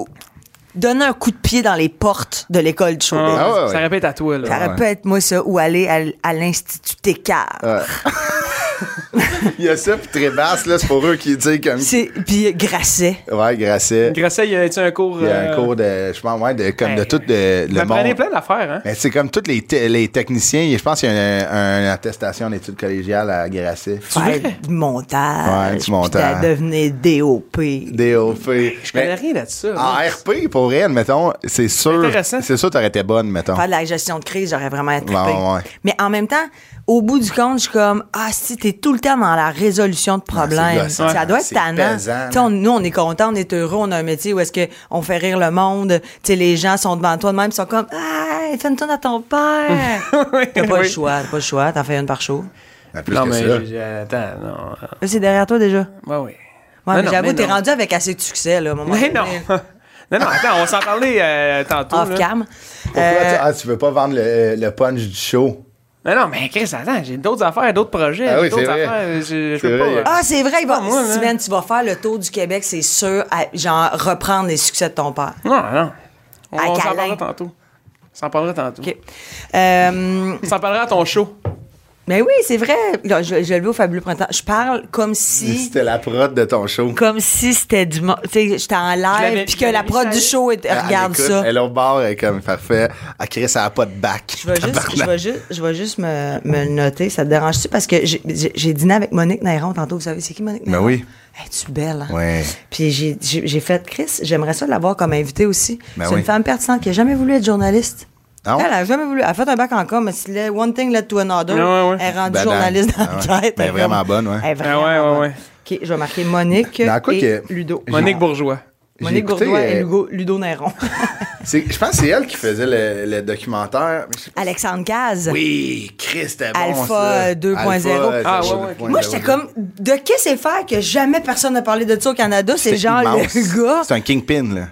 S4: donner un coup de pied dans les portes de l'école du showbiz.
S1: Ah ouais, ouais.
S2: Ça répète à toi, là.
S4: Ça
S1: Ah
S4: aurait pu être moi ça ou aller à, l- à l'Institut Écart.
S1: Il y a ça, puis très basse, là, c'est pour eux qui disent comme.
S4: C'est puis Grasset.
S1: Ouais, Grasset.
S2: Grasset, il y a tu sais, un cours.
S1: Il y a un
S2: euh,
S1: cours de. Je pense, ouais, de, comme de
S2: hey,
S1: tout le- le
S2: T'apprenais
S1: monde.
S2: plein d'affaires, hein?
S1: Mais c'est comme tous les, te- les techniciens, il- je pense qu'il y a un- un- une attestation d'études collégiales à Grasset.
S4: Faire du montage.
S1: Ouais, du
S4: puis
S1: montage.
S4: de devenir DOP.
S1: DOP.
S2: Je connais
S1: Mais Ah,
S2: rien de ça.
S1: en
S2: là.
S1: RP, pour elle, mettons, c'est sûr.
S2: Intéressant.
S1: C'est sûr, t'aurais été bonne, mettons.
S4: Faire de la gestion de crise, j'aurais vraiment été
S1: Ah. Ouais, ouais.
S4: Mais en même temps, au bout du compte, je suis comme Ah, si t'es tout le temps dans la résolution de problèmes,
S1: Ouais, Ah, c'est gossant.
S4: ça doit être
S1: C'est
S4: tannant.
S1: pesant,
S4: Tu sais, on- nous, on est contents, on est heureux, on a un métier où est-ce que on fait rire le monde. Tu sais, les gens sont devant toi de même, ils sont comme Ah, fais une tonne à ton père. T'as pas le
S2: Oui.
S4: choix, t'as pas le choix, t'en fais une par show.
S1: Mais plus
S2: Non,
S1: que
S2: mais
S1: ça.
S2: j'ai- j'ai- attends, non. euh,
S4: Là, c'est derrière toi déjà.
S2: Ouais, oui.
S4: Ouais,
S2: Non,
S4: mais
S2: non,
S4: j'avoue,
S2: mais
S4: t'es
S2: non.
S4: rendu avec assez de succès, là, au moment
S2: Mais non.
S4: donné.
S2: non, non, attends, on s'en parlait euh, tantôt. là.
S4: Off-cam.
S1: Pourquoi
S4: Euh,
S1: tu, ah, tu veux pas vendre le, le punch du show?
S2: Mais non, mais Chris, attends, j'ai d'autres affaires, d'autres projets,
S1: Ah oui,
S2: d'autres
S1: c'est vrai.
S2: affaires. Je, je
S1: C'est
S2: peux
S1: vrai, il y a-
S2: pas. euh,
S4: Ah, c'est vrai, il va,
S2: Pas moi, là.
S4: Steven, tu vas faire le tour du Québec, c'est sûr, à, genre reprendre les succès de ton père.
S2: Non, non. On,
S4: À
S2: on s'en
S4: câlin.
S2: parlera tantôt. On s'en parlera tantôt.
S4: OK. Euh,
S2: On s'en parlera à ton show.
S4: mais oui, c'est vrai. Là, je, je le vais au Fabuleux Printemps. Je parle comme si.
S1: C'était la prod de ton show.
S4: Comme si c'était du. mo- Tu sais, j'étais en
S2: l'avais-
S4: live, puis
S2: je
S4: que la
S2: l'avais
S4: prod du
S2: vu,
S4: show était-
S1: Elle- elle
S4: regarde
S1: Ah, écoute,
S4: ça.
S1: Elle est au bar, elle est comme parfait. Ah, Chris, elle a pas de bac.
S4: Je vais juste, je
S1: Tabarnak.
S4: vais juste, je vais juste me, me le noter. Ça te dérange-tu? Parce que j'ai- j'ai j'ai dîné avec Monique Nairon tantôt. Vous savez, c'est qui Monique
S1: Ben
S4: Nairon?
S1: oui.
S4: Elle est belle? hein?
S1: Ouais.
S4: Puis j'ai- j'ai j'ai fait Chris, j'aimerais ça l'avoir comme invitée aussi.
S1: Ben
S4: c'est
S1: oui.
S4: une femme pertinente qui a jamais voulu être journaliste.
S1: Ah ouais?
S4: Elle a jamais voulu. Elle a fait un bac en com, mais c'est le one thing led to another.
S2: Ouais, ouais, ouais.
S4: Elle est rendue
S1: Ben,
S4: journaliste
S1: ben,
S4: d'enquête.
S1: ouais. Ben,
S4: Elle est
S1: vraiment
S4: comme-
S1: bonne, ouais.
S4: Elle est vraiment
S2: Ah ouais, ouais,
S4: bonne.
S2: ouais.
S4: OK, je vais marquer Monique
S1: Dans quoi
S4: et
S1: que-
S4: Ludo.
S1: j'ai-
S2: Monique Bourgeois.
S1: J'ai
S4: Monique
S1: écouté,
S4: Gourdois et
S1: euh,
S4: Lugo- Ludo Néron.
S1: C'est- Je pense que c'est elle qui faisait le, le documentaire. Mais je-
S4: Alexandre Caz.
S1: Oui, Chris, c'était bon.
S4: Alpha,
S1: ça.
S4: euh, 2.0.
S1: Alpha, euh,
S2: Ah, ouais,
S1: 2.0.
S2: ouais, ok.
S4: Moi, j'étais comme, de qu'est-ce que c'est faire que jamais personne n'a parlé de ça au Canada? C'est genre
S1: immense.
S4: le gars
S1: C'est un kingpin, là.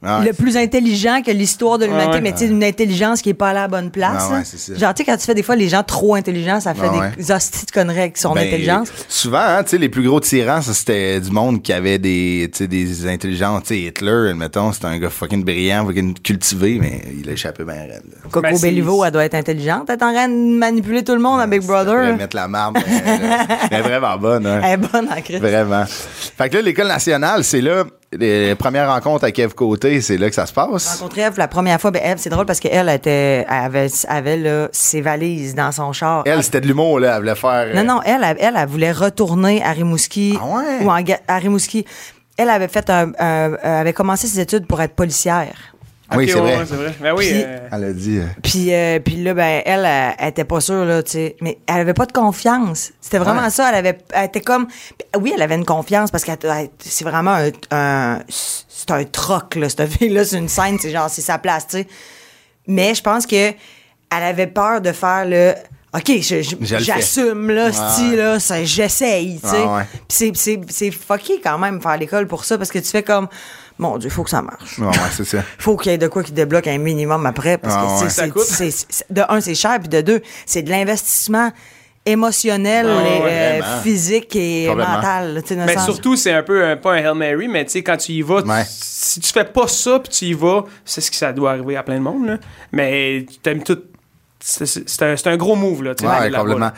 S1: Ah,
S4: le plus intelligent que l'histoire de l'humanité,
S2: Ah ouais.
S4: mais tu sais, une intelligence qui est pas allée à la bonne place.
S1: Ah ouais,
S4: là.
S1: c'est ça.
S4: Genre, tu sais, quand tu fais des fois les gens trop intelligents, ça fait
S1: Ah ouais.
S4: des hosties de conneries avec son
S1: Ben,
S4: intelligence.
S1: Souvent, hein, tu sais, les plus gros tyrans, ça, c'était du monde qui avait des, tu sais, des intelligences. Tu sais, Hitler, admettons, c'était un gars fucking brillant, fucking cultivé, mais il a échappé bien raide. là.
S4: Coco
S2: Ben, c'est-
S4: Bellivo, elle doit être intelligente. Elle est en train de manipuler tout le monde à Big
S1: Après,
S4: Brother.
S1: mettre la marbre, ben mais, mais vraiment bonne. hein.
S4: Elle est bonne en crise.
S1: Vraiment. Fait que là, l'école nationale, c'est là, les premières rencontres avec Kev Côté, c'est là que ça se
S4: J'ai
S1: passe.
S4: rencontré Eve la première fois. Ben, Eve, c'est drôle parce qu'elle était, elle avait, elle avait là, ses valises dans son char.
S1: Elle, c'était de l'humour, là. Elle voulait faire.
S4: Non, non, elle, elle, elle, elle voulait retourner à Rimouski.
S1: Ah ouais?
S4: Ou en Ga- à Rimouski. Elle avait fait un, un- euh, avait commencé ses études pour être policière.
S1: euh, Oui,
S2: Ok,
S1: c'est
S2: ouais,
S1: vrai.
S2: ouais, c'est vrai. Ben oui.
S4: Puis-
S2: euh,
S1: Elle a dit. euh,
S4: Puis, euh, puis là, ben, elle, elle, elle était pas sûre, là, tu sais. Mais elle avait pas de confiance. C'était vraiment
S1: Ouais.
S4: ça. Elle avait, elle était comme, oui, elle avait une confiance parce que c'est vraiment un, un- c'est un troc, là, cette fille-là, c'est une scène, c'est genre, c'est sa place, tu sais. Mais je pense que elle avait peur de faire le, OK, je- je-
S1: Je le fais.
S4: j'assume, là, style, là, ça- j'essaye, tu sais.
S1: Ouais, ouais.
S4: Puis c'est, c'est, c'est fucké quand même faire l'école pour ça parce que tu fais comme, mon Dieu, faut que ça marche
S1: Ouais, ouais, c'est ça.
S4: faut qu'il y ait de quoi qui débloque un minimum après parce que
S1: Ah ouais.
S4: c'est-
S2: Ça
S4: c'est-
S2: coûte.
S4: c'est, c'est- de un c'est cher puis de deux c'est de l'investissement émotionnel
S2: Ah ouais,
S4: et, euh,
S1: vraiment.
S4: physique et
S1: Complètement.
S4: mental là, tu sais, dans le
S2: Mais
S4: sens-
S2: ben surtout, c'est un peu un- pas un Hail Mary, mais tu sais, quand tu y vas, tu-
S1: Ouais.
S2: si tu fais pas ça, puis tu y vas, c'est ce que ça doit arriver à plein de monde, là. Mais t'aimes tout. C'est c'est un, c'est un gros move, là. tu sais,
S1: Ouais,
S2: d'aller là-bas,
S1: complètement.
S2: là.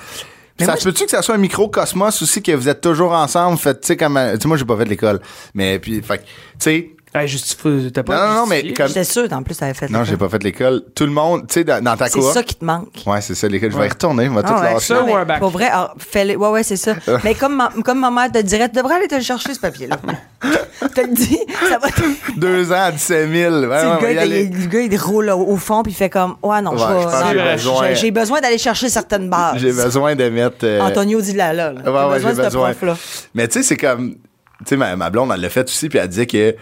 S4: Mais
S1: ça
S4: moi,
S1: se peut-tu que ça soit un microcosmos aussi, que vous êtes toujours ensemble? Fait, tu sais, comme, euh, tu sais, moi, j'ai pas fait de l'école. Mais puis, fait que, tu sais,
S2: Ah, justifie- t'as pas
S1: Non, non, non, mais
S2: justifié.
S1: comme-
S4: j'étais sûre en plus t'avais fait
S1: non,
S4: ça.
S1: j'ai pas fait de l'école. Tout le monde, tu sais, dans, dans ta
S4: c'est
S1: cour.
S4: ça qui te manque
S1: Ouais, c'est ça, l'école. Je vais
S2: Ouais.
S1: y retourner, on va
S4: Ah
S1: tout
S4: ouais,
S1: lâcher. Ah.
S2: ça,
S4: non, mais
S2: ou un bac?
S4: Pour vrai, alors, fais-le. Ouais, ouais, c'est ça. mais comme ma, comme ma mère te dirait, tu devrais aller te le chercher, ce papier-là.
S1: Ah.
S4: Je te le dis, ça va te.
S1: Deux ans à 17 000. Ouais,
S4: Tu sais,
S1: ouais, on va
S4: le,
S1: y
S4: gars, il,
S1: aller.
S4: le gars, il roule au, au fond, puis il fait comme, ouais, non,
S1: Ouais,
S4: je vais-
S1: je pense
S4: non,
S1: que j'ai
S4: non,
S1: besoin-
S4: j'ai- j'ai besoin d'aller chercher certaines bases.
S1: J'ai besoin de mettre. euh,
S4: Antonio Di Lala. là.
S1: Ouais,
S4: T'as
S1: ouais,
S4: besoin
S1: j'ai
S4: de ce
S1: besoin.
S4: prof-là.
S1: Mais tu sais, c'est comme. Tu sais, ma, ma blonde, elle l'a fait aussi, puis elle disait que.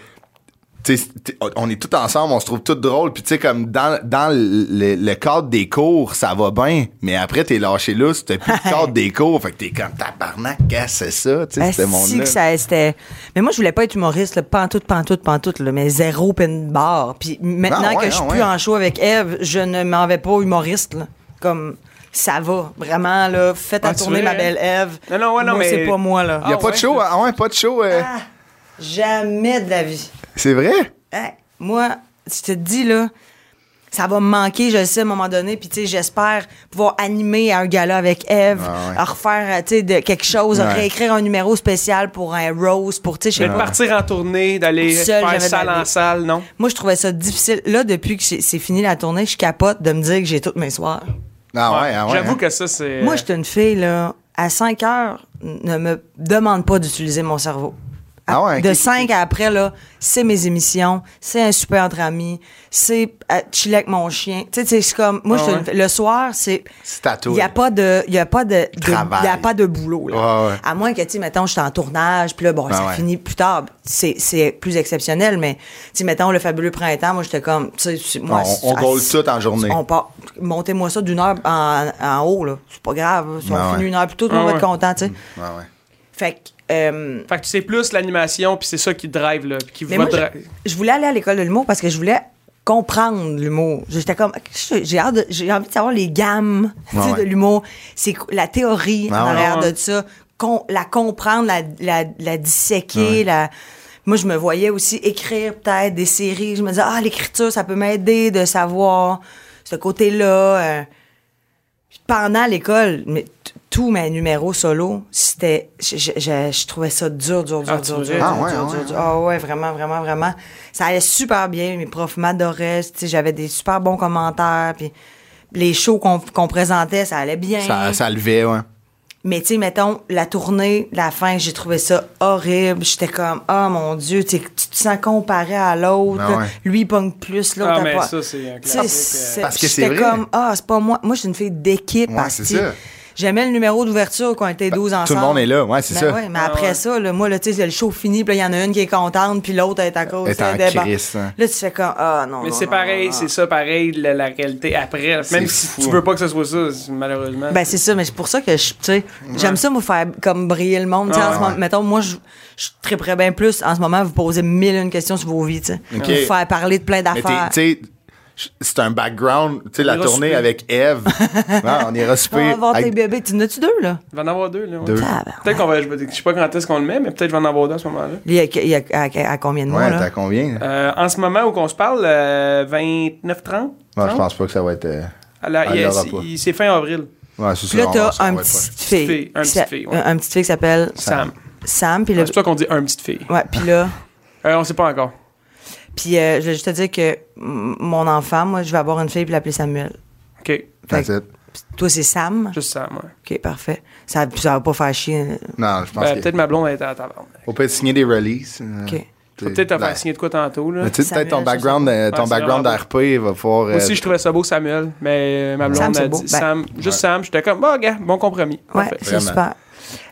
S1: tu sais, t- on est tous ensemble, on se trouve tous drôles, puis tu sais, comme dans, dans le, le cadre des cours, ça va bien, mais après, t'es lâché là, c'était plus le cadre des cours, fait que t'es comme tabarnak, qu'est-ce que c'est ça, tu sais,
S4: Ah,
S1: c'était mon
S4: si que
S1: là.
S4: ça, c'était. Mais moi, je voulais pas être humoriste, là, pantoute, pantoute, pantoute, là, mais zéro pin bar. Puis maintenant
S1: Ah ouais,
S4: que je suis
S1: ah
S4: plus
S1: ouais.
S4: en show avec Eve, je ne m'en vais pas humoriste, là. Comme. ça va. Vraiment, là, faites
S2: Ah,
S4: à
S2: tu
S4: tourner
S2: veux,
S4: ma
S2: hein?
S4: belle Ève.
S2: Non, non, ouais, non,
S4: Moi,
S2: mais-
S4: c'est pas moi, là.
S1: Il n'y a
S2: Ah,
S1: pas de
S2: ouais?
S1: show. hein? Ah ouais, pas de show. euh,
S4: Ah, jamais de la vie.
S1: C'est vrai?
S4: Hey, moi, je te dis, là, ça va me manquer, je le sais, à un moment donné. Puis, tu sais, j'espère pouvoir animer un gala avec Eve,
S1: Ah ouais.
S4: à refaire, euh, tu sais, de- quelque chose,
S1: Ouais.
S4: réécrire un numéro spécial pour un Rose, pour, tu sais, je
S2: Mais
S4: sais
S2: de
S4: pas.
S2: partir en tournée, d'aller
S4: Seul,
S2: faire
S4: j'avais de
S2: salle
S4: la
S2: en
S4: vie.
S2: salle, non?
S4: Moi, je trouvais ça difficile. Là, depuis que j'ai- c'est fini la tournée, je capote de me dire que j'ai toutes mes soirs.
S1: Ah ouais, ah ouais.
S2: J'avoue
S1: hein.
S2: que ça, c'est. euh,
S4: Moi, j'étais une fille, là, à 5 heures, n- ne me demande pas d'utiliser mon cerveau. À-
S1: Ah ouais,
S4: de
S1: ok.
S4: 5 à après, là, c'est mes émissions, c'est un super entre amis, c'est euh, chiller avec mon chien. Tu sais, tu sais, c'est comme, moi,
S2: Ah
S4: j'étais une-
S2: ouais.
S4: le soir, c'est.
S1: C'est à toi.
S4: Il n'y a pas de, il y a pas de, de-
S1: Travail. Ah
S4: il y a pas de boulot. là.
S1: Ouais, ouais.
S4: À moins que, tu sais, mettons, je suis en tournage, puis là, bon,
S1: Ben
S4: ça
S1: ouais.
S4: finit plus tard. C'est, c'est plus exceptionnel, mais, tu sais, mettons, le fabuleux printemps, moi, j'étais comme, tu sais, c'est- moi,
S1: On-
S4: c'est-
S1: on
S4: ah,
S1: gaule
S4: c'est-
S1: tout en journée.
S4: On part, montez-moi ça d'une heure en, en haut, là. C'est pas grave. Si on
S1: Ben ouais.
S4: finit une heure plus tôt, tout le
S2: Ah
S4: monde va
S2: ouais.
S4: être content, tu sais.
S1: Ouais, Mm. Ah ouais.
S4: Fait que, euh,
S2: Fait que tu sais plus l'animation, puis c'est ça qui te drive, là. puis Qui
S4: mais
S2: va
S4: moi,
S2: dra-
S4: je, je voulais aller à l'école de l'humour parce que je voulais comprendre l'humour. J'étais comme, je- j'ai hâte de- j'ai envie de savoir les gammes tu
S1: Ouais,
S4: sais,
S1: ouais.
S4: de l'humour. C'est qu- la théorie
S1: Ah,
S4: en
S1: ouais.
S4: arrière de ça, con- la comprendre, la, la- la disséquer, la... Moi, je me voyais aussi écrire peut-être des séries. Je me disais, ah, l'écriture, ça peut m'aider de savoir ce côté-là. euh. Puis Pendant l'école, mais t- tous mes numéros solo, c'était, je, je- je- je trouvais ça dur, dur, dur,
S2: Ah, tu
S4: dur,
S2: veux
S4: dur,
S2: dire?
S1: Ah,
S4: dur,
S1: ouais,
S4: dur,
S1: ouais,
S4: dur, dur. Ah ouais, vraiment, vraiment, vraiment. Ça allait super bien. Mes profs m'adoraient. Tu sais, J'avais des super bons commentaires. Puis les shows qu'on qu'on présentait, ça allait bien.
S1: Ça, ça levait, ouais.
S4: Mais tu sais, mettons, la tournée, la fin, j'ai trouvé ça horrible. J'étais comme, ah mon Dieu, tu sais, tu te sens comparé à l'autre.
S1: Ah ouais.
S4: Lui, il pogne plus, l'autre
S2: Ah,
S4: a
S2: mais
S4: pas.
S2: ça, c'est un
S4: Tu sais,
S2: classique.
S4: c'est-
S2: euh,
S1: Parce que c'est
S4: j'étais
S1: vrai.
S4: comme, ah, c'est pas moi. Moi, je suis une fille d'équipe.
S1: Ouais,
S4: asti.
S1: c'est ça. Bah,
S4: J'aimais le numéro d'ouverture quand on était 12 ensemble.
S1: Tout le monde est là, ouais, c'est
S4: Ben
S1: ça.
S4: ouais, mais
S2: Ah
S4: après
S2: ouais.
S4: ça, là, moi, là, tu sais, le show fini, puis là, il y en a une qui est contente, puis l'autre elle est à cause.
S1: Elle est en
S4: elle débat.
S1: crise, hein.
S4: Là, tu fais comme, ah
S1: Oh,
S4: non.
S2: Mais
S4: non,
S2: c'est
S4: non,
S2: pareil,
S4: non, non.
S2: c'est ça, pareil, la, la réalité après.
S1: C'est
S2: Même si
S1: fou.
S2: tu veux pas que ce soit ça, c'est- malheureusement.
S4: Ben, c'est ça, mais c'est pour ça que je, tu sais, j'aime ça, me faire comme briller le monde. Tu sais,
S2: Ah,
S4: en ce
S1: ouais.
S4: moment, mettons, moi, je, je triperais bien plus en ce moment, vous poser mille et une questions sur vos vies, tu sais.
S1: Ok.
S4: Vous faire parler de plein
S1: Mais
S4: d'affaires.
S1: t'es- tu sais, c'est un background. Tu sais, la
S2: ira
S1: tournée
S2: souper.
S1: avec Eve. Ouais, on ira
S4: On va
S1: souper.
S4: avoir Ah, tes
S1: avec-
S4: bébés. Tu en as-tu deux, là?
S2: Il va en avoir deux, là. ouais.
S1: Deux.
S4: Tabarnak.
S2: Peut-être qu'on va. Je je sais pas quand est-ce qu'on le met, mais peut-être qu'il va en avoir deux à ce moment-là.
S4: Il y a, il y a- à, à- à combien de mois,
S1: Ouais, t'as
S4: là?
S1: combien? là?
S2: Euh, en ce moment où qu'on se parle, euh, 29, 30?
S1: Ouais, je pense pas que ça va être. euh,
S2: Alors,
S1: Ah, il
S2: il-
S1: l'aura
S2: il-
S1: pas.
S2: il- c'est fin avril.
S1: Ouais, c'est ça.
S4: Puis là,
S1: on-
S4: t'as
S1: ça
S4: un
S1: va être
S4: petit
S1: pas-
S4: fille.
S2: fille, un
S4: qui s'a-
S2: petit fille, ouais.
S4: un- un petit fille qui s'appelle
S2: Sam.
S4: Sam. Puis
S2: C'est
S4: le-
S2: pour ça qu'on dit un petite fille.
S4: Ouais, puis là...
S2: Euh, on sait pas encore.
S4: Puis euh, je voulais juste te dire que mm, mon enfant, moi, je vais avoir une fille puis l'appeler Samuel.
S2: OK.
S4: Fait
S1: That's it.
S4: que Toi, c'est Sam.
S2: Juste Sam, ouais.
S4: OK, parfait. Ça, ça va pas faire chier.
S1: Non, je pense
S2: Ben,
S1: que.
S2: peut-être ma blonde elle est à la taverne.
S1: On peut signer des releases. euh,
S4: OK.
S2: Faut
S1: Ben,
S2: peut-être te faire signer de quoi tantôt, là.
S1: Peut-être ton
S4: Samuel, je sais
S1: background,
S4: pas.
S1: euh, ton
S2: Ouais, c'est
S1: background
S2: vraiment
S1: d'RP va pouvoir.
S2: Moi aussi,
S1: euh,
S2: je trouvais ça beau, Samuel, mais euh, ma blonde
S4: Sam, c'est
S2: a
S4: beau.
S2: dit
S4: Ben-
S2: Sam, juste Sam. J'étais comme, bah, gars, bon compromis.
S4: Ouais,
S2: Parfait.
S4: c'est
S1: Vraiment.
S4: super.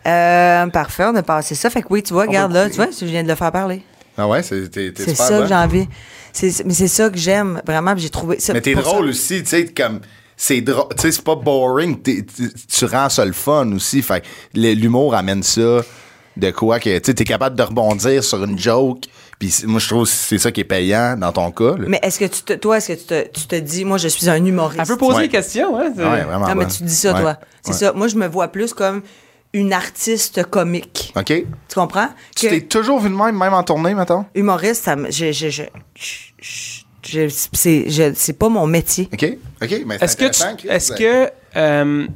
S4: Euh, parfait, on a passé ça. Fait que oui, tu vois, regarde
S2: va
S4: là, tu vois, je viens de le faire parler.
S1: Ah ouais, c'est t'es- t'es
S4: C'est
S1: super
S4: ça que
S1: bonne.
S4: j'ai envie. C'est- Mais c'est ça que j'aime vraiment. puis J'ai trouvé. ça-
S1: Mais t'es
S4: pour ça-
S1: drôle aussi, tu sais, comme. C'est drôle, tu sais, c'est pas boring, t'es- tu- tu rends ça le fun aussi. Fait que le- l'humour amène ça de quoi que, tu sais, t'es capable de rebondir sur une joke. Puis c'est- moi, je trouve que c'est ça qui est payant dans ton cas. là.
S4: Mais est-ce que tu te, toi, est-ce que tu te, tu te dis, moi, je suis un humoriste?
S2: Elle peut poser
S1: Ouais.
S2: des questions, hein. c'est-
S1: Ouais, vraiment.
S4: Ah, mais
S1: bonne.
S4: tu dis ça,
S1: Ouais.
S4: toi. C'est
S1: Ouais.
S4: ça. Moi, je me vois plus comme une artiste comique.
S1: OK?
S4: Tu comprends?
S1: Tu
S4: Que-
S1: t'es toujours vu de même, même en tournée, mettons?
S4: humoriste, ça me. Je, je, je, je- je- je- c'est, je- c'est pas mon métier.
S1: OK? OK? Mais c'est
S2: Est-ce que,
S1: intéressant,
S2: tu-
S1: Chris.
S2: est-ce que euh,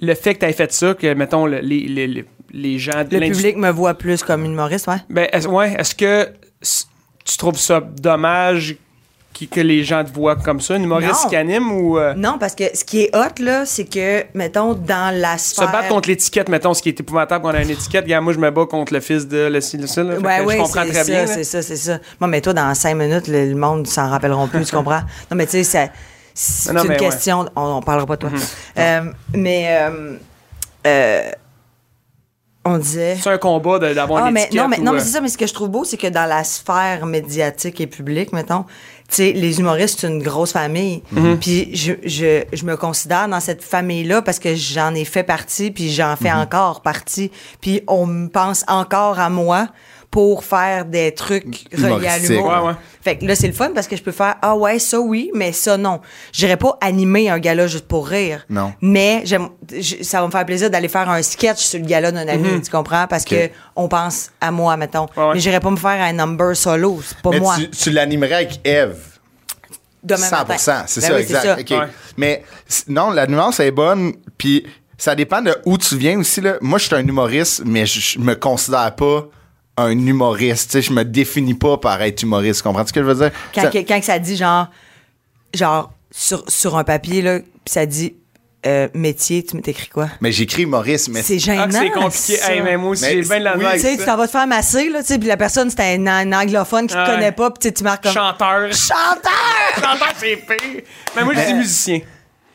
S2: le fait que tu aies fait ça, que, mettons, le- les, les, les- les gens de
S4: Le
S2: l'industrie-
S4: public me voit plus comme une humoriste, ouais.
S2: Ben, est-ce, ouais, est-ce que s- tu trouves ça dommage qui- que les gens te voient comme ça, une humoriste
S4: Non.
S2: qui anime ou euh,
S4: Non, parce que ce qui est hot, là, c'est que, mettons, dans la
S2: se
S4: sphère.
S2: battre contre l'étiquette, mettons, ce qui est épouvantable qu'on a une étiquette. Regarde, moi, je me bats contre le fils de le, ci- le ça, là. Fait
S4: Ouais,
S2: que
S4: ouais,
S2: je comprends
S4: c'est
S2: très
S4: ça,
S2: bien. là.
S4: C'est ça, c'est ça. Moi, mais toi, dans cinq minutes, le, le monde s'en rappelleront plus, tu comprends? Non, mais tu sais, ça- c'est
S2: Non, non,
S4: une
S2: mais ouais. Mm-hmm.
S4: question. On, on parlera pas de toi. Euh, mais. euh, euh, on disait.
S2: C'est un combat de- d'avoir
S4: Ah,
S2: une
S4: mais,
S2: étiquette.
S4: non, mais,
S2: ou,
S4: non, mais
S2: euh,
S4: c'est ça, mais ce que je trouve beau, c'est que dans la sphère médiatique et publique, mettons, tu sais, les humoristes, c'est une grosse famille.
S2: Mhm.
S4: Puis je, je, je me considère dans cette famille-là parce que j'en
S2: Mhm.
S4: ai fait partie, puis j'en fais encore partie. Puis on me pense encore à moi pour faire des trucs reliés à
S1: Humoristique,
S4: l'humour.
S1: ouais,
S2: ouais.
S4: Fait que là, c'est le fun parce que je peux faire Ah ouais, ça oui, mais ça non. J'irai pas animer un gala juste pour rire.
S1: Non.
S4: Mais j'aime, j- ça va me faire plaisir d'aller faire un sketch sur le gala d'un ami, tu comprends? Parce
S1: Mhm. Ok.
S4: que on pense à moi, mettons.
S2: Ouais, ouais.
S4: Mais j'irai pas me faire un number solo, c'est pas
S1: Mais
S4: moi.
S1: tu, tu l'animerais avec Eve.
S4: Demain
S1: 100
S4: matin.
S1: c'est
S4: Ben
S1: ça,
S4: oui,
S1: exact. OK.
S2: Ouais.
S1: Mais c- non, la nuance est bonne, puis ça dépend de où tu viens aussi. Là. Moi, je suis un humoriste, mais je je me considère pas un humoriste. Tu sais, Je me définis pas par être humoriste. Comprends-tu ce que je veux dire?
S4: Quand,
S1: Ça-
S4: que- quand que ça dit genre, genre sur, sur un papier, là, pis ça dit euh, métier, tu t'écris quoi?
S1: Mais j'écris humoriste, mais
S4: C'est gênant.
S2: Ah, que c'est compliqué.
S4: ça.
S2: Hey, mais moi aussi,
S1: Mais
S2: j'ai bien de la
S1: oui,
S2: misère
S4: Tu
S2: avec
S4: sais, tu
S2: ça.
S4: t'en vas te faire masser, là, tu sais, puis la personne, c'est un, un anglophone qui te
S2: Ouais.
S4: connaît pas, puis tu sais, tu marques comme.
S2: Chanteur.
S4: Chanteur!
S2: Chanteur, c'est pire. Mais moi, je
S4: Euh,
S2: dis musicien.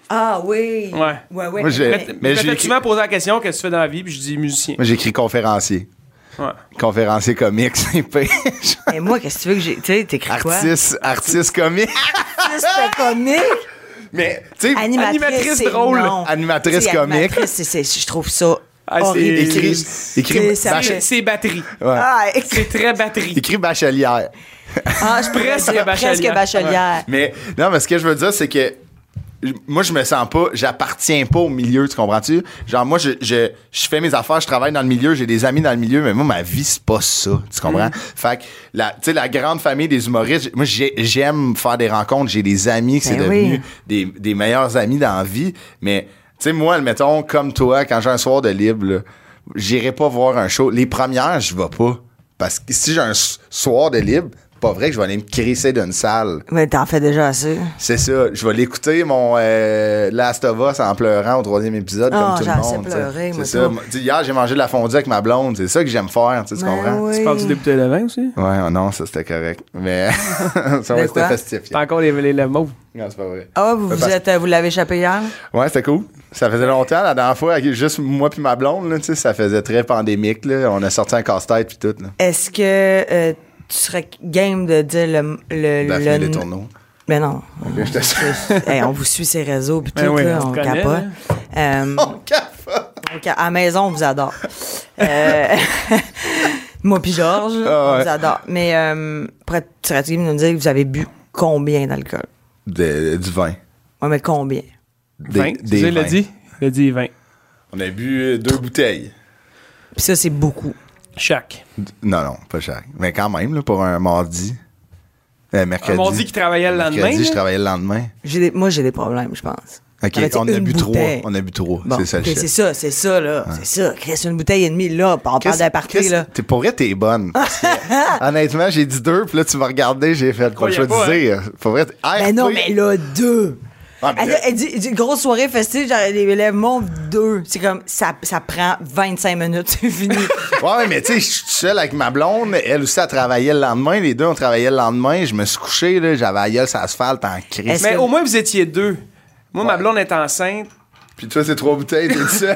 S4: Ah oui!
S2: Ouais.
S4: Ouais, ouais.
S1: Moi, je-
S4: Mais-
S1: Mais
S2: Mais
S1: j'ai
S2: je vais
S1: écrit-
S2: souvent poser la question qu'est-ce que tu fais dans la vie, puis je dis musicien.
S1: moi, j'écris conférencier.
S2: Ouais.
S1: Conférencier comique, c'est pire.
S4: mais moi, qu'est-ce que tu veux que j'ai. Tu sais, t'écris quoi?
S1: artiste, artiste comique.
S4: Artiste comique!
S1: Mais, tu sais,
S4: Animatrice,
S2: Animatrice
S4: c'est
S2: drôle.
S4: non.
S1: Animatrice
S4: Tu sais,
S1: comique.
S4: animatrice, c'est- c'est- je trouve ça
S2: Ah, c'est-
S4: horrible.
S1: écrit, écrit,
S4: C'est- ça
S1: Bach-
S4: fait-
S2: C'est- C'est batterie.
S1: ouais.
S4: Ah, écrit-
S2: C'est très batterie.
S1: écrit bachelière.
S4: ah, je pourrais
S2: Presque
S4: dire
S2: bachelière.
S4: presque bachelière.
S1: Mais non, mais ce que je veux dire, c'est que j- moi, je me sens pas, j'appartiens pas au milieu, tu comprends-tu? Genre, moi, je, je, je fais mes affaires, je travaille dans le milieu, j'ai des amis dans le milieu, mais moi, ma vie, c'est pas ça, tu comprends?
S4: Mm.
S1: Fait que, la- tu sais, la grande famille des humoristes, j- moi, j'ai- j'aime faire des rencontres, j'ai des amis qui c'est
S4: Ben
S1: devenu
S4: oui.
S1: des, des meilleurs amis dans la vie, mais, tu sais, moi, admettons, comme toi, quand j'ai un soir de libre, là, j'irai pas voir un show. Les premières, je vais pas. Parce que si j'ai un s- soir de libre, pas vrai que je vais aller me crisser d'une salle.
S4: Mais t'en fais déjà assez.
S1: C'est ça. Je vais l'écouter, mon euh, Last of Us, en pleurant au troisième épisode,
S4: Ah,
S1: comme tout
S4: j'ai
S1: le
S4: assez
S1: monde.
S4: pleuré,
S1: t'sais.
S4: moi,
S1: c'est ça.
S4: tout.
S1: Moi, t'sais, Hier, j'ai mangé de la fondue avec ma blonde. C'est ça que j'aime faire, t'sais, tu comprends?
S4: Ben oui.
S2: bouteilles de vin aussi
S1: Ouais, oh non, ça c'était correct. Mais ça ouais, c'était
S4: quoi?
S1: festif. hier.
S2: T'as encore les, les, les mots.
S1: Non, c'est pas vrai.
S4: Ah, vous, vous,
S1: Parce-
S4: êtes, euh, vous l'avez échappé hier?
S1: Ouais, c'était cool. Ça faisait longtemps, la dernière fois, avec juste moi puis ma blonde, là, t'sais, ça faisait très pandémique. Là. On a sorti un casse-tête puis tout. Là.
S4: Est-ce que euh, tu serais game de dire le. le,
S1: Daphné
S4: le
S1: les tourneaux.
S4: Mais non.
S1: Là, j'étais
S4: Hey, on vous suit ces réseaux, puis
S2: Ben
S4: tout,
S2: oui,
S4: là,
S2: on
S4: on,
S2: te connaît,
S4: capote. Euh,
S1: Oh,
S4: on ca- à la maison, on vous adore. Euh, moi puis Georges,
S1: Ah ouais.
S4: on vous adore. Mais euh, pour être- serais-tu game de nous dire que vous avez bu combien d'alcool?
S1: De- du vin.
S4: Ouais, mais combien?
S2: 20. Tu sais, il l'a
S1: vins.
S2: dit Il a dit 20.
S1: On a bu euh, deux bouteilles.
S4: Puis ça, c'est beaucoup.
S2: Chaque.
S1: Non, non, pas cher. Mais quand même, là, pour un mardi. Euh,
S2: Un
S1: mercredi.
S2: mardi qui travaillait le lendemain.
S1: Mercredi, je
S2: là.
S1: travaillais le lendemain.
S4: J'ai des- moi, j'ai des problèmes, je pense.
S1: OK,
S4: Arrêtez,
S1: on a
S4: Ah, une
S1: bu trois.
S4: bouteille.
S1: On a bu trois.
S4: Bon,
S1: c'est ça le
S4: ok,
S1: chef.
S4: c'est ça, c'est ça, là. C'est ça. Qu'est-ce une bouteille et demie, là, on parle
S1: Qu'est-ce-
S4: d'un party,
S1: qu'est-ce-
S4: là.
S1: T'es, pour vrai, t'es bonne. Parce que, honnêtement, j'ai dit deux, puis là, tu m'as regardé, j'ai fait quoi
S2: Croyais
S1: je vais
S2: pas, hein.
S1: dire. Pour vrai,
S4: Ben non, mais là, deux.
S1: Ah, mais
S4: Elle,
S1: là-
S4: elle dit, elle dit, grosse soirée festive, genre, les élèves montent deux. C'est comme, ça, ça prend 25 minutes, c'est fini.
S1: Ouais, ouais, mais tu sais, je suis tout seul avec ma blonde. Elle aussi, elle travaillait le lendemain. Les deux, on travaillait le lendemain. Je me suis couché, là, j'avais la gueule sur l'asphalte en crise.
S4: Est-ce-
S2: Mais
S4: que-
S2: au moins, vous étiez deux. Moi, ma
S1: Ouais.
S2: blonde est enceinte.
S1: Puis toi, c'est trois bouteilles, t'es tout seul.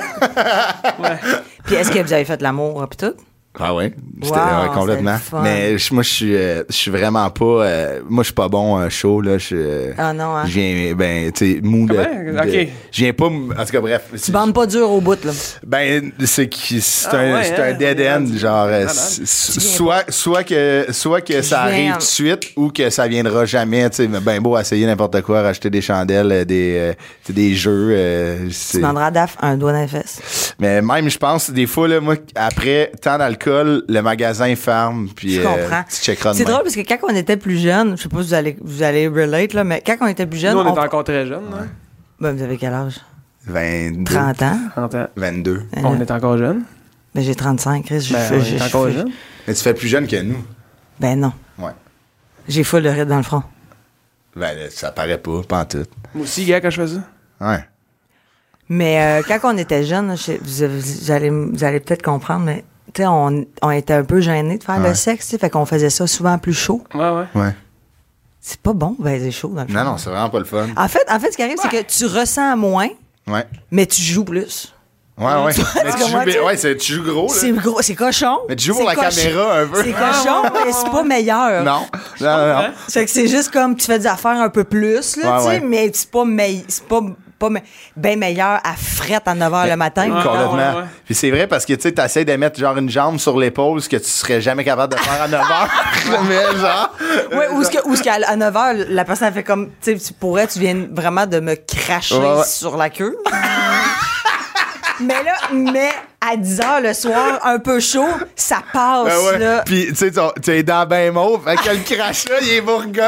S4: Puis est-ce que vous avez fait l'amour, euh, pis tout?
S1: Ah ouais, c'était
S4: Wow,
S1: ouais, complètement.
S4: c'est le fun.
S1: Mais je- moi je suis euh, je suis vraiment pas euh, moi je suis pas bon euh, chaud là, je suis, euh,
S4: Ah non, hein?
S1: Je viens ben tu sais mou de,
S2: Comment?
S1: de-
S2: Ok.
S1: Je viens pas m- en tout cas bref. c'est-
S4: Tu bandes pas dur au bout, là.
S1: Ben c'est qui c'est
S2: Ah
S1: un
S2: ouais,
S1: c'est
S2: hein?
S1: un dead end genre euh, c'est-
S4: Tu viens
S1: soit soit que soit que ça
S4: Je viens
S1: arrive
S4: en-
S1: tout de suite ou que ça viendra jamais, tu sais mais ben beau essayer n'importe quoi, racheter des chandelles, euh, des euh, tu sais, des jeux euh,
S4: Tu
S1: c'est-
S4: demanderas à Daph un doigt dans les fesses.
S1: mais même je pense des fois là moi après tant d'alcool, le magasin ferme puis
S4: Je
S1: euh,
S4: comprends.
S1: tu checkeras
S4: C'est
S1: demain.
S4: drôle parce que quand on était plus jeune, je sais pas si vous allez, vous allez relate, là, mais quand on était plus jeune,
S2: Nous, on
S4: on-
S2: est encore très jeunes. hein.
S4: Ben, vous avez quel âge?
S1: 22.
S4: 30 ans? Euh,
S2: 30 ans.
S1: 22.
S2: On est encore jeunes.
S4: Ben, j'ai 35, Chris. je-
S2: Ben,
S4: je-
S2: on
S4: je-
S2: est encore
S4: je-
S2: jeunes.
S1: Mais tu fais plus jeune que nous.
S4: Ben non.
S1: Ouais.
S4: J'ai full de ride dans le front.
S1: Ben, là, ça paraît pas, pas en tout.
S2: Moi aussi, gars, quand je fais ça.
S1: Ouais.
S4: Mais euh, quand on était jeune, là, je sais- vous, vous allez, vous allez peut-être comprendre, mais tu sais, on, on était un peu gênés de faire
S1: Ouais.
S4: le sexe, tu sais, fait qu'on faisait ça souvent plus chaud.
S2: Ouais, ouais.
S1: Ouais.
S4: C'est pas bon, ben c'est chaud dans le
S1: Non,
S4: fond.
S1: non, c'est vraiment pas le fun.
S4: En fait, en fait, ce qui arrive, c'est que tu ressens moins,
S1: Ouais.
S4: mais tu joues plus.
S1: Ouais, ouais. Mais tu, joues,
S4: comment
S1: bé-
S4: tu-
S1: ouais, c'est- tu joues gros,
S4: C'est
S1: là.
S4: gros, c'est cochon.
S1: Mais tu joues pour
S4: c'est
S1: la
S4: cochon-
S1: caméra un peu.
S4: C'est cochon, mais c'est pas meilleur.
S1: Non. Non, non, non.
S4: C'est que c'est juste comme tu fais des affaires un peu plus,
S1: Ouais,
S4: là, tu sais,
S1: ouais.
S4: mais c'est pas, meille- c'est pas repas mais bien meilleur à frette à 9 h
S1: Ben,
S4: le matin.
S2: Ouais,
S1: Complètement.
S2: ouais, ouais.
S1: Puis c'est vrai parce que tu sais, t'essaies de mettre genre une jambe sur l'épaule, ce que tu serais jamais capable de faire à 9 h Mais genre.
S4: Ouais, ou ce que, ou ce qu'à à 9 h, la personne elle fait comme, tu sais, tu pourrais, tu viens vraiment de me cracher
S1: Ouais, ouais.
S4: sur la queue. mais là, mais à 10 h le soir, un peu chaud, ça passe,
S1: Ben ouais.
S4: là.
S1: Puis tu sais, ton- t'es dans ben mauve, fait que le crachat, il est bourgogne.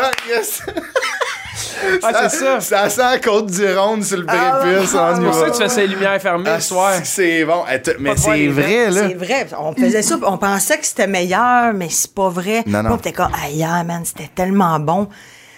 S2: Ah, c'est ça.
S1: Ça sent la côte du Rhône sur le
S4: Ah,
S1: prépuce
S4: ah,
S1: en
S2: C'est
S1: hiver.
S2: pour ça que tu fais ces lumières fermées
S1: Ah,
S2: le soir.
S1: c'est que C'est bon. Eh, t- Mais
S2: de voir
S1: c'est
S2: les
S1: vrai, là.
S4: C'est vrai. On faisait ça, puis on pensait que c'était meilleur, mais c'est pas vrai.
S1: Non, non.
S4: Moi, t'es comme, aïe, ah, man, c'était tellement bon.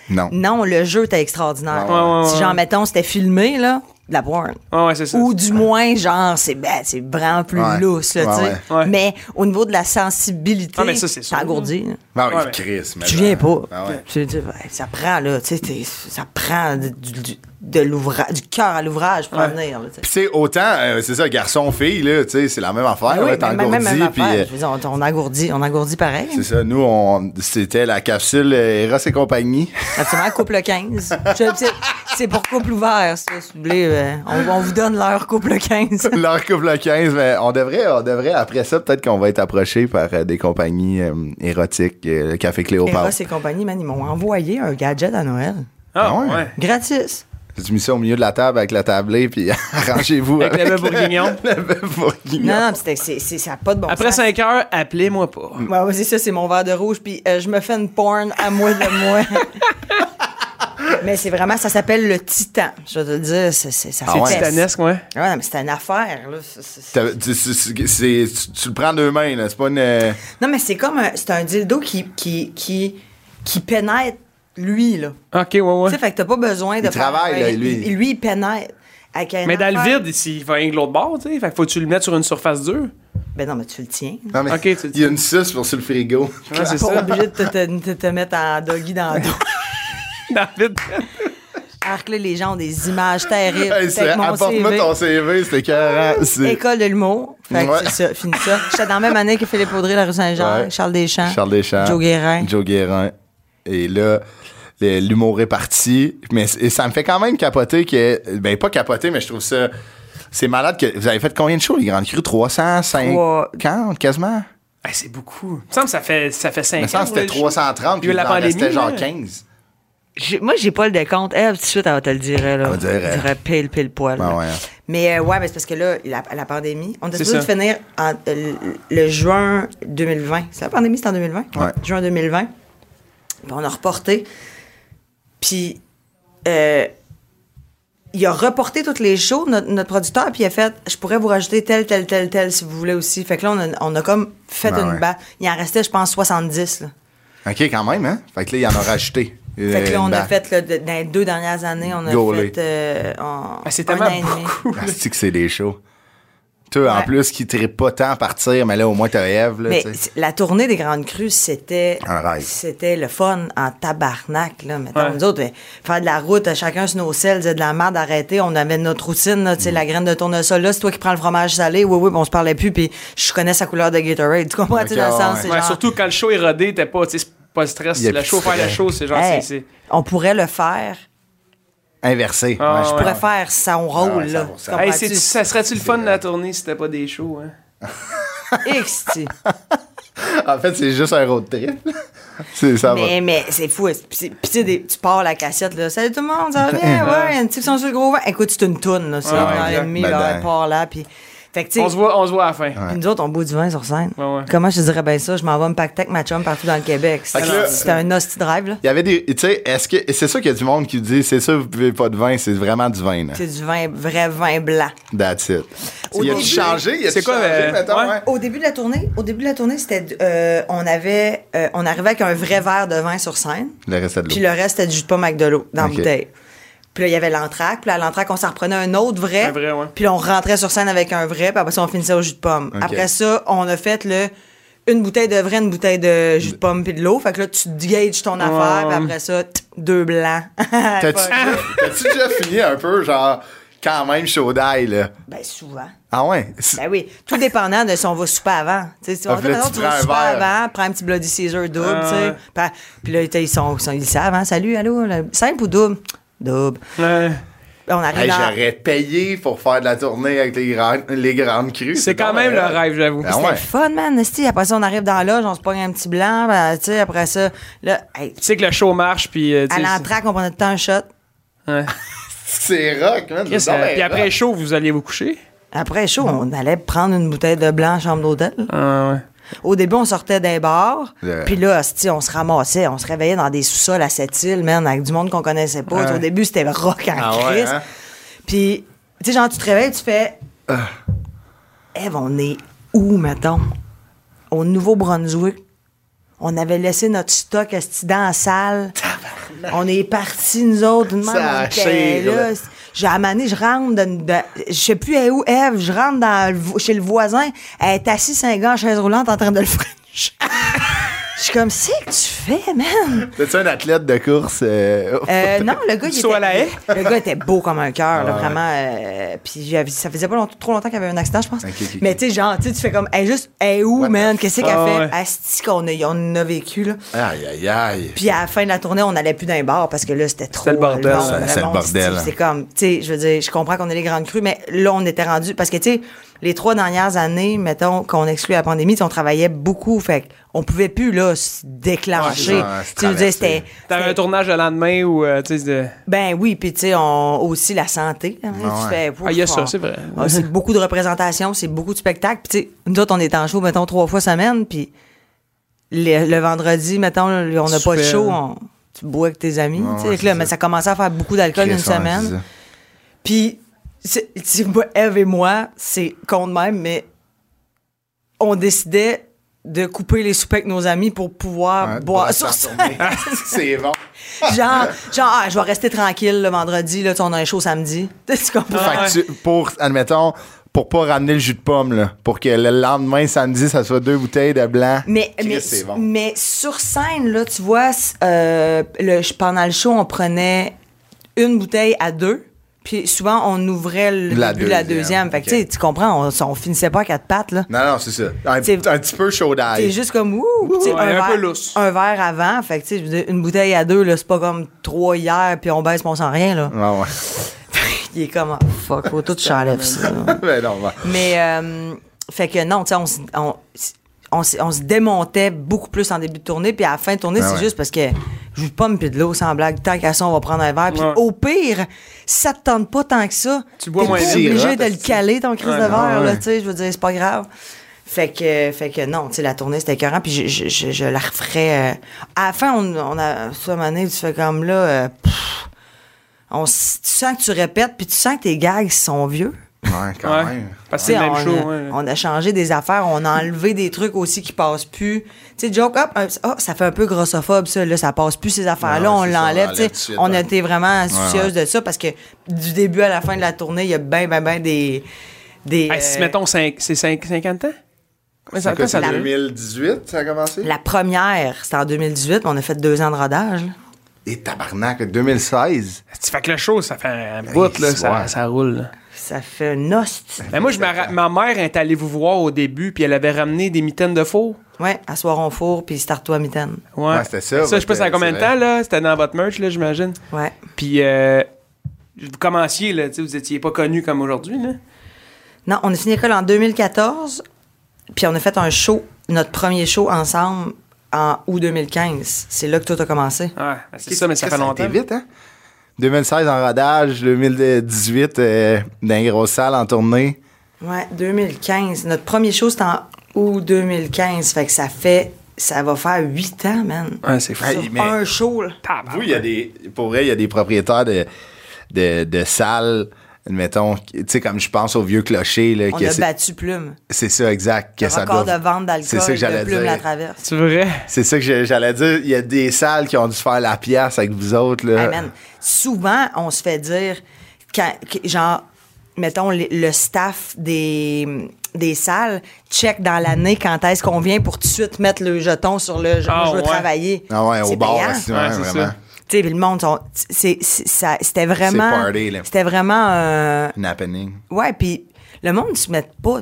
S1: Non.
S4: Non, le jeu était extraordinaire.
S1: Ouais, ouais,
S2: ouais,
S4: si,
S2: ouais.
S4: genre, mettons, c'était filmé, là, de la porn.
S2: Ah ouais, c'est ça.
S4: Ou du moins, genre, c'est ben, c'est vraiment plus
S1: Ouais.
S4: lousse, là,
S1: Ouais,
S4: tu sais.
S1: ouais.
S2: Ouais.
S4: Mais au niveau de la sensibilité,
S2: Ah, mais ça, c'est sûr.
S4: engourdi. là.
S1: Ben oui,
S2: Ouais, mais-
S1: Chris, mais
S4: Tu viens pas.
S1: ben- ben ouais.
S4: Tu- tu- ben, ça prend, là, tu sais, t'es- ça prend du, du- de l'ouvrage, du cœur à l'ouvrage pour en venir, là, tu sais.
S1: Puis c'est autant, euh, c'est ça, garçon-fille, là, tu sais, c'est la même affaire,
S4: Ben oui,
S1: ouais,
S4: mais même- même
S1: t'engourdis, puis...
S4: affaire.
S1: euh,
S4: Je veux dire, on, on engourdit, on engourdit pareil.
S1: C'est ça, nous, on, c'était la capsule euh, Eros et compagnie.
S4: Absolument, couple 15. Je- c'est- C'est pour couple ouvert, ça, si vous voulez. euh, On, on vous donne leur couple 15.
S1: Leur couple à 15, mais on devrait, on devrait, après ça, peut-être qu'on va être approché par euh, des compagnies euh, érotiques, euh, le Café Cléopâtre.
S4: Eros et compagnie, man, ils m'ont envoyé un gadget à Noël.
S2: Ah
S1: Ah ouais.
S2: ouais.
S4: Gratis.
S1: Tu mets ça au milieu de la table avec la tablée, puis arrangez-vous
S2: Avec le bœuf
S1: le-
S2: bourguignon.
S1: le bœuf bourguignon.
S4: Non, non, c'était- c'est- c'est- ça n'a pas de bon
S2: Après
S4: sens.
S2: 5 heures, appelez-moi pas.
S4: Ouais, ouais, c'est ça, c'est mon verre de rouge, puis euh, je me fais une porn à moi de moi. mais c'est vraiment, ça s'appelle le titan. Je vais te le dire, c'est, c'est- ça
S1: Ah
S4: fait
S1: ouais.
S4: peste.
S2: Titanesque, ouais.
S4: Ouais, mais c'est une affaire, là. C'est- c'est-
S1: T'as- Tu, tu- tu- c'est- tu- tu le prends deux mains, là, c'est pas une... euh,
S4: Non, mais c'est comme un, c'est un dildo qui, qui, qui, qui pénètre lui, là.
S2: Ok, ouais, ouais.
S4: Tu sais, fait que t'as pas besoin de
S1: Il travaille, là, lui.
S4: il- Lui, il pénètre. Avec un
S2: Mais dans le
S4: affaire-
S2: vide, il va rien que l'autre bord, tu sais. Fait que faut que tu le mettes sur une surface dure.
S4: Ben non, mais tu le tiens.
S1: Non, mais
S2: Ok, tu-
S1: il y a une suce pour sur le frigo.
S2: Ouais, c'est
S4: Pas
S2: ça.
S4: obligé de te, te- te- te mettre en doggy dans le dos.
S2: Dans le vide.
S4: Arc, là, les gens ont des images terribles.
S1: Hey, c'est-
S4: Fait que mon Ah,
S1: Apporte-moi
S4: CV.
S1: ton CV, c'était carré. C'est
S4: École de l'humour. Fait que
S1: Ouais.
S4: c'est ça, fini ça. J'étais dans la même année que Philippe Audrey, la rue Saint-Jean,
S1: Ouais.
S4: Charles Deschamps.
S1: Charles Deschamps.
S4: hein. Joe Guérin.
S1: Joe Guérin. Et là, le- l'humour est parti. Mais c- et ça me fait quand même capoter que. Ben, pas capoter, mais je trouve ça. C'est malade que. Vous avez fait combien de shows, les Grandes Crues 350 quasiment
S2: Ah, c'est beaucoup. Il me semble que ça fait, ça fait 5
S1: Mais ça, c'était 330.
S2: Il
S1: Puis
S2: y a eu la
S1: il en restait
S2: pandémie,
S1: genre
S2: là.
S1: 15.
S4: J'ai- Moi, j'ai pas le décompte. Elle, tout de suite, elle va te le dire. Là.
S1: va dire,
S4: Elle
S1: euh,
S4: dirait pile, pile poil.
S1: Ben
S4: là.
S1: ouais.
S4: Mais euh, ouais, mais c'est parce que là, la, la pandémie, on a
S2: C'est
S4: décidé de
S2: ça.
S4: finir en, euh, le, le juin 2020. C'est la pandémie, c'était en 2020?
S1: Ouais.
S4: Juin 2020. Puis on a reporté. Puis euh, il a reporté toutes les shows, notre, notre producteur, puis il a fait « Je pourrais vous rajouter tel, tel, tel, tel, si vous voulez aussi. » Fait que là, on a, on a comme fait
S1: Ben
S4: une
S1: ouais.
S4: ba- Il en restait, je pense, 70, là.
S1: OK, quand même, hein? Fait que là, il y en a rajouté.
S4: Fait que
S1: Euh,
S4: là, on
S1: une
S4: a
S1: barre.
S4: fait, là, de- dans les deux dernières années, on a
S1: Gaulé.
S4: fait euh, en-
S2: Ah, c'est
S4: un
S2: tellement
S4: an et demi.
S1: Ah, c'est que c'est des shows. Toi, en
S4: Ouais.
S1: plus, qui ne pas tant à partir, mais là, au moins, t'as Eve. Là,
S4: Mais
S1: tu sais.
S4: c'est- la tournée des Grandes Crues, c'était
S1: Un rêve.
S4: c'était le fun en tabarnak. Là. Mettons,
S2: Ouais.
S4: nous autres, ben, faire de la route, chacun sur nos selles, c'est de la merde arrêtée. On avait notre routine, là, tu sais, la
S1: Mm.
S4: graine de tournesol, là, c'est toi qui prends le fromage salé. Oui, oui, ben, on se parlait plus, puis je connais sa couleur de Gatorade. Tu comprends, tu sais,
S1: Ok,
S4: dans le
S1: ouais,
S4: sens,
S1: ouais.
S4: c'est
S2: Ouais,
S4: genre,
S2: Surtout quand le show est rodé, t'es pas, tu sais, c'est pas le stress.
S1: Il y a
S2: Le
S1: plus
S2: show,
S1: de
S2: faire le
S1: stress.
S2: show, c'est genre.
S4: hey,
S2: c'est- c'est-
S4: on pourrait le faire,
S1: Inversé.
S2: Ah,
S1: Ouais, je
S2: ouais.
S4: on pourrait faire son rôle,
S1: Ah, ouais,
S4: là.
S1: 100%.
S2: Hey,
S4: Comprends-tu?
S2: c'est- ça serait-tu le fun de la tournée si c'était pas des shows, hein?
S4: X, tu sais.
S1: En fait, c'est juste un road trip. c'est ça.
S4: Mais, mais c'est fou. c'est- Puis, c'est- puis tu sais, des- tu pars la cassette, là. Salut tout le monde, ça va bien? Ouais, une petite sont sur le gros vent. Écoute, c'est une toune, là. C'est
S2: Ouais,
S4: une heure
S2: exact.
S4: et demie,
S1: Ben,
S4: là.
S1: ben.
S4: Elle part là. Puis, fait que, tu sais,
S2: On se voit, on se voit à la fin.
S4: puis nous autres, on boit du vin sur scène.
S2: Ouais, ouais.
S4: Comment je te dirais bien ça? Je m'en vais me pacter avec ma chum partout dans le Québec. C'est
S1: Fait que là-
S4: c'est un hostie drive, là.
S1: Il y avait des. Tu sais, est-ce que. C'est ça qu'il y a du monde qui dit, c'est sûr, vous buvez pas de vin, c'est vraiment du vin, là.
S4: C'est du vin, vrai vin blanc.
S1: That's it.
S4: Au
S1: Il y a
S4: début-
S1: changé, il y a
S2: C'est quoi,
S1: changé,
S2: euh,
S1: mettons, hein?
S2: ouais?
S1: ouais.
S4: Au début de la tournée, au début de la tournée, c'était euh, on avait euh, on arrivait avec un vrai verre de vin sur scène.
S1: Le reste de
S4: Puis
S1: l'eau.
S4: le reste, c'était du jus de pomme avec de l'eau dans
S1: Ok.
S4: la bouteille. Puis là, il y avait l'entraque. Puis là, à l'entraque, on s'en reprenait un autre vrai.
S2: Un vrai, ouais.
S4: Puis là, on rentrait sur scène avec un vrai. Puis après ça, on finissait au jus de pomme.
S1: Ok.
S4: Après ça, on a fait le une bouteille de vrai, une bouteille de jus de pomme puis de l'eau. Fait que là, tu te gages ton affaire. Puis après ça, t- deux blancs.
S1: T'as-tu t'as-tu déjà fini un peu, genre, quand même chaud d'ail, là?
S4: ben souvent.
S1: Ah ouais? C'est-
S4: Ben oui, tout dépendant de si on va souper avant. Tu sais, si on
S1: Ah,
S4: va
S1: puis là, tu
S4: tu
S1: prends
S4: vas
S1: un
S4: souper
S1: verre.
S4: avant, prends un petit Bloody Caesar double,
S2: Ah,
S4: tu sais.
S2: ouais.
S4: Pa- Puis là, ils sont, ils sont- ils le savent, hein. Salut, allô, là, simple ou double? Double.
S2: Ouais.
S4: On arrive
S1: Hey,
S4: dans-
S1: J'aurais payé pour faire de la tournée avec les, grands- les grandes crues.
S2: C'est quand
S1: bon,
S2: même le
S1: hein?
S2: rêve, j'avoue.
S1: Ah
S4: C'était
S1: ouais.
S4: le fun, man. esti. Après ça, on arrive dans la loge, on se pogne un petit blanc. ben, tu sais, après ça, là, hey,
S2: Tu sais que le show marche, puis. euh, tu
S4: à
S2: sais,
S4: l'entraque, on prenait tout le temps un shot.
S2: c'est- ouais.
S1: C'est rock, man.
S2: Chris,
S1: c'est donc
S2: euh,
S1: bien
S2: puis après
S1: rock.
S2: chaud, vous alliez vous coucher?
S4: Après chaud, on allait prendre une bouteille de blanc en chambre d'hôtel.
S2: Ah, ouais.
S4: Au début, on sortait des bars.
S1: Ouais.
S4: Puis là, hostie, on se ramassait. On se réveillait dans des sous-sols à cette île, man, avec du monde qu'on connaissait pas. Au début, c'était le rock en
S1: Ah ouais,
S4: crise.
S1: hein? Euh.
S4: Puis, tu sais, genre, tu te réveilles, tu fais. Eve, on est où, mettons? Au Nouveau-Brunswick. On avait laissé notre stock esti, dans la salle. On est partis, nous autres. Une
S1: Ça
S4: on était
S1: achire,
S4: là.
S1: là.
S4: J'ai amené, je rentre dans- dans- je sais plus elle est où Eve, je rentre dans le vo- chez le voisin, elle est assise sur un gars en chaise roulante en train de le french. Je suis comme, c'est que tu fais, man?
S1: T'es-tu un athlète de course? euh,
S4: Euh, non, le gars, il
S2: Saut à
S4: était,
S2: la haie?
S4: le gars était beau comme un cœur, là, vraiment. euh, puis j'avais- ça faisait pas longtemps- trop longtemps qu'il y avait un accident, je pense.
S1: Ok, ok, ok.
S4: Mais tu sais, genre, tu sais, tu fais comme, hey, juste, hey, où,
S1: What
S4: man? Qu'est-ce qu'elle
S2: Ah,
S4: fait?
S2: ouais.
S4: Asti qu'on a, on a vécu, là.
S1: Aïe, aïe, aïe.
S4: Puis à la fin de la tournée, on n'allait plus dans les bars parce que là, c'était trop.
S2: C'était le bordel.
S4: monde,
S1: C'est- c'est le
S4: monde,
S1: bordel.
S4: C'est comme, tu sais, je veux dire, je comprends qu'on est les grandes crues, mais là, on était rendu parce que, tu sais, les trois dernières années, mettons, qu'on exclut la pandémie, tu sais, on travaillait beaucoup. Fait qu'on pouvait plus, là, se déclencher.
S1: Ouais, ouais, se
S4: tu sais, je veux
S1: traverser.
S4: dire, c'était.
S2: T'avais un tournage le lendemain où, euh, tu sais, de-
S4: Ben oui, puis tu sais, on aussi la santé. hein, tu fais,
S2: Ah, il y a
S4: ouf,
S2: ça,
S4: on-
S2: c'est vrai.
S4: ah, c'est beaucoup de représentations, c'est beaucoup de spectacles. Puis tu sais, nous autres, on est en show, mettons, trois fois semaine, puis le, le vendredi, mettons, là, on n'a pas de
S2: Super.
S4: show, on- tu bois avec tes amis. tu sais,
S1: ouais,
S4: fait que là,
S1: c'est
S4: mais
S1: ça.
S4: ça commençait à faire beaucoup d'alcool une
S1: Qu'est-ce qu'on
S4: semaine.
S1: disait?
S4: Puis, c'est- c'est moi, Eve et moi, c'est con de même, mais on décidait de couper les soupers avec nos amis pour pouvoir
S1: Ouais,
S4: boire
S1: bon,
S4: sur
S1: ça
S4: scène.
S1: tournait. C'est bon.
S4: genre, genre ah, je vais rester tranquille le vendredi, là, tu sais, on a un show samedi. Tu comprends?
S1: Fait
S2: ouais.
S1: que tu- pour, admettons, pour pas ramener le jus de pomme, là, pour que le lendemain, samedi, ça soit deux bouteilles de blanc.
S4: Mais,
S1: Chris,
S4: mais,
S1: c'est bon.
S4: mais sur scène, là, tu vois, c- euh, le, pendant le show, on prenait une bouteille à deux. Puis souvent, on ouvrait le
S1: La
S4: début de la
S1: deuxième,
S4: deuxième. Fait que
S1: ok.
S4: tu sais, tu comprends, on, on finissait pas à quatre pattes. Là.
S1: Non, non, c'est ça. Un,
S4: C'est-
S1: un petit peu chaud
S4: T'es
S1: d'ail.
S4: juste comme ouh, puis tu sais,
S2: Ouais, un peu lousse.
S4: un verre avant. Fait que tu sais, je veux dire, une bouteille à deux, là, c'est pas comme trois hier, puis on baisse, puis on sent rien. Là.
S1: Ah ouais.
S4: Il est comme Ah, fuck, faut tout que j'enlève ça.
S1: Ben non, ben.
S4: Mais, euh, fait que non, tu sais, on, s- on, s- on, s- on se démontait beaucoup plus en début de tournée, puis à la fin de tournée,
S1: Ah
S4: c'est
S1: ouais.
S4: juste parce que je vous pomme puis de l'eau sans blague. Tant qu'à ça, on va prendre un verre. Puis
S2: Ouais.
S4: au pire, si ça te tente pas tant que ça,
S2: Tu bois
S4: t'es
S2: moins
S4: pas
S1: vite.
S4: obligé de
S1: Parce
S4: le
S1: que-
S4: caler, ton crise
S2: Ouais,
S4: de verre,
S1: ouais.
S4: là, tu sais, je veux dire, c'est pas grave. Fait que, fait que non, tu sais, la tournée, c'était écœurant, puis je, je, je, je la referais. euh, À la fin, on, on a, ça, à un moment donné, tu fais comme là, euh, pff, on, s- tu sens que tu répètes, puis tu sens que tes gags sont vieux.
S1: Ouais, quand
S2: Ouais.
S1: même.
S2: Parce que c'est le même
S4: T'sais,
S2: show.
S4: on, a,
S2: ouais.
S4: on a changé des affaires, on a enlevé des trucs aussi qui passent plus. Tu sais, joke, hop, un- ah, ça fait un peu grossophobe, ça, là, ça passe plus ces affaires-là,
S1: Ouais,
S4: on
S1: c'est ça, on l'enlève
S4: l'enlève. tu sais.
S1: tout de suite,
S4: on
S2: hein.
S1: ouais.
S4: était vraiment soucieuse de ça parce que du début à la fin de la tournée, il y a ben, ben, ben des. des
S2: Hey, si,
S4: euh,
S2: mettons, cinq- c'est cinq- 50 ans? Mais ça,
S1: C'est quoi,
S2: ça
S1: c'est
S2: dure.
S1: 2018, ça a commencé?
S4: la première, c'était en 2018, mais on a fait deux ans de rodage. là.
S1: Et tabarnak, 2016.
S2: Tu fais que le show, ça fait un bout, là,
S1: c'est
S2: ça,
S1: ouais.
S2: ça roule. là.
S4: Ça fait un host.
S2: Ben, moi, je me ra- ma mère est allée vous voir au début, puis elle avait ramené des mitaines de faux.
S4: Ouais, asseoir en four, puis start-toi mitaine.
S1: Ouais, c'était ça,
S2: Ça, je sais pas,
S1: votre-
S2: ça a combien de
S1: c'est vrai.
S2: temps, là? C'était dans votre merch, là, j'imagine.
S4: Ouais.
S2: Puis, euh, vous commenciez, là, tu sais, vous étiez pas connu comme aujourd'hui, là.
S4: Non, on a fini l'école en 2014, puis on a fait un show, notre premier show ensemble en août 2015. C'est là que tout a commencé.
S2: Ouais, ben, c'est ça, mais ça fait
S1: a été
S2: longtemps.
S1: vite, hein? 2016 en rodage, 2018 euh, dans une grosse salle en tournée.
S4: Ouais, 2015. Notre premier show, c'était en août 2015. Fait que ça fait. Ça va faire huit ans, man.
S2: Ouais, c'est fou.
S1: Hey,
S4: Sur
S1: mais-
S4: un show, là.
S2: Ah, ben
S1: Vous, il y a des. Pour vrai, il y a des propriétaires de, de, de salles, mettons, tu sais, comme je pense au vieux clocher, là.
S4: On
S1: que
S4: a
S1: c'est-
S4: battu Plume.
S1: C'est ça, exact. Que
S4: Le
S1: ça
S4: record
S1: doit-
S4: de vente
S1: C'est
S4: d'alcool
S1: ça que
S4: de
S1: j'allais
S4: Plume
S1: dire.
S4: la traverse.
S2: C'est vrai.
S1: C'est ça que j'ai- j'allais dire. Il y a des salles qui ont dû faire la pièce avec vous autres, là.
S4: Hey, man, Souvent, on se fait dire, quand, que- genre, mettons, le, le staff des, des salles check dans l'année quand est-ce qu'on vient pour tout de suite mettre le jeton sur le genre,
S2: Ah,
S4: je veux
S2: ouais.
S4: travailler.
S1: Ah ouais,
S4: C'est
S1: au bar,
S4: payant.
S1: assis, ouais,
S2: Ouais, c'est
S1: vraiment.
S2: ça.
S4: Tu sais, puis le monde, sont- c'est- c'est- ça- c'était vraiment.
S1: party, là.
S4: C'était vraiment. euh,
S1: Un happening.
S4: ouais, puis. le monde se met pas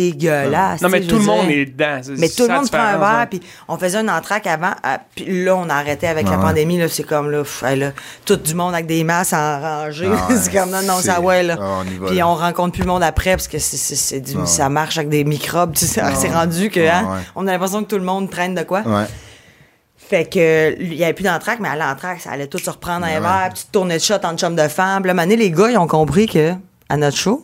S4: dégueulasse.
S2: Non, mais
S4: tu sais,
S2: tout
S4: je
S2: le
S4: veux
S2: monde
S4: dire.
S2: est dedans. C'est-
S4: Mais tout
S2: ça
S4: le monde
S2: la
S4: prend un
S2: différence,
S4: verre,
S2: hein.
S4: puis on faisait un entraque avant, ah, puis là, on a arrêté avec la
S1: Ouais.
S4: pandémie, là, c'est comme, là, pff, hey, là, tout du monde avec des masses en rangée,
S1: Ah ouais,
S4: c'est comme, non, non,
S1: c'est-
S4: ça, ouais, là.
S1: Ah, on y va,
S4: puis
S1: là.
S4: on rencontre plus le monde après, parce que c'est, c'est- c'est du-
S1: ouais.
S4: ça marche avec des microbes, tu sais, c'est rendu que,
S1: Ah
S4: hein,
S1: ouais.
S4: on a l'impression que tout le monde traîne de quoi.
S1: Ouais.
S4: Fait que, il y avait plus d'entraque, mais à l'entraque, ça allait tout se reprendre un verre, puis tu te tournais de shot en chum de femme, puis là, mané, les gars, ils ont compris que, à notre show,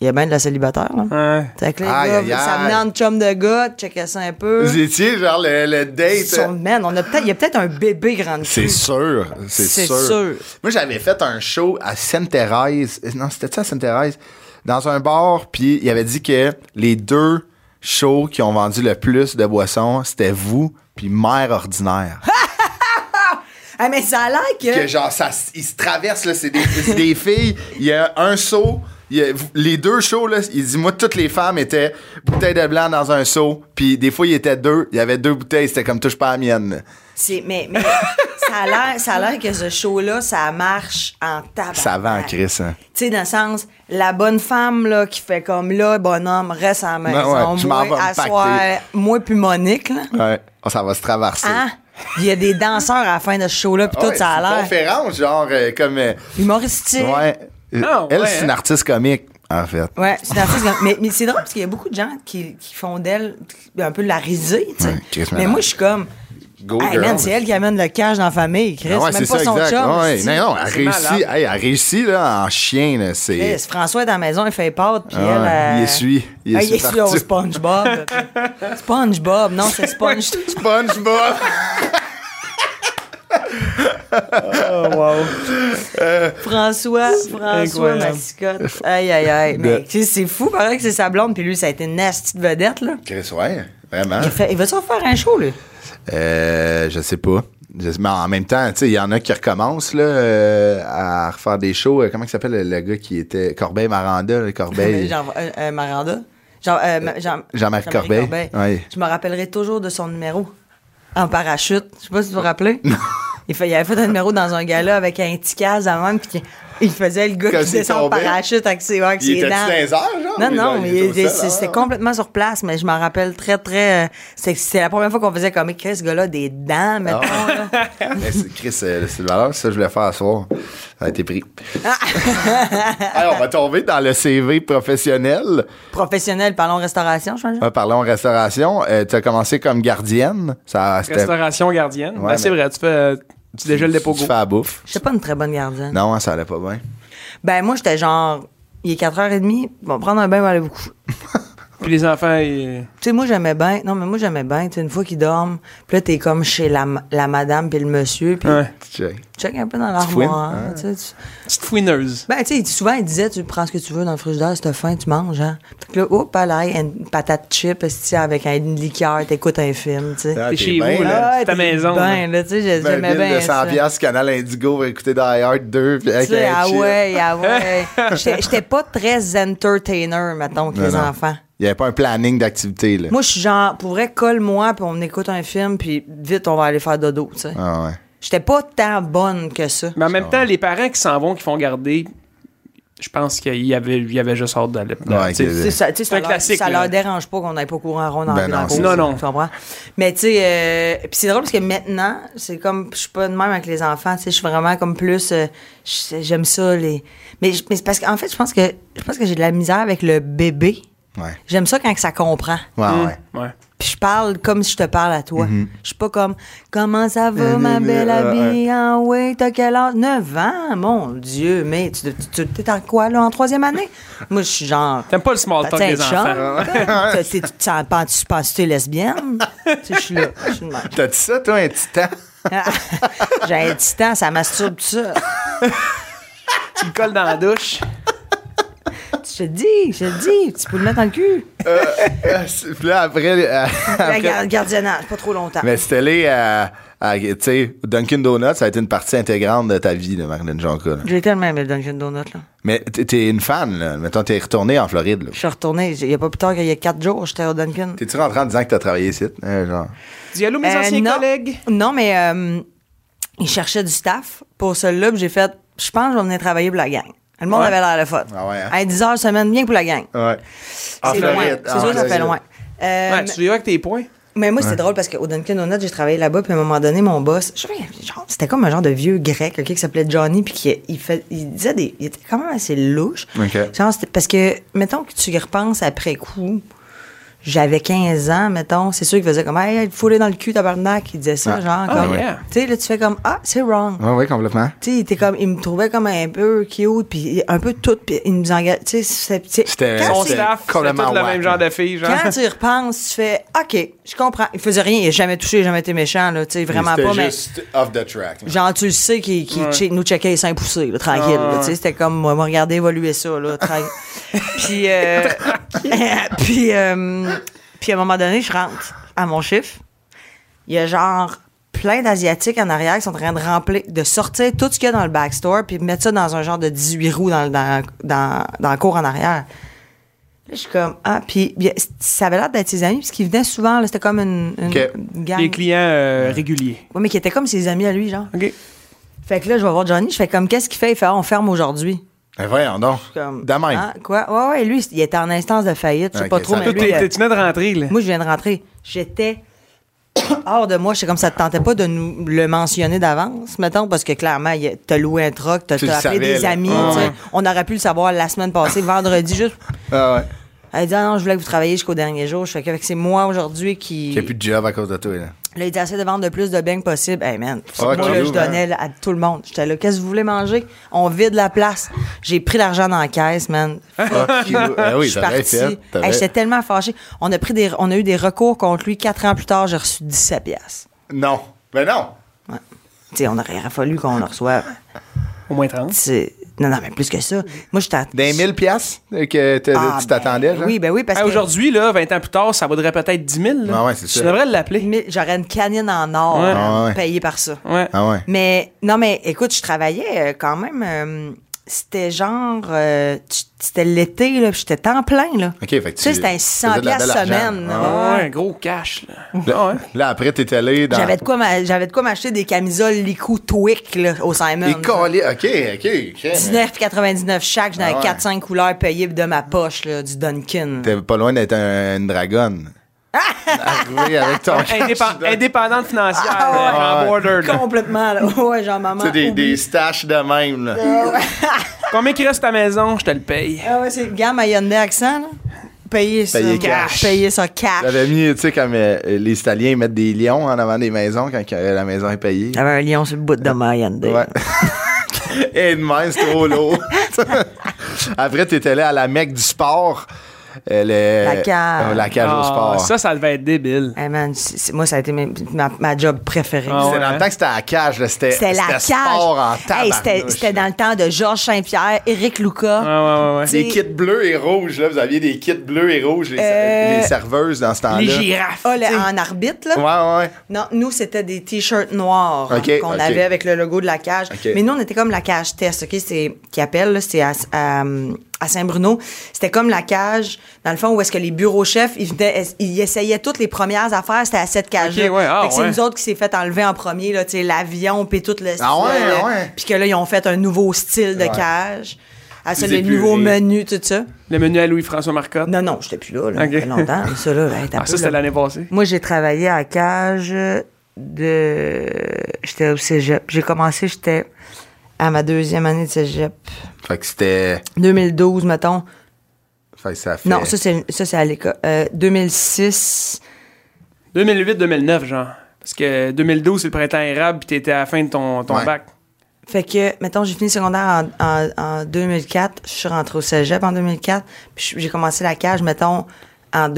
S4: il y a bien de la célibataire, là.
S2: Ouais.
S4: Fait que les
S1: Aïe,
S4: gars,
S1: aïe,
S4: ça
S1: aïe.
S4: venait en chum de gars, checkais ça un peu.
S1: Vous étiez genre le, le date.
S4: Son- man, on a peut-être, il y a peut-être un bébé grandi.
S1: C'est sûr, c'est
S4: Hmm. C'est
S1: sûr.
S4: sûr.
S1: Moi, j'avais fait un show à Sainte-Thérèse. Euh, Non, c'était ça à Sainte-Thérèse. Dans un bar, puis il avait dit que les deux shows qui ont vendu le plus de boissons, c'était vous puis Mère Ordinaire.
S4: Hein? Ah, mais ça a l'air
S1: que
S4: que.
S1: genre, ça, s- ils se traversent, là, c'est des, c'est des filles. Il y a un seau. il y a- les deux shows, là, il dit, moi, toutes les femmes étaient bouteilles de blanc dans un seau. Puis des fois, il y était deux. Il y avait deux bouteilles. C'était comme touche pas à la mienne.
S4: C'est, mais, mais ça, a l'air, ça a l'air que ce show-là, ça marche en tabac.
S1: Ça va en Chris, hein.
S4: Tu sais, dans le sens, la bonne femme là, qui fait comme là, bonhomme, reste à la maison.
S1: Ben ouais, je m'en
S4: moi,
S1: vais me
S4: à soir,
S1: pacter.
S4: moi puis Monique, là.
S1: Ouais. Oh, ça va se traverser.
S4: Hein? Il y a des danseurs à la fin de ce show-là, puis
S1: Ah
S4: tout,
S1: ouais,
S4: ça
S1: c'est
S4: a
S1: une
S4: l'air.
S1: conférence, genre, euh, comme. euh,
S4: Humoristique.
S1: ouais. Euh,
S2: Ah,
S1: elle,
S2: ouais,
S1: c'est une
S2: hein.
S1: artiste comique, en fait.
S4: Ouais, c'est un artiste. mais mais c'est drôle parce qu'il y a beaucoup de gens qui, qui font d'elle un peu de la risée, tu sais.
S1: Ouais, Chris
S4: mais
S1: Ménard.
S4: moi, je suis comme.
S1: Go,
S4: Hey,
S1: girl.
S4: man, c'est elle qui amène le cash dans la famille, Chris.
S1: Ah ouais,
S4: même
S1: c'est
S4: pas
S1: ça,
S4: son
S1: exact.
S4: chum.
S1: Ouais,
S4: c'est-
S1: non, non, elle
S2: Ah, c'est
S1: réussit,
S2: malade.
S1: hey, elle réussit, là, en chien, là, c'est.
S4: Chris, François est dans la maison, il fait pâte, puis
S1: Ah,
S4: elle. euh,
S1: Il essuie. Il
S4: ah,
S1: essuie.
S4: il essuie au
S1: partout.
S4: SpongeBob. SpongeBob, non, c'est Sponge.
S1: SpongeBob.
S4: François, François
S2: incroyable.
S4: Mascotte. Aïe, aïe, aïe. Mais tu sais, c'est fou, pareil que c'est sa blonde, puis lui, ça a été une nasty de vedette, là.
S1: Chris, ouais, vraiment.
S4: Il, fait, il va-tu en faire un show, lui?
S1: Euh, je sais pas. Je sais- mais en même temps, tu sais, il y en a qui recommencent là, euh, à refaire des shows. Euh, Comment il s'appelle le, le gars qui était Corbeil Maranda, là, Corbeil.
S4: Genre, euh, euh, Miranda. Genre, euh, ma- Jean-
S1: Ben, Jean-Marc
S4: Jean-Marie
S1: Corbeil. Ouais.
S4: Je me rappellerai toujours de son numéro en parachute. Je sais pas si vous vous rappelez. il, fait, il avait fait un numéro dans un gala avec un petit casque à même, puis il faisait le gars
S1: Quand
S4: qui
S1: il
S4: descend en
S1: tombait,
S4: parachute avec ses, ouais, avec
S1: il
S4: ses
S1: était
S4: dents.
S1: 15 heures, genre?
S4: Non, non,
S1: mais
S4: mais
S1: il était au
S4: il-
S1: sol,
S4: c'est-
S1: hein?
S4: c'était complètement sur place, mais je m'en rappelle très, très. euh, c'est- C'était la première fois qu'on faisait comme écrit ce gars-là des dents, mettons.
S1: Ah
S4: là.
S1: Mais c'est- Chris, euh, c'est de valeur, ça, je voulais faire à soir. Ça a été pris.
S4: Ah!
S1: Alors, on va tomber dans le CV professionnel.
S4: Professionnel, parlons restauration, je pense.
S1: Euh, parlons restauration. Euh, tu as commencé comme gardienne. Ça, c'était-
S2: Restauration gardienne.
S1: Ouais,
S2: Ben, C'est
S1: mais-
S2: vrai, tu fais. euh, Tu dégèles les pogos.
S1: Tu fais la bouffe.
S4: J'étais pas une très bonne gardienne.
S1: Non, hein, ça allait pas bien.
S4: Ben, moi, j'étais genre, il est 4h30, bon, prendre un bain, on va aller vous coucher.
S2: Puis les enfants, ils.
S4: Tu sais, moi, j'aimais bien. Non, mais moi, j'aimais bien. Tu sais, une fois qu'ils dorment, puis là, t'es comme chez la, la madame puis le monsieur, puis
S2: Ouais.
S1: Tu check.
S4: tu check un peu dans l'armoire.
S1: fouines, hein?
S4: tu sais, tu-
S2: Petite fouineuse.
S4: Ben, tu sais, souvent, il disait, tu prends ce que tu veux dans le frigidaire, si t'as faim, tu manges, hein. Fait que là, oh, pareil, une patate chip, esti, avec un- une liqueur, t'écoutes un film, tu sais.
S1: Ah,
S2: T'es chez
S1: bien,
S2: vous, là. C'est ta maison, hein.
S4: Ben, là, tu sais, j'ai-
S1: Ben,
S4: j'aimais
S1: ville
S4: bien.
S1: de 100
S4: ça.
S1: piastres, Canal Indigo, va écouter Die Hard 2. Puis avec
S4: Tu sais,
S1: un
S4: ah
S1: chill.
S4: ouais, ah ouais. J'étais j'étais pas très entertainer, mettons, que
S1: Non,
S4: les
S1: non.
S4: enfants.
S1: Il n'y avait pas un planning d'activité, là.
S4: Moi, je suis genre, pour vrai, colle-moi, puis on écoute un film, puis vite, on va aller faire dodo, tu sais.
S1: Ah ouais.
S4: J'étais pas tant bonne que ça.
S2: Mais en
S1: Ah
S2: même temps, les parents qui s'en vont, qui font garder, je pense qu'il y avait, il y avait juste hâte d'aller.
S1: Ouais,
S2: tu sais.
S1: que-
S4: Tu sais, ça, tu sais,
S2: C'est
S4: ça
S2: un
S4: leur,
S2: classique,
S4: ça
S2: là.
S4: leur dérange pas qu'on n'aille pas courir en rond dans
S1: Ben
S4: la
S1: non, c'est
S4: cour,
S2: ça. Non, non.
S4: Tu comprends? Mais tu sais, euh, puis c'est drôle parce que maintenant, c'est comme, je suis pas de même avec les enfants, tu sais, je suis vraiment comme plus, euh, je- j'aime ça, les. Mais, je- mais c'est parce qu'en fait, je pense que, je pense que j'ai de la misère avec le bébé.
S1: Ouais.
S4: J'aime ça quand que ça comprend.
S1: Ouais,
S2: Hum,
S4: Hmm.
S1: ouais.
S2: ouais.
S4: Puis je parle comme si je te parle à toi. Je suis pas comme comment ça va ma belle amie ah ouais t'as quel âge 9 ans mon dieu mais tu tu- tu- t'es en quoi là en troisième année moi je suis genre
S2: T'aimes pas le small talk
S4: T'as-tu
S2: des
S4: un
S2: enfants.
S4: chum? T'as- t'es- Tu t'en penses- tu penses que t'es lesbienne? Tu sais, Je suis là. je suis de même.
S1: T'as dit ça, toi, un titan?
S4: J'ai un titan, ça masturbe tout ça.
S2: Tu le colles dans la douche.
S4: Je te dis, je te dis, tu peux le mettre dans le cul.
S1: Puis là, après. euh,
S4: La
S1: après-
S4: gar- gardiennage, pas trop longtemps.
S1: mais c'était allé à. à, tu sais, Dunkin' Donuts, ça a été une partie intégrante de ta vie, là, Marilyn Jonca. là.
S4: J'ai tellement aimé le Dunkin' Donut, là.
S1: Mais t'es- t'es une fan, là. Mettons, t'es retourné en Floride, là.
S4: Je suis retournée, il y a pas plus tard qu'il y a quatre jours, j'étais au Dunkin'.
S1: T'es-tu rentré en disant que t'as travaillé ici? Euh, genre.
S2: Dis allô, mes
S4: Euh,
S2: anciens
S4: non.
S2: collègues.
S4: Non, mais euh, ils cherchaient du staff pour celui-là, puis j'ai fait, je pense que je vais venir travailler pour la gang. Le monde
S2: Ouais.
S4: avait l'air le fun.
S1: Ah ouais, hein?
S4: À 10 heures semaine, bien que pour la gang.
S1: Ouais. En
S4: C'est loin.
S1: Floride,
S4: C'est
S1: en
S4: sûr que ça fait
S1: Floride.
S4: loin. Euh,
S2: Ouais, tu y vas avec tes points.
S4: Mais moi, c'était drôle parce qu'au Dunkin' Donuts, j'ai travaillé là-bas, puis à un moment donné, mon boss, je sais pas, genre, c'était comme un genre de vieux grec, OK, qui s'appelait Johnny, puis qui il fait, il disait des. Il était quand même assez louche.
S1: OK.
S4: Genre, c'était- parce que, mettons que tu y repenses après coup, j'avais 15 ans, mettons, c'est sûr qu'il faisait comme, hey, il fourré dans le cul, tabarnak, il disait ça,
S1: Ah.
S4: genre,
S2: Ah,
S4: comme.
S2: ouais.
S4: Tu sais, là, tu fais comme, ah, c'est wrong.
S1: Ouais, ouais, complètement.
S4: Tu sais, il était comme, il me trouvait comme un peu cute, puis un peu tout, puis il nous engage. Tu sais, c'est- c'est-
S1: C'était-
S4: quand
S2: Son
S4: c'est-
S2: staff, c'est tout
S1: complètement
S2: le
S1: whack,
S2: même genre de fille, genre.
S4: quand tu y repenses, tu fais OK, je comprends. Il faisait rien, il a jamais touché, il a jamais été méchant, là, tu sais, vraiment
S1: C'était
S4: pas,
S1: juste off the track.
S4: mais. Genre, tu le sais qu'il qu'il che- nous checkait les seins poussés, là, tranquille. là, tu sais, C'était comme, moi, moi, regardez évoluer ça, là, tranquille. puis, euh, puis, euh, puis, à un moment donné, je rentre à mon chiffre. Il y a genre plein d'Asiatiques en arrière qui sont en train de remplir, de sortir tout ce qu'il y a dans le backstore, puis mettre ça dans un genre de 18 roues dans, le- dans, dans, dans la cour en arrière. Là, je suis comme, ah, puis bien, c- ça avait l'air d'être ses amis, parce qu'ils venaient souvent, là, c'était comme une, une,
S1: Ok.
S4: une gang.
S2: Les clients euh, réguliers.
S4: Ouais, mais qui étaient comme ses amis à lui, genre.
S2: OK.
S4: Fait que là, je vais voir Johnny, je fais comme, qu'est-ce qu'il fait? Il fait, ah, on ferme aujourd'hui.
S1: Ben voyons donc.
S4: Je suis comme,
S1: De même.
S4: ah, quoi? Ouais, ouais, lui, il était en instance de faillite, je sais
S1: Ok,
S4: pas trop,
S1: ça-
S4: mais
S2: Toi,
S4: lui,
S2: t'es-
S4: euh,
S2: t'es- tu venais de rentrer, là.
S4: moi, je viens de rentrer. J'étais hors de moi. J'étais comme ça, te tentait pas de nous le mentionner d'avance, mettons, parce que clairement, il a- t'as loué un truck, t'as
S1: Tu le
S4: t'as appelé
S1: savais,
S4: des
S1: là.
S4: amis.
S1: Ah,
S4: tu sais.
S1: ouais.
S4: On aurait pu le savoir la semaine passée, vendredi, juste.
S1: Ah ouais.
S4: Elle dit, ah non, je voulais que vous travailliez jusqu'au dernier jour. Je fais que fait que c'est moi aujourd'hui qui.
S1: Il n'y a plus de job à cause de toi, là.
S4: Là, il était assez de vendre le plus de beignes possible. Hey man,
S1: Ah,
S4: moi, là,
S1: cute,
S4: je donnais
S1: hein?
S4: là, à tout le monde. J'étais là, qu'est-ce que vous voulez manger? On vide la place. J'ai pris l'argent dans la caisse, man.
S1: Fuck you. Ah oui,
S4: je suis
S1: t'aurais
S4: partie.
S1: fait. t'aurais-
S4: Hey, J'étais tellement fâchée. On a, pris des, on a eu des recours contre lui. Quatre ans plus tard, j'ai reçu 17 piastres.
S1: Non. Ben non.
S4: Ouais. Tu sais, on aurait fallu qu'on le reçoive.
S2: Au moins 30.
S4: Tu sais, Non, non, mais plus que ça. Moi, j'étais... à-
S1: Des 1000 piastres que t'as-
S4: Ah,
S1: tu t'attendais,
S4: ben
S1: genre?
S4: Oui, ben oui, parce
S2: Ah,
S4: que...
S2: Aujourd'hui, là, 20 ans plus tard, ça vaudrait peut-être 10 000. Là.
S1: Ah ouais, c'est
S2: tu
S1: ça.
S2: devrais l'appeler.
S4: Mais J'aurais une canine en or
S2: Ouais.
S1: Ah ouais.
S4: payée par ça.
S2: Ouais.
S1: Ah ouais.
S4: Mais non, mais écoute, je travaillais euh, quand même. euh, c'était genre, euh, tu- c'était l'été là, puis j'étais temps plein là.
S1: OK, fait que
S4: Tu sais,
S1: tu-
S4: c'était un
S1: tu
S4: 600
S1: faisais de la
S4: piastres
S1: belle argent.
S4: semaine. là.
S2: Ah
S4: Ouais.
S2: ouais, gros cash, là. Ah
S1: Là,
S2: ouais.
S1: là, après, t'es allé dans.
S4: J'avais de quoi m'a- j'avais de quoi m'acheter des camisoles Licou Twic là, au Simon.
S1: Et collé. OK, OK, OK. mais
S4: 19,99 chaque, j'en
S1: Ah
S4: avais
S1: ouais.
S4: 4-5 couleurs payées de ma poche là, du Dunkin.
S1: T'es pas loin d'être un, une dragonne. Arrivé avec ton.
S2: Indépen- indépendante financière,
S4: Ah ouais.
S2: là, genre border, là.
S4: Complètement là. Ouais, genre maman.
S1: Tu sais, des,
S4: oublie.
S1: des staches de même, là.
S2: Combien qui reste à la maison, je te le paye.
S4: Ah ouais, c'est gamme à Hyundai Accent là. Payer ça.
S1: Payer cash.
S4: Payer ça cash.
S1: J'avais mis, tu sais, comme euh, les Italiens mettent des lions en avant des maisons quand euh, la maison est payée.
S4: J'avais un lion sur le bout de ma Hyundai.
S1: Ouais. Et de même, c'est trop lourd. Après, t'étais là à la mecque du sport. Euh, le-
S4: La cage.
S1: Euh, la cage au
S2: Ah,
S1: sport.
S2: Ça, ça devait être débile.
S4: Hey man, c'est- c'est- moi, ça a été mes- ma, ma job préférée.
S2: Ah
S1: C'était
S2: ouais,
S1: dans le
S2: hein?
S1: temps que c'était à la cage. là, C'était
S4: C'était la
S1: c'était
S4: cage.
S1: sport en
S4: Hey,
S1: tabarnouche. Ah
S4: c'était, c'était dans le temps de Georges Saint-Pierre, Éric
S2: Ouais,
S4: Lucas.
S2: ouais, ouais, ouais.
S1: Des kits bleus et rouges. Là, vous aviez des kits bleus et rouges, les,
S4: Euh,
S1: les serveuses dans ce temps-là.
S2: Les girafes.
S4: Ah, le- en arbitre, là.
S1: Ouais, ouais.
S4: Non, nous, c'était des t-shirts noirs hein,
S1: Ok,
S4: qu'on
S1: ok.
S4: avait avec le logo de la cage.
S1: Ok.
S4: Mais nous, on était comme la cage test, OK? C'est, qui appelle, là, c'est à, à- à Saint-Bruno. C'était comme la cage, dans le fond, où est-ce que les bureaux chefs, ils, venaient- ils essayaient toutes les premières affaires, c'était à cette cage-là.
S2: Ok, ouais, ah,
S4: Fait que c'est
S2: ouais.
S4: nous autres qui s'est fait enlever en premier, là, tu sais, l'avion, puis tout le...
S1: Ah ouais,
S4: le-
S1: ah ouais.
S4: Puis que là, ils ont fait un nouveau style de cage. À ça,
S1: Plus
S4: le nouveau
S1: épuré.
S4: menu, tout ça.
S2: Le menu à Louis-François Marcotte.
S4: Non, non, j'étais plus là, là,
S2: Ok.
S4: ça fait longtemps. Mais ça, là, hey, t'as
S2: Ah,
S4: peu,
S2: ça, c'était
S4: là.
S2: l'année passée.
S4: Moi, j'ai travaillé à cage de. J'étais au cégep. J'ai commencé, j'étais à ma deuxième année de cégep.
S1: Fait que c'était.
S4: 2012, mettons.
S1: Fait que ça fait.
S4: Non, ça, c'est, ça, c'est à l'école. Euh, 2006.
S2: 2008-2009, genre. Parce que 2012, c'est le printemps érable, puis t'étais à la fin de ton, ton
S1: Ouais.
S2: bac.
S4: Fait que, mettons, j'ai fini secondaire en, en, en 2004. Je suis rentrée au cégep en 2004. Puis j'ai commencé la cage, mettons, en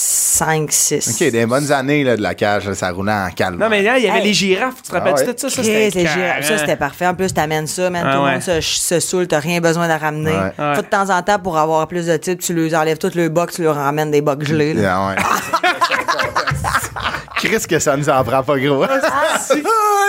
S4: 2005-6.
S1: OK, des bonnes années là, de la cage, là, ça roulait en calme.
S2: Non, mais là, il y avait
S4: Hey.
S2: les girafes, tu te rappelles-tu
S1: Ah ouais.
S2: de ça? Ça,
S4: Chris, les
S2: c'était
S4: girafes, Ça, c'était
S2: carré.
S4: parfait. En plus, t'amènes ça, man.
S2: Ah
S4: tout le
S2: ouais.
S4: monde se, se saoule, t'as rien besoin de ramener.
S1: Ouais.
S2: Ouais.
S4: Faut de temps en temps, pour avoir plus de types, tu leur enlèves tout le box, tu leur ramènes des box gelés. là.
S1: Ah ouais. Ah, Chris, que ça nous en prend pas gros.
S4: Ah, ah,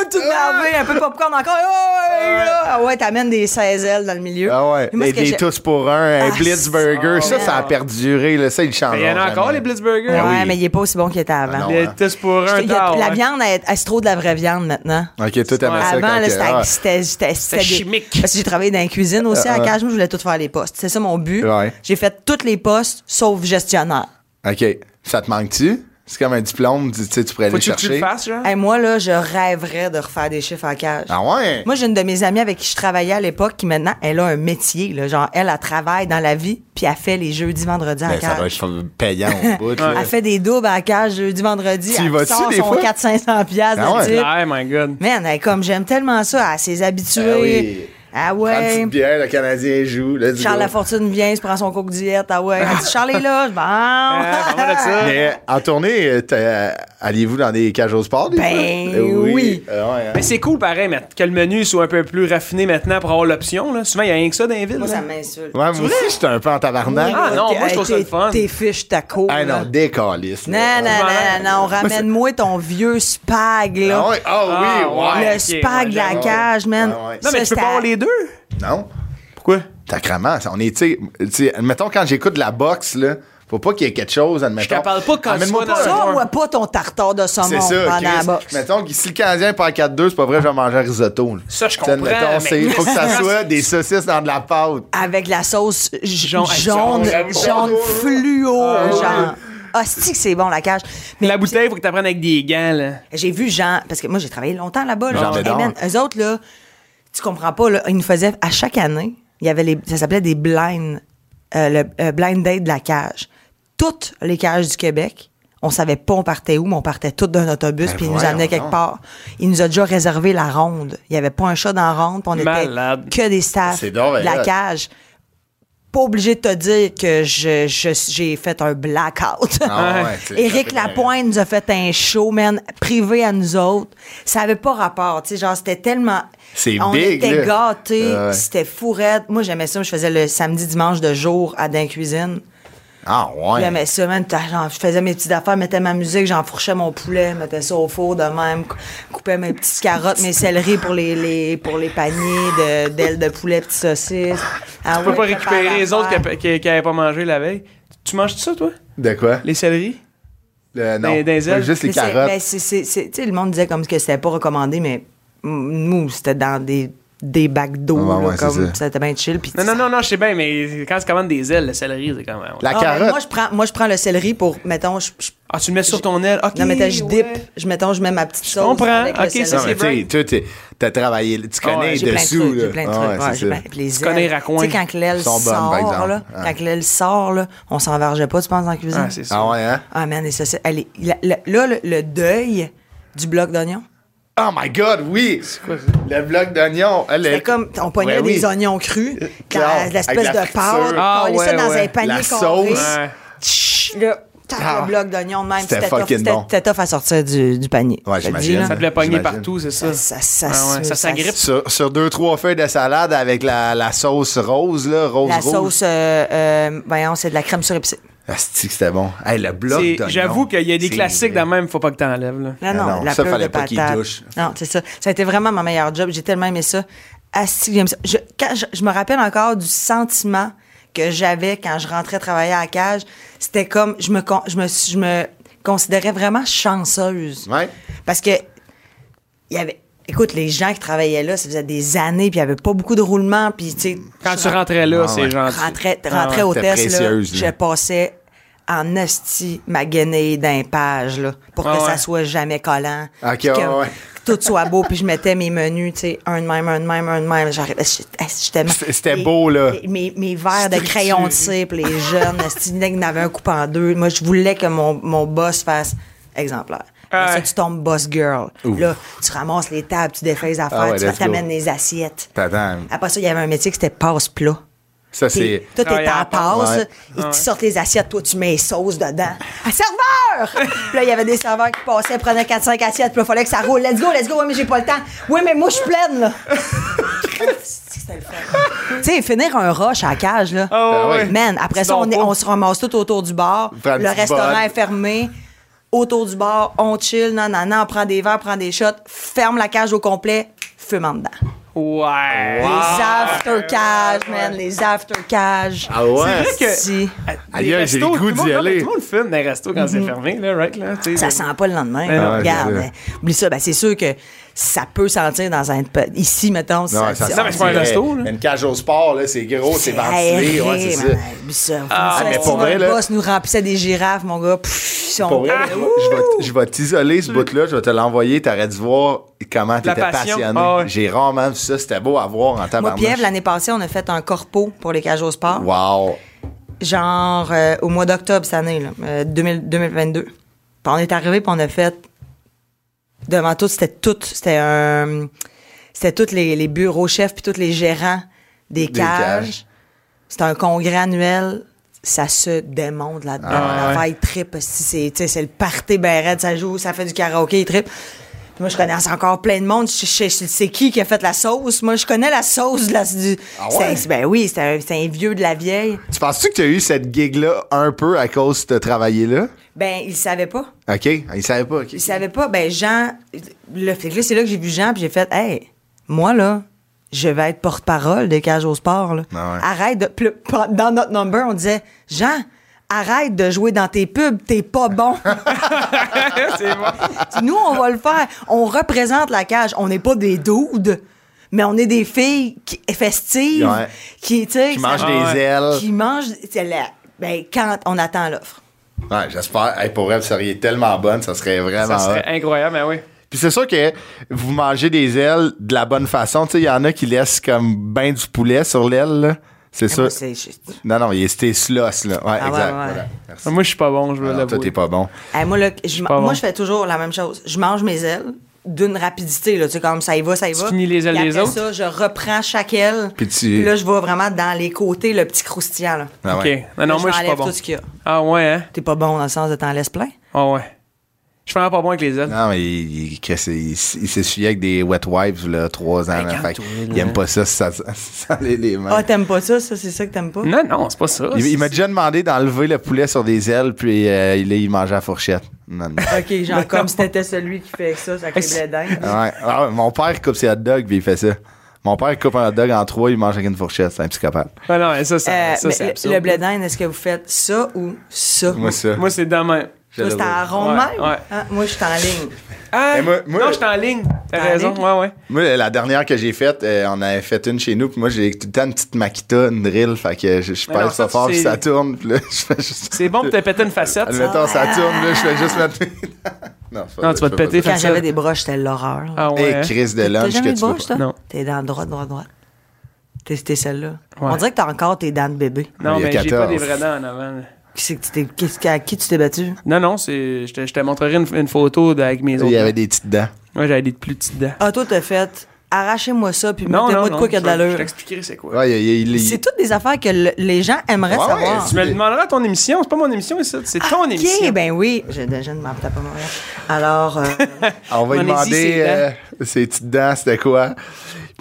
S4: tout nerveux, un peu de popcorn encore. Oh, là. Ah ouais, t'amènes des 16 ailes dans le milieu.
S1: Ah ouais,
S4: Et moi,
S1: des,
S4: ce que
S1: des
S4: j'ai-
S1: tous pour un, un
S4: Ah,
S1: Blitzburger,
S4: c'est-
S1: ça, ça a perduré, là, ça, il change.
S2: Mais il y en a encore, les Blitzburgers.
S1: Ah oui.
S4: Ouais, mais il est pas aussi bon qu'il était avant.
S1: Ah non.
S2: Les tests pour un
S4: Il y a-
S2: tard,
S4: la
S2: ouais.
S4: viande, elle, elle se trouve de la vraie viande maintenant.
S1: Ok, tout aimait ça.
S4: Avant,
S1: quand
S4: là,
S1: que-
S4: c'était-
S1: ah,
S4: c'était c'était- c'était
S2: C'était
S4: des-
S2: chimique.
S4: Parce que j'ai travaillé dans la cuisine aussi à
S1: ouais.
S4: Cajou, je voulais tout faire les postes. C'est ça mon but.
S1: Ah, Ouais.
S4: J'ai fait tous les postes sauf gestionnaire.
S1: OK. Ça te manque-tu? C'est comme un diplôme, tu tu sais, tu pourrais aller
S2: Faut-tu que tu le
S1: chercher.
S2: fasses, genre?
S4: Et moi, là, je rêverais de refaire des chiffres à cage.
S1: Ah ouais?
S4: Moi, j'ai une de mes amies avec qui je travaillais à l'époque qui maintenant, elle a un métier. là. genre, elle, elle travaille dans la vie, puis elle fait les jeudis, vendredis à
S1: Ben, ça
S4: cage.
S1: va être payant au bout. là.
S4: Elle fait des doubles à la cage jeudi, vendredi.
S1: Tu y
S4: elle
S1: vas-tu
S4: sort
S1: des
S4: son
S1: fois?
S4: 400-500 piastres
S1: Ah
S4: de
S1: ouais.
S4: type.
S2: Ah, my God.
S4: Man, elle est comme j'aime tellement ça, elle s'est habituée.
S1: Ah oui.
S4: Ah
S1: Prends une
S4: ouais.
S1: petite bière, le Canadien joue. let's
S4: Charles
S1: go.
S4: Lafortune vient, se prend son coke diète. Ah ouais. Elle dit, Charles est là. Je dis, Bon.
S2: Ah, parle-moi de ça.
S1: Mais en tournée, euh, t'as- alliez-vous dans des cages au sport? des
S4: Ben,
S1: fois? Euh,
S4: oui.
S1: Euh, ouais, hein.
S2: Mais Ben, c'est cool, pareil, mais que le menu soit un peu plus raffiné maintenant pour avoir l'option. Là. Souvent, il y a rien que ça dans les villes. hein.
S4: Moi,
S2: là.
S4: ça
S1: Ouais,
S4: m'insulte.
S1: moi aussi, j'étais un peu en tabarnak.
S2: Ah, non,
S4: T'es-
S2: moi, je trouve ça
S4: t'es-
S2: le fun.
S4: T'es fiche ta cour.
S1: Ah
S4: là.
S1: non, décaliste.
S4: Non, non, non, non, non, ramène-moi ton vieux spag, là.
S1: Ah ouais, ah oui,
S2: Ah,
S1: ouais.
S4: le
S2: ok,
S4: spag
S2: ouais,
S4: de la
S2: j'avoue.
S4: cage, man.
S1: Ouais, ouais.
S2: Non, mais
S4: Ça,
S2: tu peux
S4: c'était-
S2: pas avoir les deux.
S1: Non,
S2: Pourquoi?
S1: sacrement, ça, on est, tu sais, tu sais, admettons, quand j'écoute de la boxe, là, faut pas qu'il y ait quelque chose, admettons.
S2: Je te parle pas quand
S1: Amène-moi
S2: tu sois
S1: pas
S2: dans
S1: un-
S4: Ça, on voit pas ton tartare de saumon
S1: C'est ça,
S4: pendant la
S1: Chris.
S4: boxe.
S1: Mettons que si le Canadien part 4-2, c'est pas vrai, je vais manger un risotto. là.
S2: Ça, je
S1: Tu sais,
S2: comprends,
S1: admettons,
S2: mais-
S1: c'est- faut que ça soit des saucisses dans de la pâte.
S4: Avec la sauce j-
S2: Jaune-
S4: jaune, jaune,
S2: jaune,
S4: fluo,
S2: Ah, ouais.
S4: genre. Hostie que c'est bon, la cage. Mais
S2: La bouteille, faut que tu apprennes avec des gants. Là.
S4: J'ai vu Jean, parce que moi, j'ai travaillé longtemps là-bas. Là,
S1: Jean Bédard.
S4: man, eux autres, là, tu comprends pas, là, ils nous faisaient, à chaque année, il y avait les, ça s'appelait des blind, euh, le euh, blind date de la cage. Toutes les cages du Québec, on savait pas on partait où, mais on partait toutes d'un autobus, puis ils nous
S1: Ben voyons
S4: amenaient quelque
S1: donc.
S4: part. Ils nous ont déjà réservé la ronde. Il y avait pas un chat dans la ronde, puis on
S2: Malade.
S4: était que des staffs
S1: C'est
S4: de
S1: donc
S4: la
S1: raide.
S4: cage. Pas obligé de te dire que je- je- j'ai fait un blackout.
S1: Ah
S2: Ouais.
S1: ouais, tu sais,
S4: Éric
S1: ça fait-
S4: Lapointe nous a fait un show, man, privé à nous autres. Ça avait pas rapport, tu sais, genre, c'était tellement...
S1: C'est
S4: On
S1: big, là.
S4: était gâtés,
S1: Ah ouais.
S4: c'était fourrette. Moi, j'aimais ça, je faisais le samedi, dimanche de jour à Dain Cuisine.
S1: Ah ouais.
S4: J'aimais ça, man, t'as- genre, je faisais mes petites affaires, mettais ma musique, j'enfourchais mon poulet, mettais ça au four de même, cou- coupais mes petites carottes, mes céleris pour les, les- pour les paniers de- d'ailes de, poulet, petites saucisses. Ah
S2: Tu peux
S4: ouais,
S2: pas
S4: prépare
S2: récupérer les autres qui
S4: l'affaire.
S2: n'avaient pas mangé la veille. Tu manges tout ça, toi?
S1: De quoi?
S2: Les céleris?
S1: Le- Euh, non,
S2: Des- des ailes.
S1: juste les
S4: Mais c'est- mais
S1: carottes.
S4: c'est- c'est- c'est- tu sais, le monde disait comme que c'était pas recommandé, mais m- nous, c'était dans des, des bacs d'eau,
S1: Ouais,
S4: là,
S1: ouais, c'est
S4: comme
S1: ça.
S4: c'était bien chill. puis
S2: Non,
S4: tu-
S2: non, non, non, je sais bien, mais quand tu commandes des ailes, le céleri, c'est quand même.
S1: La
S4: Ah, mais
S1: carotte.
S4: moi, je prends, moi, je prends le céleri pour, mettons, je, je-
S2: Ah, tu le mets sur ton aile. Ok.
S4: non, mettons, je dip,
S2: ouais.
S4: je, mettons, je mets ma petite sauce.
S2: comprends.
S4: avec le
S2: Ok, ça,
S4: céleri.
S1: Non, mais
S2: c'est vrai.
S1: tu sais, toi, t'es- t'as travaillé, tu
S2: Ah ouais,
S1: connais
S4: J'ai plein de
S1: dessous.
S4: trucs,
S1: là.
S4: j'ai plein de
S1: Ah
S4: trucs.
S1: ouais,
S4: ouais,
S1: c'est
S4: j'ai
S1: ça.
S4: plein- puis les
S2: Tu connais
S4: ailes.
S2: Raccoin.
S4: Tu sais, quand l'aile
S1: Ils sont
S4: sort,
S1: bonnes, par exemple.
S4: là,
S1: Ouais.
S4: quand l'aile sort, là, on s'envergeait pas, tu penses, en cuisine?
S2: Ah, c'est ça.
S1: Ah ouais, hein?
S4: Ah, man, et ça, c'est- elle est- la- la- là, le, le deuil du bloc d'oignon.
S1: Oh my god, oui! Le bloc d'oignon. elle est-
S4: C'était comme, on pognait
S1: Ouais, oui.
S4: des oignons crus, dans
S1: Claire,
S4: l'espèce
S1: avec la
S4: de pâte,
S1: friture.
S2: Ah,
S4: on collait
S2: ouais,
S4: ça dans
S2: ouais.
S4: un panier
S1: La
S4: carré.
S1: sauce.
S2: Ouais.
S4: Tch, là, tac,
S1: Ah.
S4: le bloc d'oignon de même.
S1: C'était
S4: tough,
S1: fucking
S4: c'était-
S1: bon.
S4: C'était tough à sortir du, du panier.
S1: Ouais,
S4: Je te dis,
S1: j'imagine.
S4: là.
S2: Ça te le pogner
S1: J'imagine.
S2: partout, c'est ça.
S4: Ça, Ben, ça, ça,
S2: Ah ouais,
S4: se-
S2: ça s'agrippe.
S1: Sur, sur deux, trois feuilles de salade avec la, la sauce rose, là, rose
S4: La
S1: rouge.
S4: sauce, euh, euh, voyons, c'est de la crème surépicée.
S1: Asti que c'était bon. Hey, le bloc
S2: C'est-
S1: d'oignon.
S2: J'avoue qu'il y a des
S1: C'est-
S2: classiques dans le même, faut pas que t'enlèves. Là.
S4: Non, non,
S1: Ah non,
S4: de la
S1: ça,
S4: peur
S1: fallait
S4: de
S1: pas qu'il
S4: patate.
S1: touche.
S4: Non, c'est ça. Ça a été vraiment mon meilleur job. J'ai tellement aimé ça. Asti, j'aime ça. Je, quand je, je me rappelle encore du sentiment que j'avais quand je rentrais travailler à la cage. C'était comme, je me, con- je me, suis- je me considérais vraiment chanceuse.
S1: Ouais.
S4: Parce que, il y avait, écoute, les gens qui travaillaient là, ça faisait des années, puis il y avait pas beaucoup de roulement, puis tu sais.
S2: Quand tu
S4: je
S2: rentrais là,
S1: Ah,
S2: c'est
S1: ouais.
S2: gentil.
S4: rentrais,
S2: Ah,
S4: rentrais au
S1: t'étais
S4: test, là,
S1: précieuse, là.
S4: je passais en esti ma guenille d'un page là, pour
S2: Ah
S4: que
S2: ouais.
S4: ça soit jamais collant.
S1: Ok, ah,
S4: puis que
S1: ouais, ouais.
S4: tout soit beau, puis je mettais mes menus, tu sais, un de même, un de même, un de même. J'arrivais, j'étais- esti, j'étais tellement-
S1: C'était- c'était
S4: les-
S1: beau, là.
S4: les- Mes, mes verres de
S1: Structuré.
S4: crayon de cire, puis les jeunes, esti, il y en a qui en avaient un coupe en deux. Moi, je voulais que mon, mon boss fasse exemplaire.
S1: Ah,
S4: Après
S2: Ouais.
S4: ça, tu tombes boss girl. Là, tu ramasses les tables, tu défais les affaires,
S1: Ah ouais,
S4: tu vas-
S1: let's go.
S4: t'amènes les assiettes.
S1: T'attends.
S4: Après ça, il y avait un métier qui c'était passe-plat.
S1: Ça,
S4: T'es-
S1: c'est.
S4: Toi, t'es
S2: Travailler à
S4: en
S2: la pâte.
S4: passe,
S1: Ouais.
S4: ils te sortent les assiettes, toi, tu mets les sauces dedans. Ah, serveur! puis là, il y avait des serveurs qui passaient, prenaient 4-5 assiettes, puis il fallait que ça roule. Let's go, let's go, ouais, mais j'ai pas le temps. Oui, mais moi, je suis pleine, là. C'était le fun. tu sais, finir un rush à la cage, là.
S2: Ah ouais,
S1: Ah ouais.
S2: ouais.
S4: Man, après
S2: Tu
S4: ça, on,
S2: dors
S4: est-
S2: pas.
S4: on se ramasse tout autour du bar.
S1: Prends une
S4: le
S1: petite
S4: restaurant
S1: botte.
S4: est fermé. autour du bar, on chill, non, non, non, on prend des verres, prend des shots, ferme la cage au complet, fume en dedans.
S2: Ouais.
S4: Les after cages, man, les after cages.
S1: Ah ouais?
S2: C'est vrai que-
S4: Si.
S1: Aïe, aïe, j'ai le goût d'y aller.
S2: Tout le monde fume dans les restos quand c'est fermé, là, right? Là, tu sais.
S4: Ça sent pas le lendemain.
S1: Ben non. Ouais,
S4: Regarde,
S1: c'est ça.
S4: mais oublie ça. Ben, c'est sûr que ça peut sentir dans un. pe- Ici, mettons, ah,
S1: Non, ça,
S2: mais c'est pas un
S1: vrai.
S2: resto, là.
S1: Une cage au sport, là, c'est gros, c'est ventilé.
S4: aéré,
S1: Ouais, c'est ça.
S4: man. Oublie ça. Ah,
S1: mais
S4: mais
S1: pour vrai, là-
S4: Le boss nous remplissait des girafes, mon gars. Pff, si on-
S1: Pour vrai,
S4: Ah,
S1: je vais- je vais t- je vais t'isoler ce bout-là, je vais te l'envoyer, t'aurais dû voir comment t'étais
S2: passion.
S1: passionné.
S2: Ah ouais.
S1: J'ai rarement vu ça, c'était beau à voir en
S4: Moi,
S1: tabarnak.
S4: Piève, l'année passée, on a fait un corpo pour les cages au sport.
S1: Wow.
S4: Genre, euh, au mois d'octobre cette année, là, euh, 2000 2022. Puis on est arrivé, puis on a fait. Devant tout, c'était tout. C'était un. C'était tous les, les bureaux chefs, puis tous les gérants des,
S1: Des
S4: cages.
S1: cages.
S4: C'était un congrès annuel. Ça se démonte là-dedans.
S2: Ah,
S4: La
S2: ouais.
S4: vibe trip. si C'est tu sais, c'est le party ben raide, ça joue, ça fait du karaoké, trip. Moi, je connais encore plein de monde. Je, je- je- c'est qui qui a fait la sauce? Moi, je connais la sauce. de La, du-
S1: Ah ouais?
S4: c'est- ben oui, c'est un- c'est un vieux de la vieille.
S1: Tu penses-tu que tu as eu cette gig-là un peu à cause de travailler-là?
S4: Ben, il savait pas.
S1: OK, il savait pas. OK.
S4: Il savait pas. Ben, Jean, le fait que là, c'est là que j'ai vu Jean, puis j'ai fait, hey, moi, là, je vais être porte-parole des cages au sport, là.
S1: Ah ouais.
S4: Arrête de. Puis là, pa- dans notre number, on disait, Jean, arrête de jouer dans tes pubs, t'es pas bon.
S2: c'est bon.
S4: Nous, on va le faire. On représente la cage. On n'est pas des doudes, mais on est des filles qui, festives,
S1: Ouais.
S4: qui, tu sais,
S1: Qui
S4: ça-
S1: mange
S2: Ah
S1: des
S2: ouais.
S1: ailes.
S4: qui mangent. c'est la- Ben, quand on attend l'offre.
S1: Ouais, j'espère. Hey, pour vrai, vous seriez tellement bonne, ça serait vraiment
S2: Ça serait
S1: hot.
S2: incroyable, mais oui.
S1: Puis c'est sûr que vous mangez des ailes de la bonne façon. Tu sais, il y en a qui laissent comme ben du poulet sur l'aile, là. C'est
S4: Moi,
S1: sûr.
S4: Ah, c'est- je-
S1: Non, non, il est- c'était sloss, là. Ouais,
S4: ouais,
S1: exact.
S4: ouais.
S1: voilà. Merci.
S2: Ah, Moi, je suis pas bon, je veux
S1: Non, toi,
S2: l'avouer.
S1: t'es pas bon.
S4: Hey, moi, là, je,
S2: pas
S4: moi
S2: bon.
S4: je fais toujours la même chose. Je mange mes ailes d'une rapidité, là, tu sais, comme ça y va, ça y va.
S2: finis les ailes
S4: Puis
S2: des
S4: après
S2: autres?
S4: ça, je reprends chaque aile.
S1: Puis tu-
S4: là, je vais vraiment dans les côtés, le petit croustillant. Là.
S1: Ah ouais.
S2: OK. Non, non,
S4: Là,
S2: moi, je suis pas
S4: m'enlève
S2: bon.
S4: tout ce qu'il y a.
S2: Ah, ouais, hein?
S4: T'es pas bon dans le sens de t'en laisses plein.
S2: Ah, ouais. Je suis vraiment pas bon avec les ailes.
S1: Non, mais il, il, qu'est-ce- il, s- il s'essuyait avec des wet wipes, là, trois ans. là, fait que il aime pas ça, ça, ça, ça les, les mains.
S4: Ah, t'aimes pas ça, ça, c'est ça que t'aimes pas?
S2: Non, non, c'est pas ça.
S1: il il m'a déjà demandé d'enlever le poulet sur des ailes, puis euh, il- là, il mangeait à la fourchette. Non, non.
S4: Ok, genre, comme si t'étais celui qui fait ça, ça crée
S2: Est-ce-
S4: de dingue.
S1: Ouais. Ah ouais, mon père coupe ses hot dogs, puis il fait ça. Mon père coupe un hot dog en trois, il mange avec une fourchette. C'est un psychopathe.
S2: Ah, non, ça, ça,
S4: Euh,
S2: ça
S4: mais
S2: c'est
S4: le-
S2: absurde.
S4: le blé d'Inde, est-ce que vous faites ça ou ça?
S1: Moi, ça.
S2: Moi, c'est dans ma...
S4: Toi, c'est en rond de
S2: Ouais,
S4: même?
S2: ouais.
S4: Ah, moi, je suis en ligne.
S2: Ah,
S1: Mais moi- moi-
S2: non, je suis en ligne. T'as
S4: en
S2: raison,
S4: ligne?
S2: ouais, ouais.
S1: Moi, la dernière que j'ai faite, euh, on avait fait une chez nous, puis moi, j'ai tout le temps une petite maquita, une drill, fait que je, je
S2: Mais
S1: parle
S2: non, ça,
S1: ça fort, puis
S2: c'est-
S1: ça tourne, puis là, je fais juste.
S2: C'est bon pour te péter une facette. ça.
S1: Admettons, ça tourne, là, je fais juste mettre. non, c'est pas vrai,
S2: Non, tu vas te
S1: je fais
S2: péter.
S1: pas
S4: Quand
S2: Facile.
S4: j'avais des broches, c'était l'horreur.
S2: Ah,
S1: ça.
S2: ouais. hein?
S1: Hey, crise de
S4: T'as
S1: lunch que
S4: jamais eu de
S1: tu veux
S4: broche,
S1: pas.
S4: toi?
S2: Non.
S4: T'es dans droite, droite, droite. T'es, t'es celle-là.
S2: Ouais.
S4: On dirait que t'as encore tes dents de bébé.
S2: Non,
S1: Il y a
S2: mais j'ai pas
S1: 14.
S2: des vrais dents en avant. là.
S4: Qui c'est que tu t'es, qu'est-ce que- à qui tu t'es battu?
S2: Non, non, c'est... Je te, je te montrerai une, une photo de- avec mes autres.
S1: Il y
S2: dents.
S1: avait des petites dents.
S2: Moi, j'avais des plus petites dents.
S4: Ah, toi, t'as fait arrachez-moi ça, puis
S2: Non, non,
S4: mettez-moi de
S2: non,
S4: quoi qu'il y a de
S2: je vais- Je
S4: l'allure.
S2: t'expliquerai c'est quoi.
S1: Ouais, il, il, il-
S4: C'est toutes des affaires que le- les gens aimeraient
S1: Ouais, ouais,
S4: savoir.
S1: c'est
S2: Tu me le demanderas à ton émission. C'est pas mon émission, ça. C'est ton
S4: Ok,
S2: émission.
S4: ben oui. Je, je ne m'en tape pas mon rire. Alors, euh,
S1: On va lui
S2: Mon Izzy,
S1: demander
S2: ses
S1: euh, ses petites dents, c'était quoi.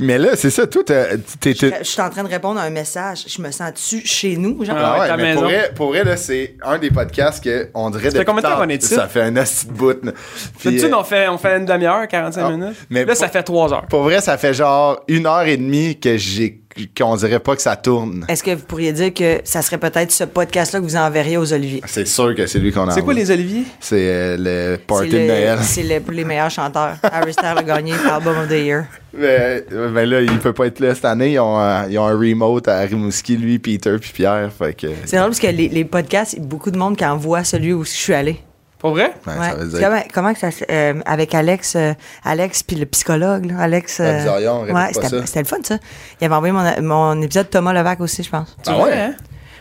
S1: Mais là, c'est ça, toi, t'as- t'es. t'es-
S4: je suis en train de répondre à un message. Je me sens dessus chez nous, genre.
S2: Ah ouais, ta
S1: mais pour
S2: maison.
S1: vrai, pour vrai, là, c'est un des podcasts que on dirait
S2: fait combien de temps qu'on est dessus?
S1: Ça fait un assis de bout. là. Puis,
S2: D'habitude,
S1: euh,
S2: on fait, on fait une demi-heure, 45
S1: Ah,
S2: minutes.
S1: mais
S2: là,
S1: pour-
S2: ça fait 3 heures.
S1: Pour vrai, ça fait genre une heure et demie que j'ai qu'on dirait pas que ça tourne.
S4: Est-ce que vous pourriez dire que ça serait peut-être ce podcast-là que vous enverriez aux oliviers?
S1: C'est sûr que c'est lui qu'on a.
S2: C'est quoi les oliviers?
S1: C'est euh, le
S4: C'est
S1: party de
S4: le-
S1: Noël.
S4: C'est le- les meilleurs chanteurs. Harry Styles a gagné Album of the Year.
S1: Mais, mais là, il peut pas être là cette année. Ils ont, un- ils ont un remote à Rimouski, lui, Peter, puis Pierre. Fait que. ouais,
S4: C'est drôle parce que les, les podcasts, il y a beaucoup de monde qui envoie celui où je suis allée.
S2: Pour vrai?
S1: ben, Ça
S4: Ouais.
S1: veut
S4: C'est
S1: dire.
S4: Comment, comment que ça se- euh, avec Alex, euh, Alex puis le psychologue, là, Alex. euh,
S1: Ah, Bizarion, répète pas
S4: ouais,
S1: ça.
S4: c'était c'était le fun ça. Il avait envoyé mon, mon épisode de Thomas Levac aussi, je pense.
S1: Ah
S2: Tu vois,
S1: ouais?
S2: hein?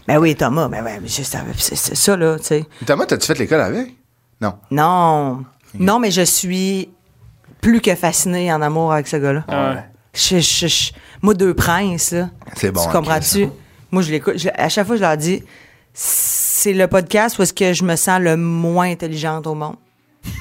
S4: Ben oui, Thomas, ben ouais, mais je savais- c'est c'est ça là, tu sais.
S1: Thomas, t'as-tu fait l'école avec? Non.
S4: Non, non, mais je suis plus que fascinée en amour avec ce gars-là.
S2: Ah Ouais.
S4: Je- je- je- moi, deux princes, là.
S1: C'est bon,
S4: Tu
S1: hein,
S4: comprends-tu? Moi, je l'écoute. Je- À chaque fois, je leur dis, c'est le podcast où est-ce que je me sens le moins intelligente au monde. tu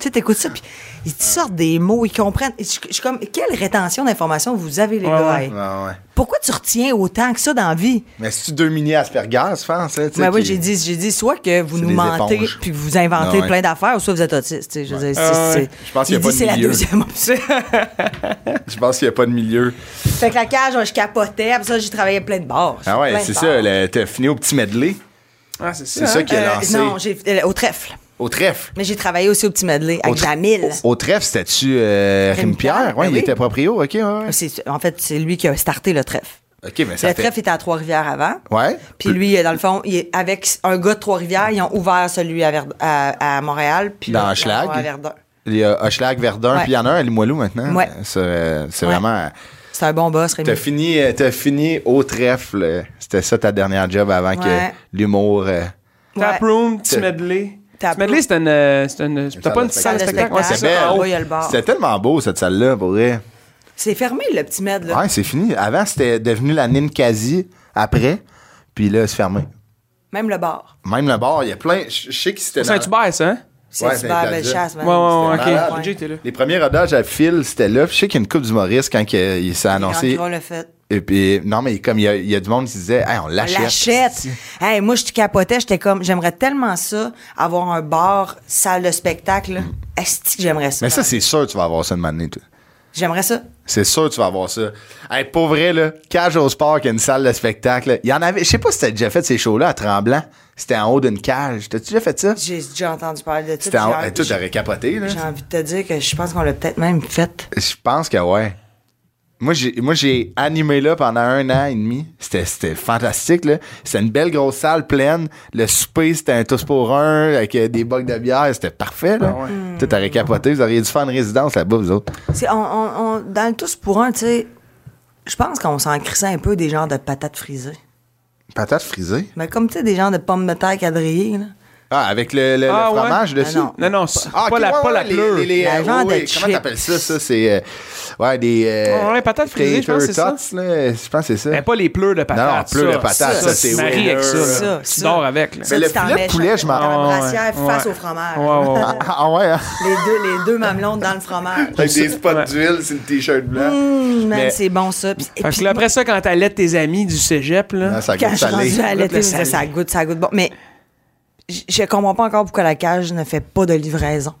S4: sais, t'écoutes ça, puis Ils te sortent des mots, ils comprennent. Je je suis comme, quelle rétention d'informations vous avez, les
S2: Ouais,
S4: gars?
S2: ouais.
S4: hey?
S1: Ah, ouais.
S4: Pourquoi tu retiens autant que ça dans la vie?
S1: Mais c'est-tu deux mini Asperger, je pense? Hein, tu sais,
S4: Ben oui,
S1: qui-
S4: j'ai dit, j'ai dit soit que vous
S1: C'est
S4: nous
S1: des
S4: mentez
S1: éponges.
S4: puis que vous inventez
S1: Ah ouais.
S4: plein d'affaires, ou soit vous êtes autiste. tu sais, Je, veux dire, c'est-
S2: Ah ouais.
S4: c'est-
S1: Je pense qu'il y a
S4: il
S1: pas
S4: dit,
S1: de
S4: c'est la
S1: milieu.
S4: deuxième option.
S1: Je pense qu'il n'y a pas de milieu.
S4: fait que la cage, je capotais. Après ça, j'ai travaillé plein de bars.
S1: Ah ouais,
S4: Plein de
S1: c'est
S4: bars.
S1: ça. le- T'as fini au petit medley,
S2: Ah, c'est ça.
S1: C'est ça
S2: hein?
S1: qui a
S4: Euh,
S1: lancé.
S4: non, j'ai, euh, au trèfle.
S1: Au trèfle.
S4: Mais j'ai travaillé aussi au petit medley
S1: Au
S4: avec
S1: tr-
S4: Jamil.
S1: Au, au trèfle, c'était-tu euh,
S4: Rémi-Pierre,
S1: Rémi-Pierre? Ouais,
S4: ben
S1: il
S4: oui.
S1: était proprio, OK, ouais, ouais.
S4: C'est- en fait, c'est lui qui a starté le trèfle.
S1: OK, mais ça
S4: le
S1: fait-
S4: trèfle était à Trois-Rivières avant.
S1: Ouais.
S4: Puis lui, euh, dans le fond, il est- avec un gars de Trois-Rivières, ils ont ouvert celui à, Verd- à, à Montréal. Puis
S1: Dans
S4: là, ils
S1: Hochelag.
S4: l'ont ouvert à Verdun.
S1: Il y a Hochelag, Verdun,
S4: Ouais.
S1: puis il y en a un à Limoilou maintenant.
S4: Ouais.
S1: C'est euh, c'est
S4: Ouais.
S1: vraiment...
S4: C'est un bon boss, Rémi.
S1: T'as fini, euh, t'as fini au trèfle. euh, C'était ça ta dernière job avant
S4: Ouais.
S1: que l'humour... euh,
S4: Ouais.
S2: Taproom,
S1: C'est-
S2: petit medley.
S4: Taproom.
S2: Petit medley, c'est une. euh, c'est une- T'as pas une salle de spectacle.
S4: spectacle.
S2: ouais, c'est
S1: C'était
S2: ça, Ah,
S1: belle.
S2: en haut.
S4: Oui, il y a le bar.
S1: C'était tellement beau, cette salle-là, pour vrai.
S4: C'est fermé, le petit med, là.
S1: Ouais, c'est fini. Avant, c'était devenu la Ninkasi après, puis là, c'est fermé.
S4: Même le bar.
S1: Même le bar, il y a plein... Je je sais que c'était...
S2: C'est un
S1: dans-
S2: tubère, ça, hein?
S4: C'est
S1: Ouais, c'est
S4: super belle
S1: interdit.
S4: chasse, man.
S2: Ouais, ouais,
S1: C'était
S2: ouais,
S1: malade.
S2: ok. J'ai été là.
S1: Les premiers rodages à fil, c'était là. Puis Je sais qu'il y a une coupe d'humoristes quand que- il s'est
S4: Annoncé.
S1: annoncé.
S4: On l'a fait.
S1: Et puis, non, mais comme il y a, il y a du monde qui disait, hey, on l'achète.
S4: On l'achète. Hey, moi, je te capotais. J'étais comme, j'aimerais tellement ça, avoir un bar, salle de spectacle. là. Esti que j'aimerais
S1: Mm.
S4: ça.
S1: Mais ça, c'est sûr que tu vas avoir ça de manière, toi.
S4: J'aimerais ça.
S1: C'est sûr que tu vas avoir ça. Hey, pour vrai, là, cage au sport qui a une salle de spectacle, là, il y en avait, je sais pas si t'as déjà fait ces shows-là à Tremblant. C'était en haut d'une cage. T'as-tu déjà fait ça?
S4: J'ai déjà entendu parler de ça.
S1: C'était en haut.
S4: J'ai-
S1: Hey, toi, t'aurais capoté, là.
S4: J'ai envie de te dire que je pense qu'on l'a peut-être même fait.
S1: Je pense que ouais. Moi, j'ai, moi, j'ai animé là pendant un an et demi. C'était, c'était fantastique, là. C'était une belle grosse salle pleine. Le souper, c'était un tous pour un avec euh, des bocs de bière. C'était parfait,
S4: Ah
S1: là. Tu sais, t'aurais capoté. Vous auriez dû faire une résidence là-bas, vous autres.
S4: C'est, on, on- on- dans le tous pour un, tu sais, je pense qu'on s'en crissait un peu des genres de patates frisées.
S1: Patate frisée.
S4: Mais comme, tu sais, des genres de pommes de terre quadrillées, là.
S1: Ah, avec le, le- le
S2: Ah, ouais.
S1: fromage
S4: Ah,
S1: dessus.
S4: non.
S2: Non, non, c'est
S1: Ah,
S2: pas,
S1: ok,
S2: la,
S1: ouais,
S2: pas
S1: ouais,
S2: la
S1: les-
S2: pleure.
S1: les- les-
S4: La
S1: euh,
S4: genre
S1: oui,
S4: de
S1: Comment t'appelles ça, ça? C'est, euh, ouais, des... euh,
S2: Ouais, patate frisée, je pense que c'est
S1: tater
S2: ça.
S1: tots, là, je pense que c'est ça.
S2: Mais Ben, pas les pleurs de patates.
S1: pleurs de
S2: ça,
S1: patates,
S4: ça, c'est
S2: tu te maries
S1: winner.
S2: avec ça.
S4: Ça,
S2: là. Tu
S4: ça.
S2: dors avec. là.
S1: Mais
S4: Ça,
S1: le
S4: tu t'en
S1: filet de
S4: mets,
S1: poulet, je m'en-
S4: Dans la
S2: Ah, ouais.
S4: brassière, face
S2: Ouais.
S4: au fromage.
S2: Ouais, ouais, ouais.
S1: Ah, ah, ouais, hein?
S4: les, deux, les deux mamelons dans le fromage.
S1: Avec des spots d'huile, c'est une t-shirt blanc.
S4: Hum, man,
S1: Mais-
S4: c'est bon ça. Puis, et
S2: Fait
S4: puis,
S2: que là, après ça, quand t'allais tes amis du cégep, là.
S1: Ah, ça
S4: quand
S1: goûte
S4: je suis
S1: salé.
S4: rendue à
S2: goûte le
S4: l'été, ça,
S2: salé.
S4: ça goûte, ça goûte bon. Mais je je comprends pas encore pourquoi la cage ne fait pas de livraison.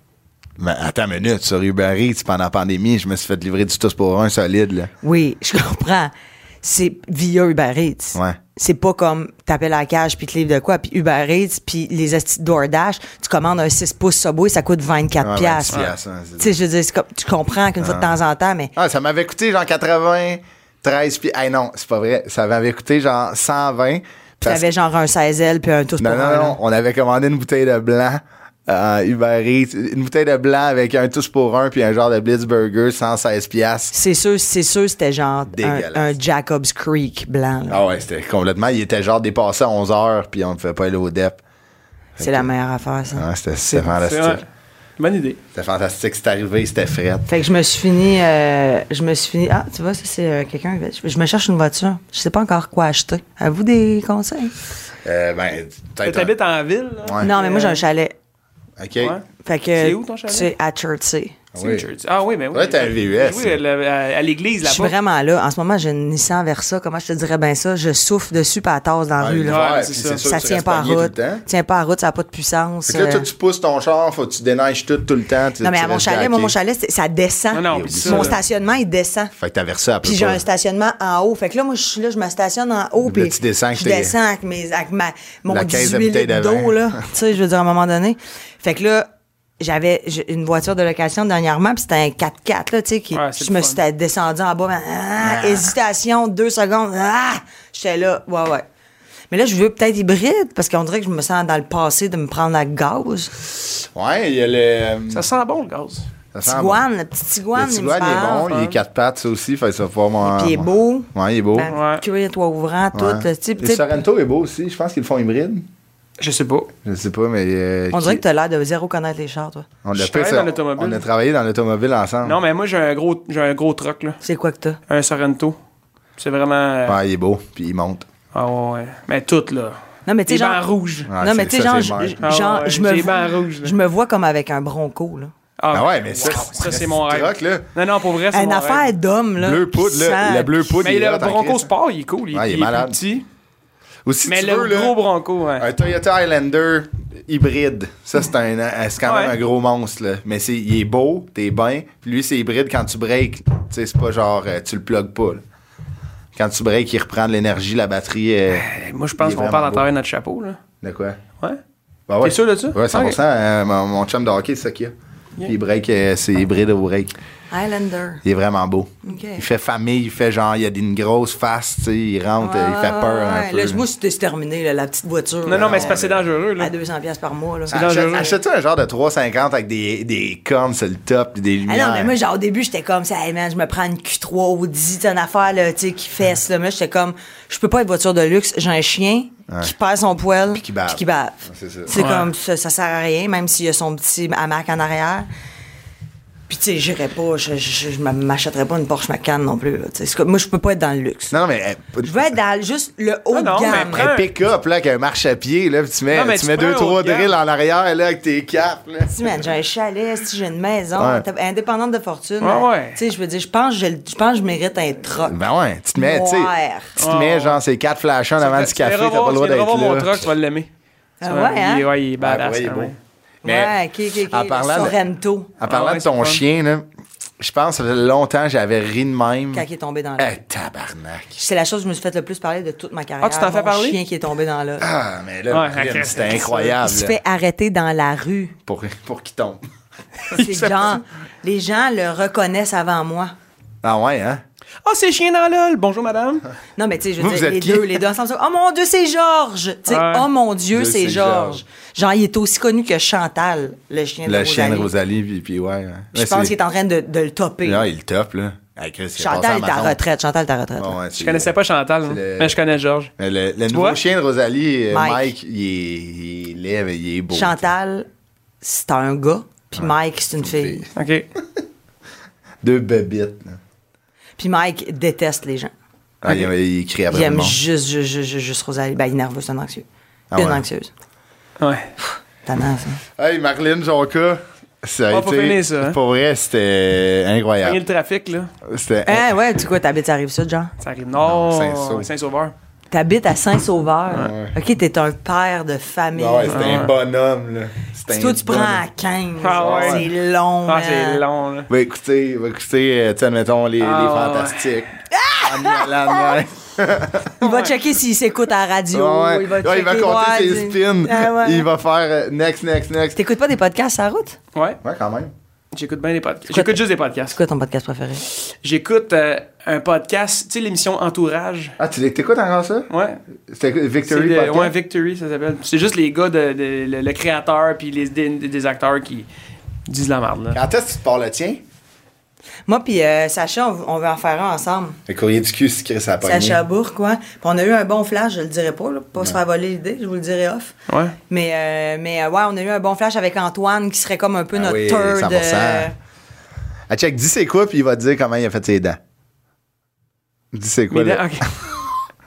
S1: Mais attends une minute, sur Uber Eats, pendant la pandémie, je me suis fait livrer du tous pour un solide, là.
S4: Oui, je comprends. C'est via Uber Eats.
S1: Ouais.
S4: C'est pas comme t'appelles à la cage puis te livres de quoi, puis Uber Eats, puis les astis de DoorDash, tu commandes un 6 pouces Subway, ça coûte 24
S1: Ouais, 26
S4: piastres.
S1: piastres, ouais, c'est
S4: Tu sais, je veux dire, c'est comme- tu comprends qu'une fois de temps en temps, mais
S1: Ah, ça m'avait coûté genre 80, 13 puis... Hey, non, c'est pas vrai. Ça m'avait coûté genre 120. parce
S4: t'avais genre un 16L puis un tout
S1: Non,
S4: pour
S1: non,
S4: un,
S1: non.
S4: là.
S1: On avait commandé une bouteille de blanc à Uber Eats. Une bouteille de blanc avec un tous pour un puis un genre de Blitzburger, 116 piastres.
S4: C'est sûr, c'est sûr, c'était genre un,
S1: Dégueulasse.
S4: un Jacob's Creek blanc. là.
S1: Ah ouais, c'était complètement... Il était genre dépassé à 11 heures puis on ne fait pas aller au DEP.
S4: C'est la meilleure affaire, ça.
S1: Ah, c'était c'était
S2: C'est vrai.
S1: fantastique.
S2: Bonne idée.
S1: C'était fantastique. C'est arrivé, c'était fret.
S4: Fait que je me suis fini, euh, je me suis fini. Ah, tu vois, ça c'est euh, quelqu'un. Je, je me cherche une voiture. Je sais pas encore quoi acheter. À vous des conseils
S1: Euh, ben, peut-être...
S2: T'habites en ville, là.
S1: Ouais. Euh,
S4: Non, mais moi j'ai un chalet.
S1: un- OK.
S2: Ouais.
S4: Fait que
S2: C'est où, ton chalet?
S4: C'est à Chertsey.
S2: C'est une church. Ah oui, mais oui.
S1: Ouais, t'as un VUS,
S2: Oui, à la- à l'église
S4: Je
S2: là-bas.
S4: suis vraiment là. En ce moment, j'ai une Nissan Versa. Comment je te dirais bien ça Je souffle dessus par la tasse dans la
S1: Ah,
S4: rue.
S1: l'hiver,
S4: Là.
S2: Ouais,
S1: puis
S2: c'est
S1: c'est
S2: ça.
S1: sûr
S4: Ça
S1: que tu
S4: tient
S1: restes
S4: pas en
S1: pogné tout le
S4: route.
S1: temps.
S4: tient pas en route. Ça n'a pas de puissance.
S1: Fait que là, toi,
S4: euh.
S1: tu pousses ton char, faut que tu déneiges tout, tout le temps. tu-
S4: Non, mais
S1: tu
S4: à mon
S1: restes
S4: chalet,
S1: jacké.
S4: moi, mon chalet, c'est- ça descend.
S2: Non, non, oublie ça, euh,
S4: mon
S2: là.
S4: stationnement, il descend.
S1: Fait que t'as versé à peu
S4: Puis j'ai un stationnement en haut. Fait que là, moi, je suis là, je me stationne en haut. Puis
S1: tu descends avec
S4: je
S1: tes-
S4: descends avec, mes, avec ma, mon
S1: La caisse de
S4: 18
S1: bouteilles
S4: litres
S1: de vin.
S4: d'eau, là. tu sais, je veux dire, à un moment donné. Fait que là, j'avais j'ai- une voiture de location dernièrement, puis c'était un 4x4, là, tu sais. qui-
S2: Ouais, c'est
S4: je
S2: le
S4: me
S2: fun.
S4: suis descendu en bas. ben, ah, Hésitation, deux secondes. Ah! J'étais là, ouais, ouais. Mais là, je veux peut-être hybride, parce qu'on dirait que je me sens dans le passé de me prendre la gaz.
S1: Ouais, il y a le. euh,
S2: Ça sent bon, le gaz.
S1: ça sent
S4: Tiguan, le petit
S1: bon.
S4: Tiguan,
S1: Le
S4: il me
S1: Tiguan, il est
S4: parle.
S1: bon. Il est quatre pattes, ça aussi. Fait que ça va pouvoir m'en-
S4: Puis il est
S1: m'en-
S4: beau.
S1: Ouais, il est beau.
S4: Ben,
S2: Ouais.
S4: cuir, toit ouvrant, tout.
S1: Oh. Ouais.
S4: tu sais,
S1: Le
S4: tu sais,
S1: Sorento est beau aussi. Je pense qu'ils le font hybride.
S2: Je sais pas.
S1: Je sais pas, mais. euh,
S4: On dirait
S1: qui-
S4: que t'as l'air de zéro connaître les chars, toi.
S1: on l'a
S2: Je
S1: pas
S2: travaille
S1: ça-
S2: dans l'automobile.
S1: On a travaillé dans l'automobile ensemble.
S2: Non, mais moi, j'ai un gros, j'ai un gros truck, là.
S4: C'est quoi que t'as?
S2: Un Sorrento. C'est vraiment. euh,
S1: Ouais, il est beau. Puis il monte.
S2: Ah ouais, ouais. Mais tout, là.
S4: Non, mais tu
S2: Des
S4: sais, genre.
S2: bancs rouges.
S1: Ah,
S4: non,
S1: c'est-
S4: mais tu sais,
S1: ça,
S4: genre,
S1: c'est
S4: je-
S1: mal.
S4: je-
S2: Ah
S4: genre,
S2: ouais,
S4: je me
S2: j'ai
S4: vois-
S2: bancs rouges, là.
S4: je me vois comme avec un bronco, là.
S2: Ah,
S1: Ah ouais, mais ça,
S2: wow, ça, c'est
S1: c'est
S2: mon
S1: du
S2: rêve.
S1: troc, là.
S2: Non, non, pour vrai, c'est
S4: Une
S2: mon
S4: affaire
S2: rêve.
S4: d'homme, là.
S1: Bleu poudre,
S4: qui
S1: là,
S4: sent-
S1: le bleu poudre, il
S2: Mais
S1: est
S2: le
S1: hot en
S2: Bronco
S1: crise.
S2: Sport, il est cool. Il,
S1: Ouais, il est
S2: il est, plus
S1: malade.
S2: petit.
S1: Ou si
S2: Mais
S1: tu
S2: le
S1: veux, là,
S2: gros Bronco, ouais.
S1: un Toyota Highlander hybride, ça c'est un, euh, c'est quand même
S2: Ouais.
S1: un gros monstre, là. mais c'est, il est beau, t'es bien, puis lui c'est hybride quand tu breaks, tu sais, c'est pas genre, euh, tu le plugues pas. là. Quand tu breaks, il reprend de l'énergie, la batterie, euh,
S2: Eh, Moi, je
S1: Il
S2: pense
S1: est
S2: qu'on
S1: vraiment
S2: parle à
S1: beau.
S2: travers notre chapeau, là.
S1: de quoi?
S2: Ouais.
S1: Bah ouais.
S2: T'es sûr de ça?
S1: Ouais, 100%.
S2: Ok.
S1: euh, mon, mon chum de hockey, c'est ça qu'il y a. Puis il break, euh, c'est hybride au break.
S4: Highlander.
S1: Il est vraiment beau.
S4: Ok.
S1: Il fait famille, il fait genre, il a une grosse face, tu sais, il rentre, euh, il fait
S4: Ouais,
S1: peur un
S4: ouais,
S1: peu.
S4: Là, moi, c'était terminé, là, la petite voiture.
S2: Non, non, mais c'est
S4: pas
S2: parce que c'est dangereux, là.
S4: À 200 pièces par mois, là.
S2: C'est dangereux.
S1: Achète- Achète-tu un genre de 3,50 avec des, des cornes sur le top et des
S4: Ah
S1: lumières?
S4: non, mais moi, genre, au début, j'étais comme, ça, hey, man, je me prends une Q3 ou 10, t'as une affaire, là, tu sais, qui fesse, là. Mais j'étais comme, je peux pas être voiture de luxe, j'ai un chien qui perd son poil, puis
S1: qui bave.
S4: qui bave.
S1: C'est ça.
S4: C'est
S2: Ouais.
S4: comme, ça, ça sert à rien, même s'il y a son petit hamac en arrière. Puis, tu sais, j'irais pas, je, je, je m'achèterais pas une Porsche Macan non plus, là, tu sais. C'est comme- Moi, je peux pas être dans le luxe.
S1: Non, non, mais. euh,
S4: Je veux être dans juste le haut
S2: Non, Ah non,
S4: de
S2: mais
S4: gamme.
S2: prends-
S1: Un pick-up, là, avec un marche-à-pied, là, puis tu mets,
S2: Non, mais
S1: tu
S2: tu
S1: mets
S2: prends
S1: deux,
S2: un
S1: trois
S2: haut de gamme.
S1: drills en arrière, là, avec tes cartes, là.
S4: Si, man, j'ai un chalet, si j'ai une maison,
S1: Ouais.
S4: t'as- indépendante de fortune.
S2: Ouais, ouais.
S4: Tu sais, je veux dire, je pense que je, je pense que je mérite un troc.
S1: Ben ouais, tu te mets, tu sais,
S4: Noir.
S1: tu te mets, genre, ces quatre flashants devant du
S2: Tu verras
S1: café, t'as
S2: voir-
S1: pas le droit
S2: tu verras
S1: d'être
S2: voir
S1: là. Ah,
S2: mon truck, tu vas l'aimer.
S4: Ah
S2: Tu
S4: ouais,
S2: vas-
S4: hein?
S2: il, ouais, il est badass.
S1: ouais, il est
S2: quand
S1: beau.
S2: même.
S1: Mais
S4: ouais, ok, ok, ok.
S1: en parlant de-
S4: Sorrento,
S1: en parlant
S2: Ah ouais,
S1: de ton
S2: c'est fun.
S1: chien, là, je pense que ça faisait longtemps j'avais ri de même.
S4: quand il est tombé dans l'eau.
S1: Eh, tabarnak.
S4: C'est la chose que je me suis fait le plus parler de toute ma carrière.
S2: Ah, tu t'en fais
S4: Mon
S2: parler?
S4: chien qui est tombé dans l'eau.
S1: Ah, mais là,
S2: Ouais,
S1: crime,
S2: ok.
S1: c'était
S4: Il
S1: incroyable.
S4: se
S1: là,
S4: fait arrêter dans la rue.
S1: Pour, pour qu'il tombe.
S4: C'est genre, les gens le reconnaissent avant moi.
S1: Ah ouais, hein?
S2: Ah, c'est chien dans l'ol. Bonjour, madame.
S1: Ah,
S4: Non, mais tu sais, je veux
S1: Vous, vous
S4: dire,
S1: êtes
S4: les
S1: qui?
S4: deux, les deux ensemble. Oh mon Dieu, c'est Georges! Tu sais,
S2: Ouais.
S4: oh mon Dieu,
S1: Dieu, c'est
S4: c'est Georges. Genre, il est aussi connu que Chantal, le chien de
S1: Le chien de
S4: Rosalie.
S1: Rosalie, puis, puis ouais. hein.
S4: Je
S1: Ouais,
S4: pense
S1: c'est-
S4: qu'il est en train de, de le topper.
S1: Là, il top, là. Hey, Chris, il est passé
S4: Chantal est à
S1: Amazon.
S4: retraite. Chantal est à retraite.
S1: Bon, ouais, c'est-
S2: Je connaissais pas Chantal, hein,
S1: le-
S2: mais je connais Georges.
S1: Mais le, le nouveau
S2: vois?
S1: chien de Rosalie, euh, Mike,
S4: Mike.
S1: il, est, il est laid, mais il est beau.
S4: Chantal, c'est un gars, puis Mike, c'est une
S1: fille.
S4: fille.
S2: OK.
S1: Deux bébites. là.
S4: Puis Mike déteste les gens.
S1: Ah, il, il crie après
S4: Il
S1: le
S4: aime
S1: monde.
S4: juste, juste, juste, juste, juste Rosalie. Ben, il est nerveux, c'est un anxieux.
S1: Ah
S4: une
S1: ouais.
S4: anxieuse.
S1: Ah.
S2: Ouais.
S4: Tannant, ça.
S1: Hey, Marlène Jonca, ça a
S2: Ah,
S1: été...
S2: faut finir ça, hein.
S1: Pour vrai, c'était
S2: Pogner le
S1: incroyable.
S2: trafic, là.
S1: C'était...
S4: Hein, ouais, tu quoi, t'habites à Rive-Sud, genre?
S2: Ça arrive nord.
S1: Saint-Sauveur.
S2: Saint-Sauveur.
S4: T'habites à Saint-Sauveur. OK, t'es un père de famille. Ah.
S1: Ah ouais, c'était
S2: Ouais.
S1: un bonhomme, là. C'était
S4: Si
S1: un
S4: toi, tu prends
S1: bonhomme.
S4: à 15.
S2: Ah ouais.
S4: C'est long.
S2: Ah, c'est
S4: man.
S2: long, là.
S1: Va écouter, va écouter, euh, tu sais, admettons, les,
S2: Ah,
S1: les
S2: ouais.
S1: fantastiques.
S4: Ah!
S1: Annie Allan, ouais.
S4: Il va checker s'il s'écoute à la radio.
S1: Ah Ouais, ouais.
S4: Il va,
S1: Ouais, il va
S4: checker,
S1: compter
S4: ouais,
S1: ses
S4: tu-
S1: spins.
S4: Ah ouais.
S1: Il va faire euh, next, next, next.
S4: T'écoutes pas des podcasts à route?
S2: Ouais.
S1: Ouais, quand même.
S2: J'écoute bien des podcasts. J'écoute juste des
S4: C'est
S2: podcasts.
S4: quoi ton podcast préféré?
S2: J'écoute euh, un podcast, tu sais, l'émission Entourage.
S1: Ah, tu t'écoutes encore ça?
S2: Ouais.
S1: C'était
S2: C'est
S1: Victory
S2: le-
S1: Podcast?
S2: ouais, Victory, ça s'appelle. C'est juste les gars, de, de- le, le créateur, puis les, des, des acteurs qui disent la merde, là.
S1: Quand est-ce que tu te pars le tien?
S4: Moi puis euh, Sacha, on, on veut en faire un ensemble.
S1: Le courrier du cul, si Chris a pas
S4: Sacha Bourque, quoi. Puis on a eu un bon flash, je le dirai pas, là, pour pas se faire voler l'idée, je vous le dirai off.
S2: Ouais.
S4: Mais, euh, mais euh, ouais, on a eu un bon flash avec Antoine qui serait comme un peu
S1: Ah
S4: notre
S1: oui,
S4: third. euh,
S1: 100%. Ah, check, dis c'est quoi, puis il va te dire comment il a fait ses dents. Dis c'est quoi,
S2: Mais
S1: là.
S2: là, ok.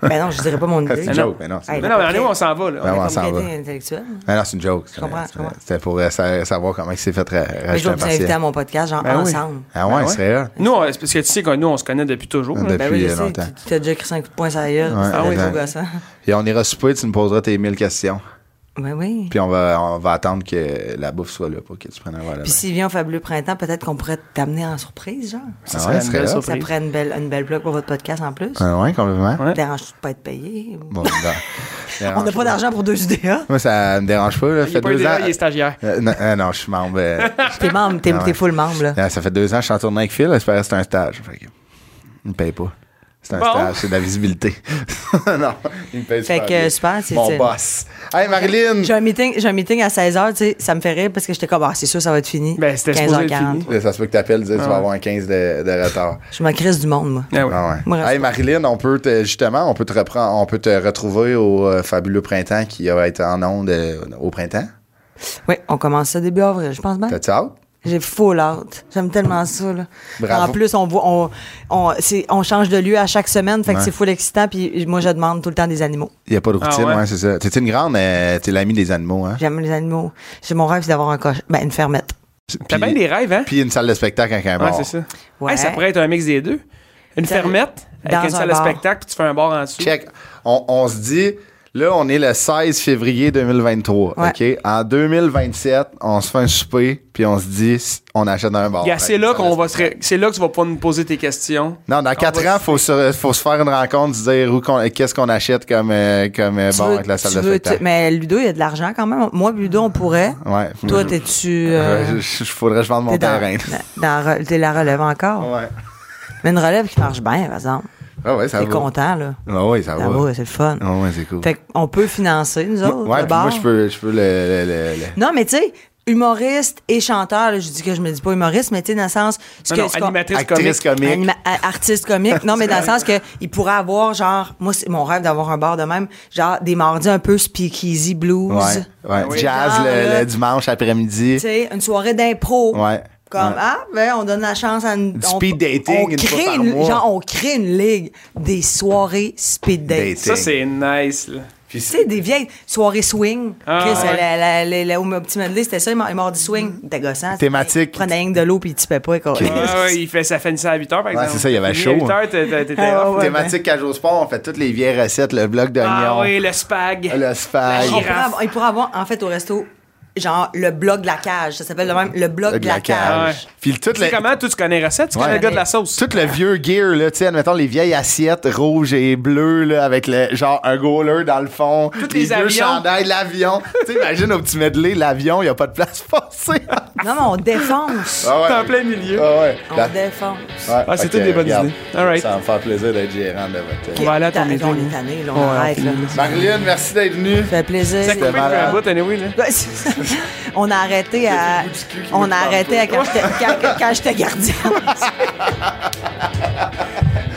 S4: ben non, je dirais pas mon
S1: C'est
S4: idée.
S1: une
S2: non.
S1: joke, mais non. c'est
S4: Hey,
S1: une
S2: Mais
S1: joke.
S2: non, mais regardez où on s'en va, là.
S1: Ouais, Ben, ouais.
S4: On
S1: on
S4: est
S1: s'en
S4: comme
S1: va.
S4: des intellectuels.
S1: Mais Ah non, c'est une joke.
S4: comprends, je comprends.
S1: C'était pour euh, sa- savoir comment il s'est fait ra-
S4: Mais
S1: racheter
S4: je vais
S1: un
S4: vous inviter à
S1: partiel.
S4: mon podcast, genre
S2: Ben oui.
S4: ensemble.
S1: Ah ouais,
S2: Ben
S1: c'est vrai.
S2: Nous, on- c'est parce que tu sais que nous, on se connaît depuis toujours. là.
S1: Depuis
S4: Ben oui, je
S1: euh,
S4: sais,
S1: longtemps.
S4: tu tu t'as déjà écrit un coup de poing sur la gueule.
S1: Ouais,
S4: ah oui,
S1: exact.
S4: trop gossant.
S1: Et on ira souper, tu me poseras tes 1000 questions.
S4: Ben oui.
S1: Puis on va, on va attendre que la bouffe soit là pour que tu prennes un verre
S4: Puis s'il vient au Fabuleux Printemps, peut-être qu'on pourrait t'amener en surprise, genre.
S2: Ça
S1: Ah
S2: serait
S1: ouais,
S2: une
S1: c'est
S2: belle
S1: vrai.
S4: Ça
S2: surprise.
S4: ferait une belle, une belle plug pour votre podcast en plus.
S1: Ah ouais, complètement.
S2: Ouais.
S4: Dérange-tu de pas être payé?
S1: Bon, ben,
S4: On n'a pas d'argent pour deux UDA.
S1: Moi, ça me dérange pas, là. Ça
S2: Il est
S1: fait
S2: pas
S1: deux
S2: idéal,
S1: ans.
S2: il est stagiaire.
S1: Euh, non, euh, non, je suis membre. euh,
S4: T'es membre, t'es
S1: Ah ouais.
S4: t'es full membre, là.
S1: Euh, ça fait deux ans que je suis en tournée avec Phil. J'espère que c'est un stage. Fait que, il me paye pas. C'est un
S2: Bon.
S1: stage, c'est de la visibilité. non, il me paye
S4: Fait
S1: super
S4: que,
S1: bien.
S4: super, c'est-
S1: Mon
S4: c'est-
S1: boss. Hey, Marilyn!
S4: J'ai un meeting, j'ai un meeting à 16h, tu sais, ça me fait rire parce que j'étais comme, ah, c'est sûr, ça va être fini.
S2: Ben, c'était supposé être fini.
S1: Là, Ça se peut que t'appelles, dire que tu vas avoir un 15 de, de retard.
S4: Je m'en crisse du monde, moi.
S2: Ah ouais.
S1: Ah
S4: Moi,
S1: ouais. Hey, Marilyn, on peut te- justement, on peut te reprendre, on peut te retrouver au euh, fabuleux printemps qui va être en onde euh, au printemps.
S2: Hein?
S4: Oui, on commence ça début avril, je pense bien.
S1: T'as-tu hâte?
S4: J'ai full hâte. J'aime tellement ça, là.
S1: Bravo.
S4: En plus, on voit, on, on, c'est- on change de lieu à chaque semaine, fait que c'est full excitant, puis moi, je demande tout le temps des animaux.
S1: Il n'y a pas de routine,
S2: Ah ouais?
S1: ouais, c'est ça. T'es une grande, euh, t'es l'ami des animaux, hein?
S4: J'aime les animaux. C'est mon rêve, c'est d'avoir un coche, ben, une fermette.
S2: T'as bien des rêves, hein?
S1: Puis Ah. une salle de spectacle avec un
S2: Ouais,
S1: bar.
S2: c'est ça.
S4: Ouais.
S2: Hey, ça pourrait être un mix des deux. Une
S4: Ça-
S2: fermette avec
S4: dans
S2: une
S4: un
S2: salle
S4: bar.
S2: de spectacle, puis tu fais un bar en dessous.
S1: Check. On, on se dit, là, on est le 16 février 2023.
S4: Ouais.
S1: OK? En 2027, on se fait un souper, puis on se dit, on achète un bar.
S2: Gars, c'est là
S1: Avec une salle
S2: qu'on
S1: de
S2: va se ré- c'est là que tu vas pouvoir nous poser tes questions.
S1: Non,
S4: Ah,
S1: dans quatre ans, faut se, faut se faire une rencontre, se dire où qu'on- qu'est-ce qu'on achète comme, euh, comme euh,
S4: Tu
S1: bar
S4: veux-
S1: avec la salle
S4: tu
S1: de
S4: veux- tu-
S1: spectacle.
S4: mais Ludo, il y a de l'argent quand même. Moi, Ludo, on pourrait.
S1: Ouais.
S4: Toi,
S1: Je-
S4: t'es-tu. euh,
S1: je- je- faudrait que je vende mon
S4: t'es dans,
S1: terrain.
S4: dans re- t'es la relève encore.
S1: Ouais.
S4: Mais une relève qui marche bien, par exemple.
S1: Ah ouais, ça
S4: T'es
S1: va.
S4: content, là.
S1: Ah ouais, ça va.
S4: Ça va, c'est le fun.
S1: Ah ouais, c'est cool.
S4: Fait qu'on peut financer, nous autres,
S1: ouais,
S4: le
S1: puis
S4: bar.
S1: moi, je peux, je peux le, le- le- le-
S4: Non, mais tu sais, humoriste et chanteur, là, je dis que je me dis pas humoriste, mais tu sais, dans le sens. ce
S2: Non,
S4: que-
S2: non,
S4: ce qu'on-
S2: animatrice comique.
S1: Actrice comique.
S4: Anima- a- artiste comique. Non, mais dans le sens que il pourrait avoir, genre, moi, c'est mon rêve d'avoir un bar de même, genre, des mardis un peu speakeasy blues.
S1: Ouais, ouais. Jazz
S4: Genre,
S1: le,
S4: Ah là,
S1: le dimanche après-midi.
S4: Tu sais, une soirée d'impro.
S1: Ouais.
S4: Comme,
S1: Ouais.
S4: ah, ben, on donne la chance à une.
S1: Du
S4: on-
S1: speed dating
S4: on
S1: une fois
S4: crée
S1: par
S4: une-
S1: mois.
S4: Genre, on crée une ligue des soirées speed dating.
S1: Date.
S2: Ça, c'est nice. là.
S1: Puis
S4: Tu sais, des vieilles soirées swing.
S2: Ah,
S4: Chris,
S2: ouais.
S4: la, la, la, la- au petit medley, c'était ça, il m'a dit swing. T'es gossant.
S1: Thématique.
S4: Prends la ligne de l'eau puis tu payes pas, quoi.
S2: Ouais, ouais, il fait, ça finissait à 8h, par exemple.
S1: c'est ça, il y avait
S2: Fini
S1: chaud.
S2: À 8h, t'étais
S4: Ah,
S2: off.
S4: ouais,
S1: Thématique Cajou Sport, on fait toutes les vieilles recettes, le bloc d'oignon,
S2: Ah oui, le spag.
S1: le spag.
S4: On pourrait
S2: Girafe.
S4: avoir- il pourrait avoir, en fait, au resto, genre le bloc de la cage. Ça s'appelle le même, le bloc de la cage.
S2: cage.
S1: Puis tout
S2: Tu
S1: le,
S2: sais comment, toi, tu connais les recettes, tu
S1: Ouais.
S2: connais le gars de la sauce.
S1: tout le vieux gear, là, tu sais, admettons les vieilles assiettes rouges et bleues, là, avec le, genre un goaler dans le fond,
S2: Toutes
S1: les,
S2: les
S1: vieux
S2: avions.
S1: chandails, l'avion. tu sais, imagine au petit medley, l'avion, il n'y a pas de place forcée.
S2: Ah
S4: Non, mais on défonce.
S1: Ah ouais.
S2: T'es en plein milieu.
S1: Ah ouais.
S4: On
S1: La-
S4: défonce.
S1: Ouais,
S2: Ah,
S1: fait
S2: c'est toutes
S1: que,
S2: des bonnes
S1: regarde,
S2: idées. All right.
S1: Ça va me faire plaisir d'être gérant de votre.
S2: On va aller à ton
S4: Putain,
S2: meeting.
S4: On est tanné, là, on
S2: Ouais,
S4: arrête,
S2: on
S4: là.
S2: finit.
S4: Ça
S1: Marilyn, merci d'être venue.
S4: fait plaisir.
S2: Ça coupé depuis
S1: malade.
S2: un bout, anyway, là.
S4: Ouais, c'est- on a arrêté à.
S1: le bout du cul qui
S4: On
S1: me
S4: a
S1: parle
S4: arrêté
S1: pas.
S4: à quand j'étais- quand- quand j'étais gardienne.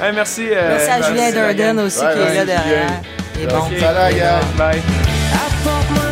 S2: Hey, merci. euh,
S4: Merci à
S2: merci,
S4: Julien
S2: la gang.
S4: Durden aussi
S1: Ouais,
S4: qui
S1: ouais,
S4: est là
S1: Julien.
S4: derrière. Il est bon.
S1: Salut, la gang.
S2: Bye.
S4: I thought my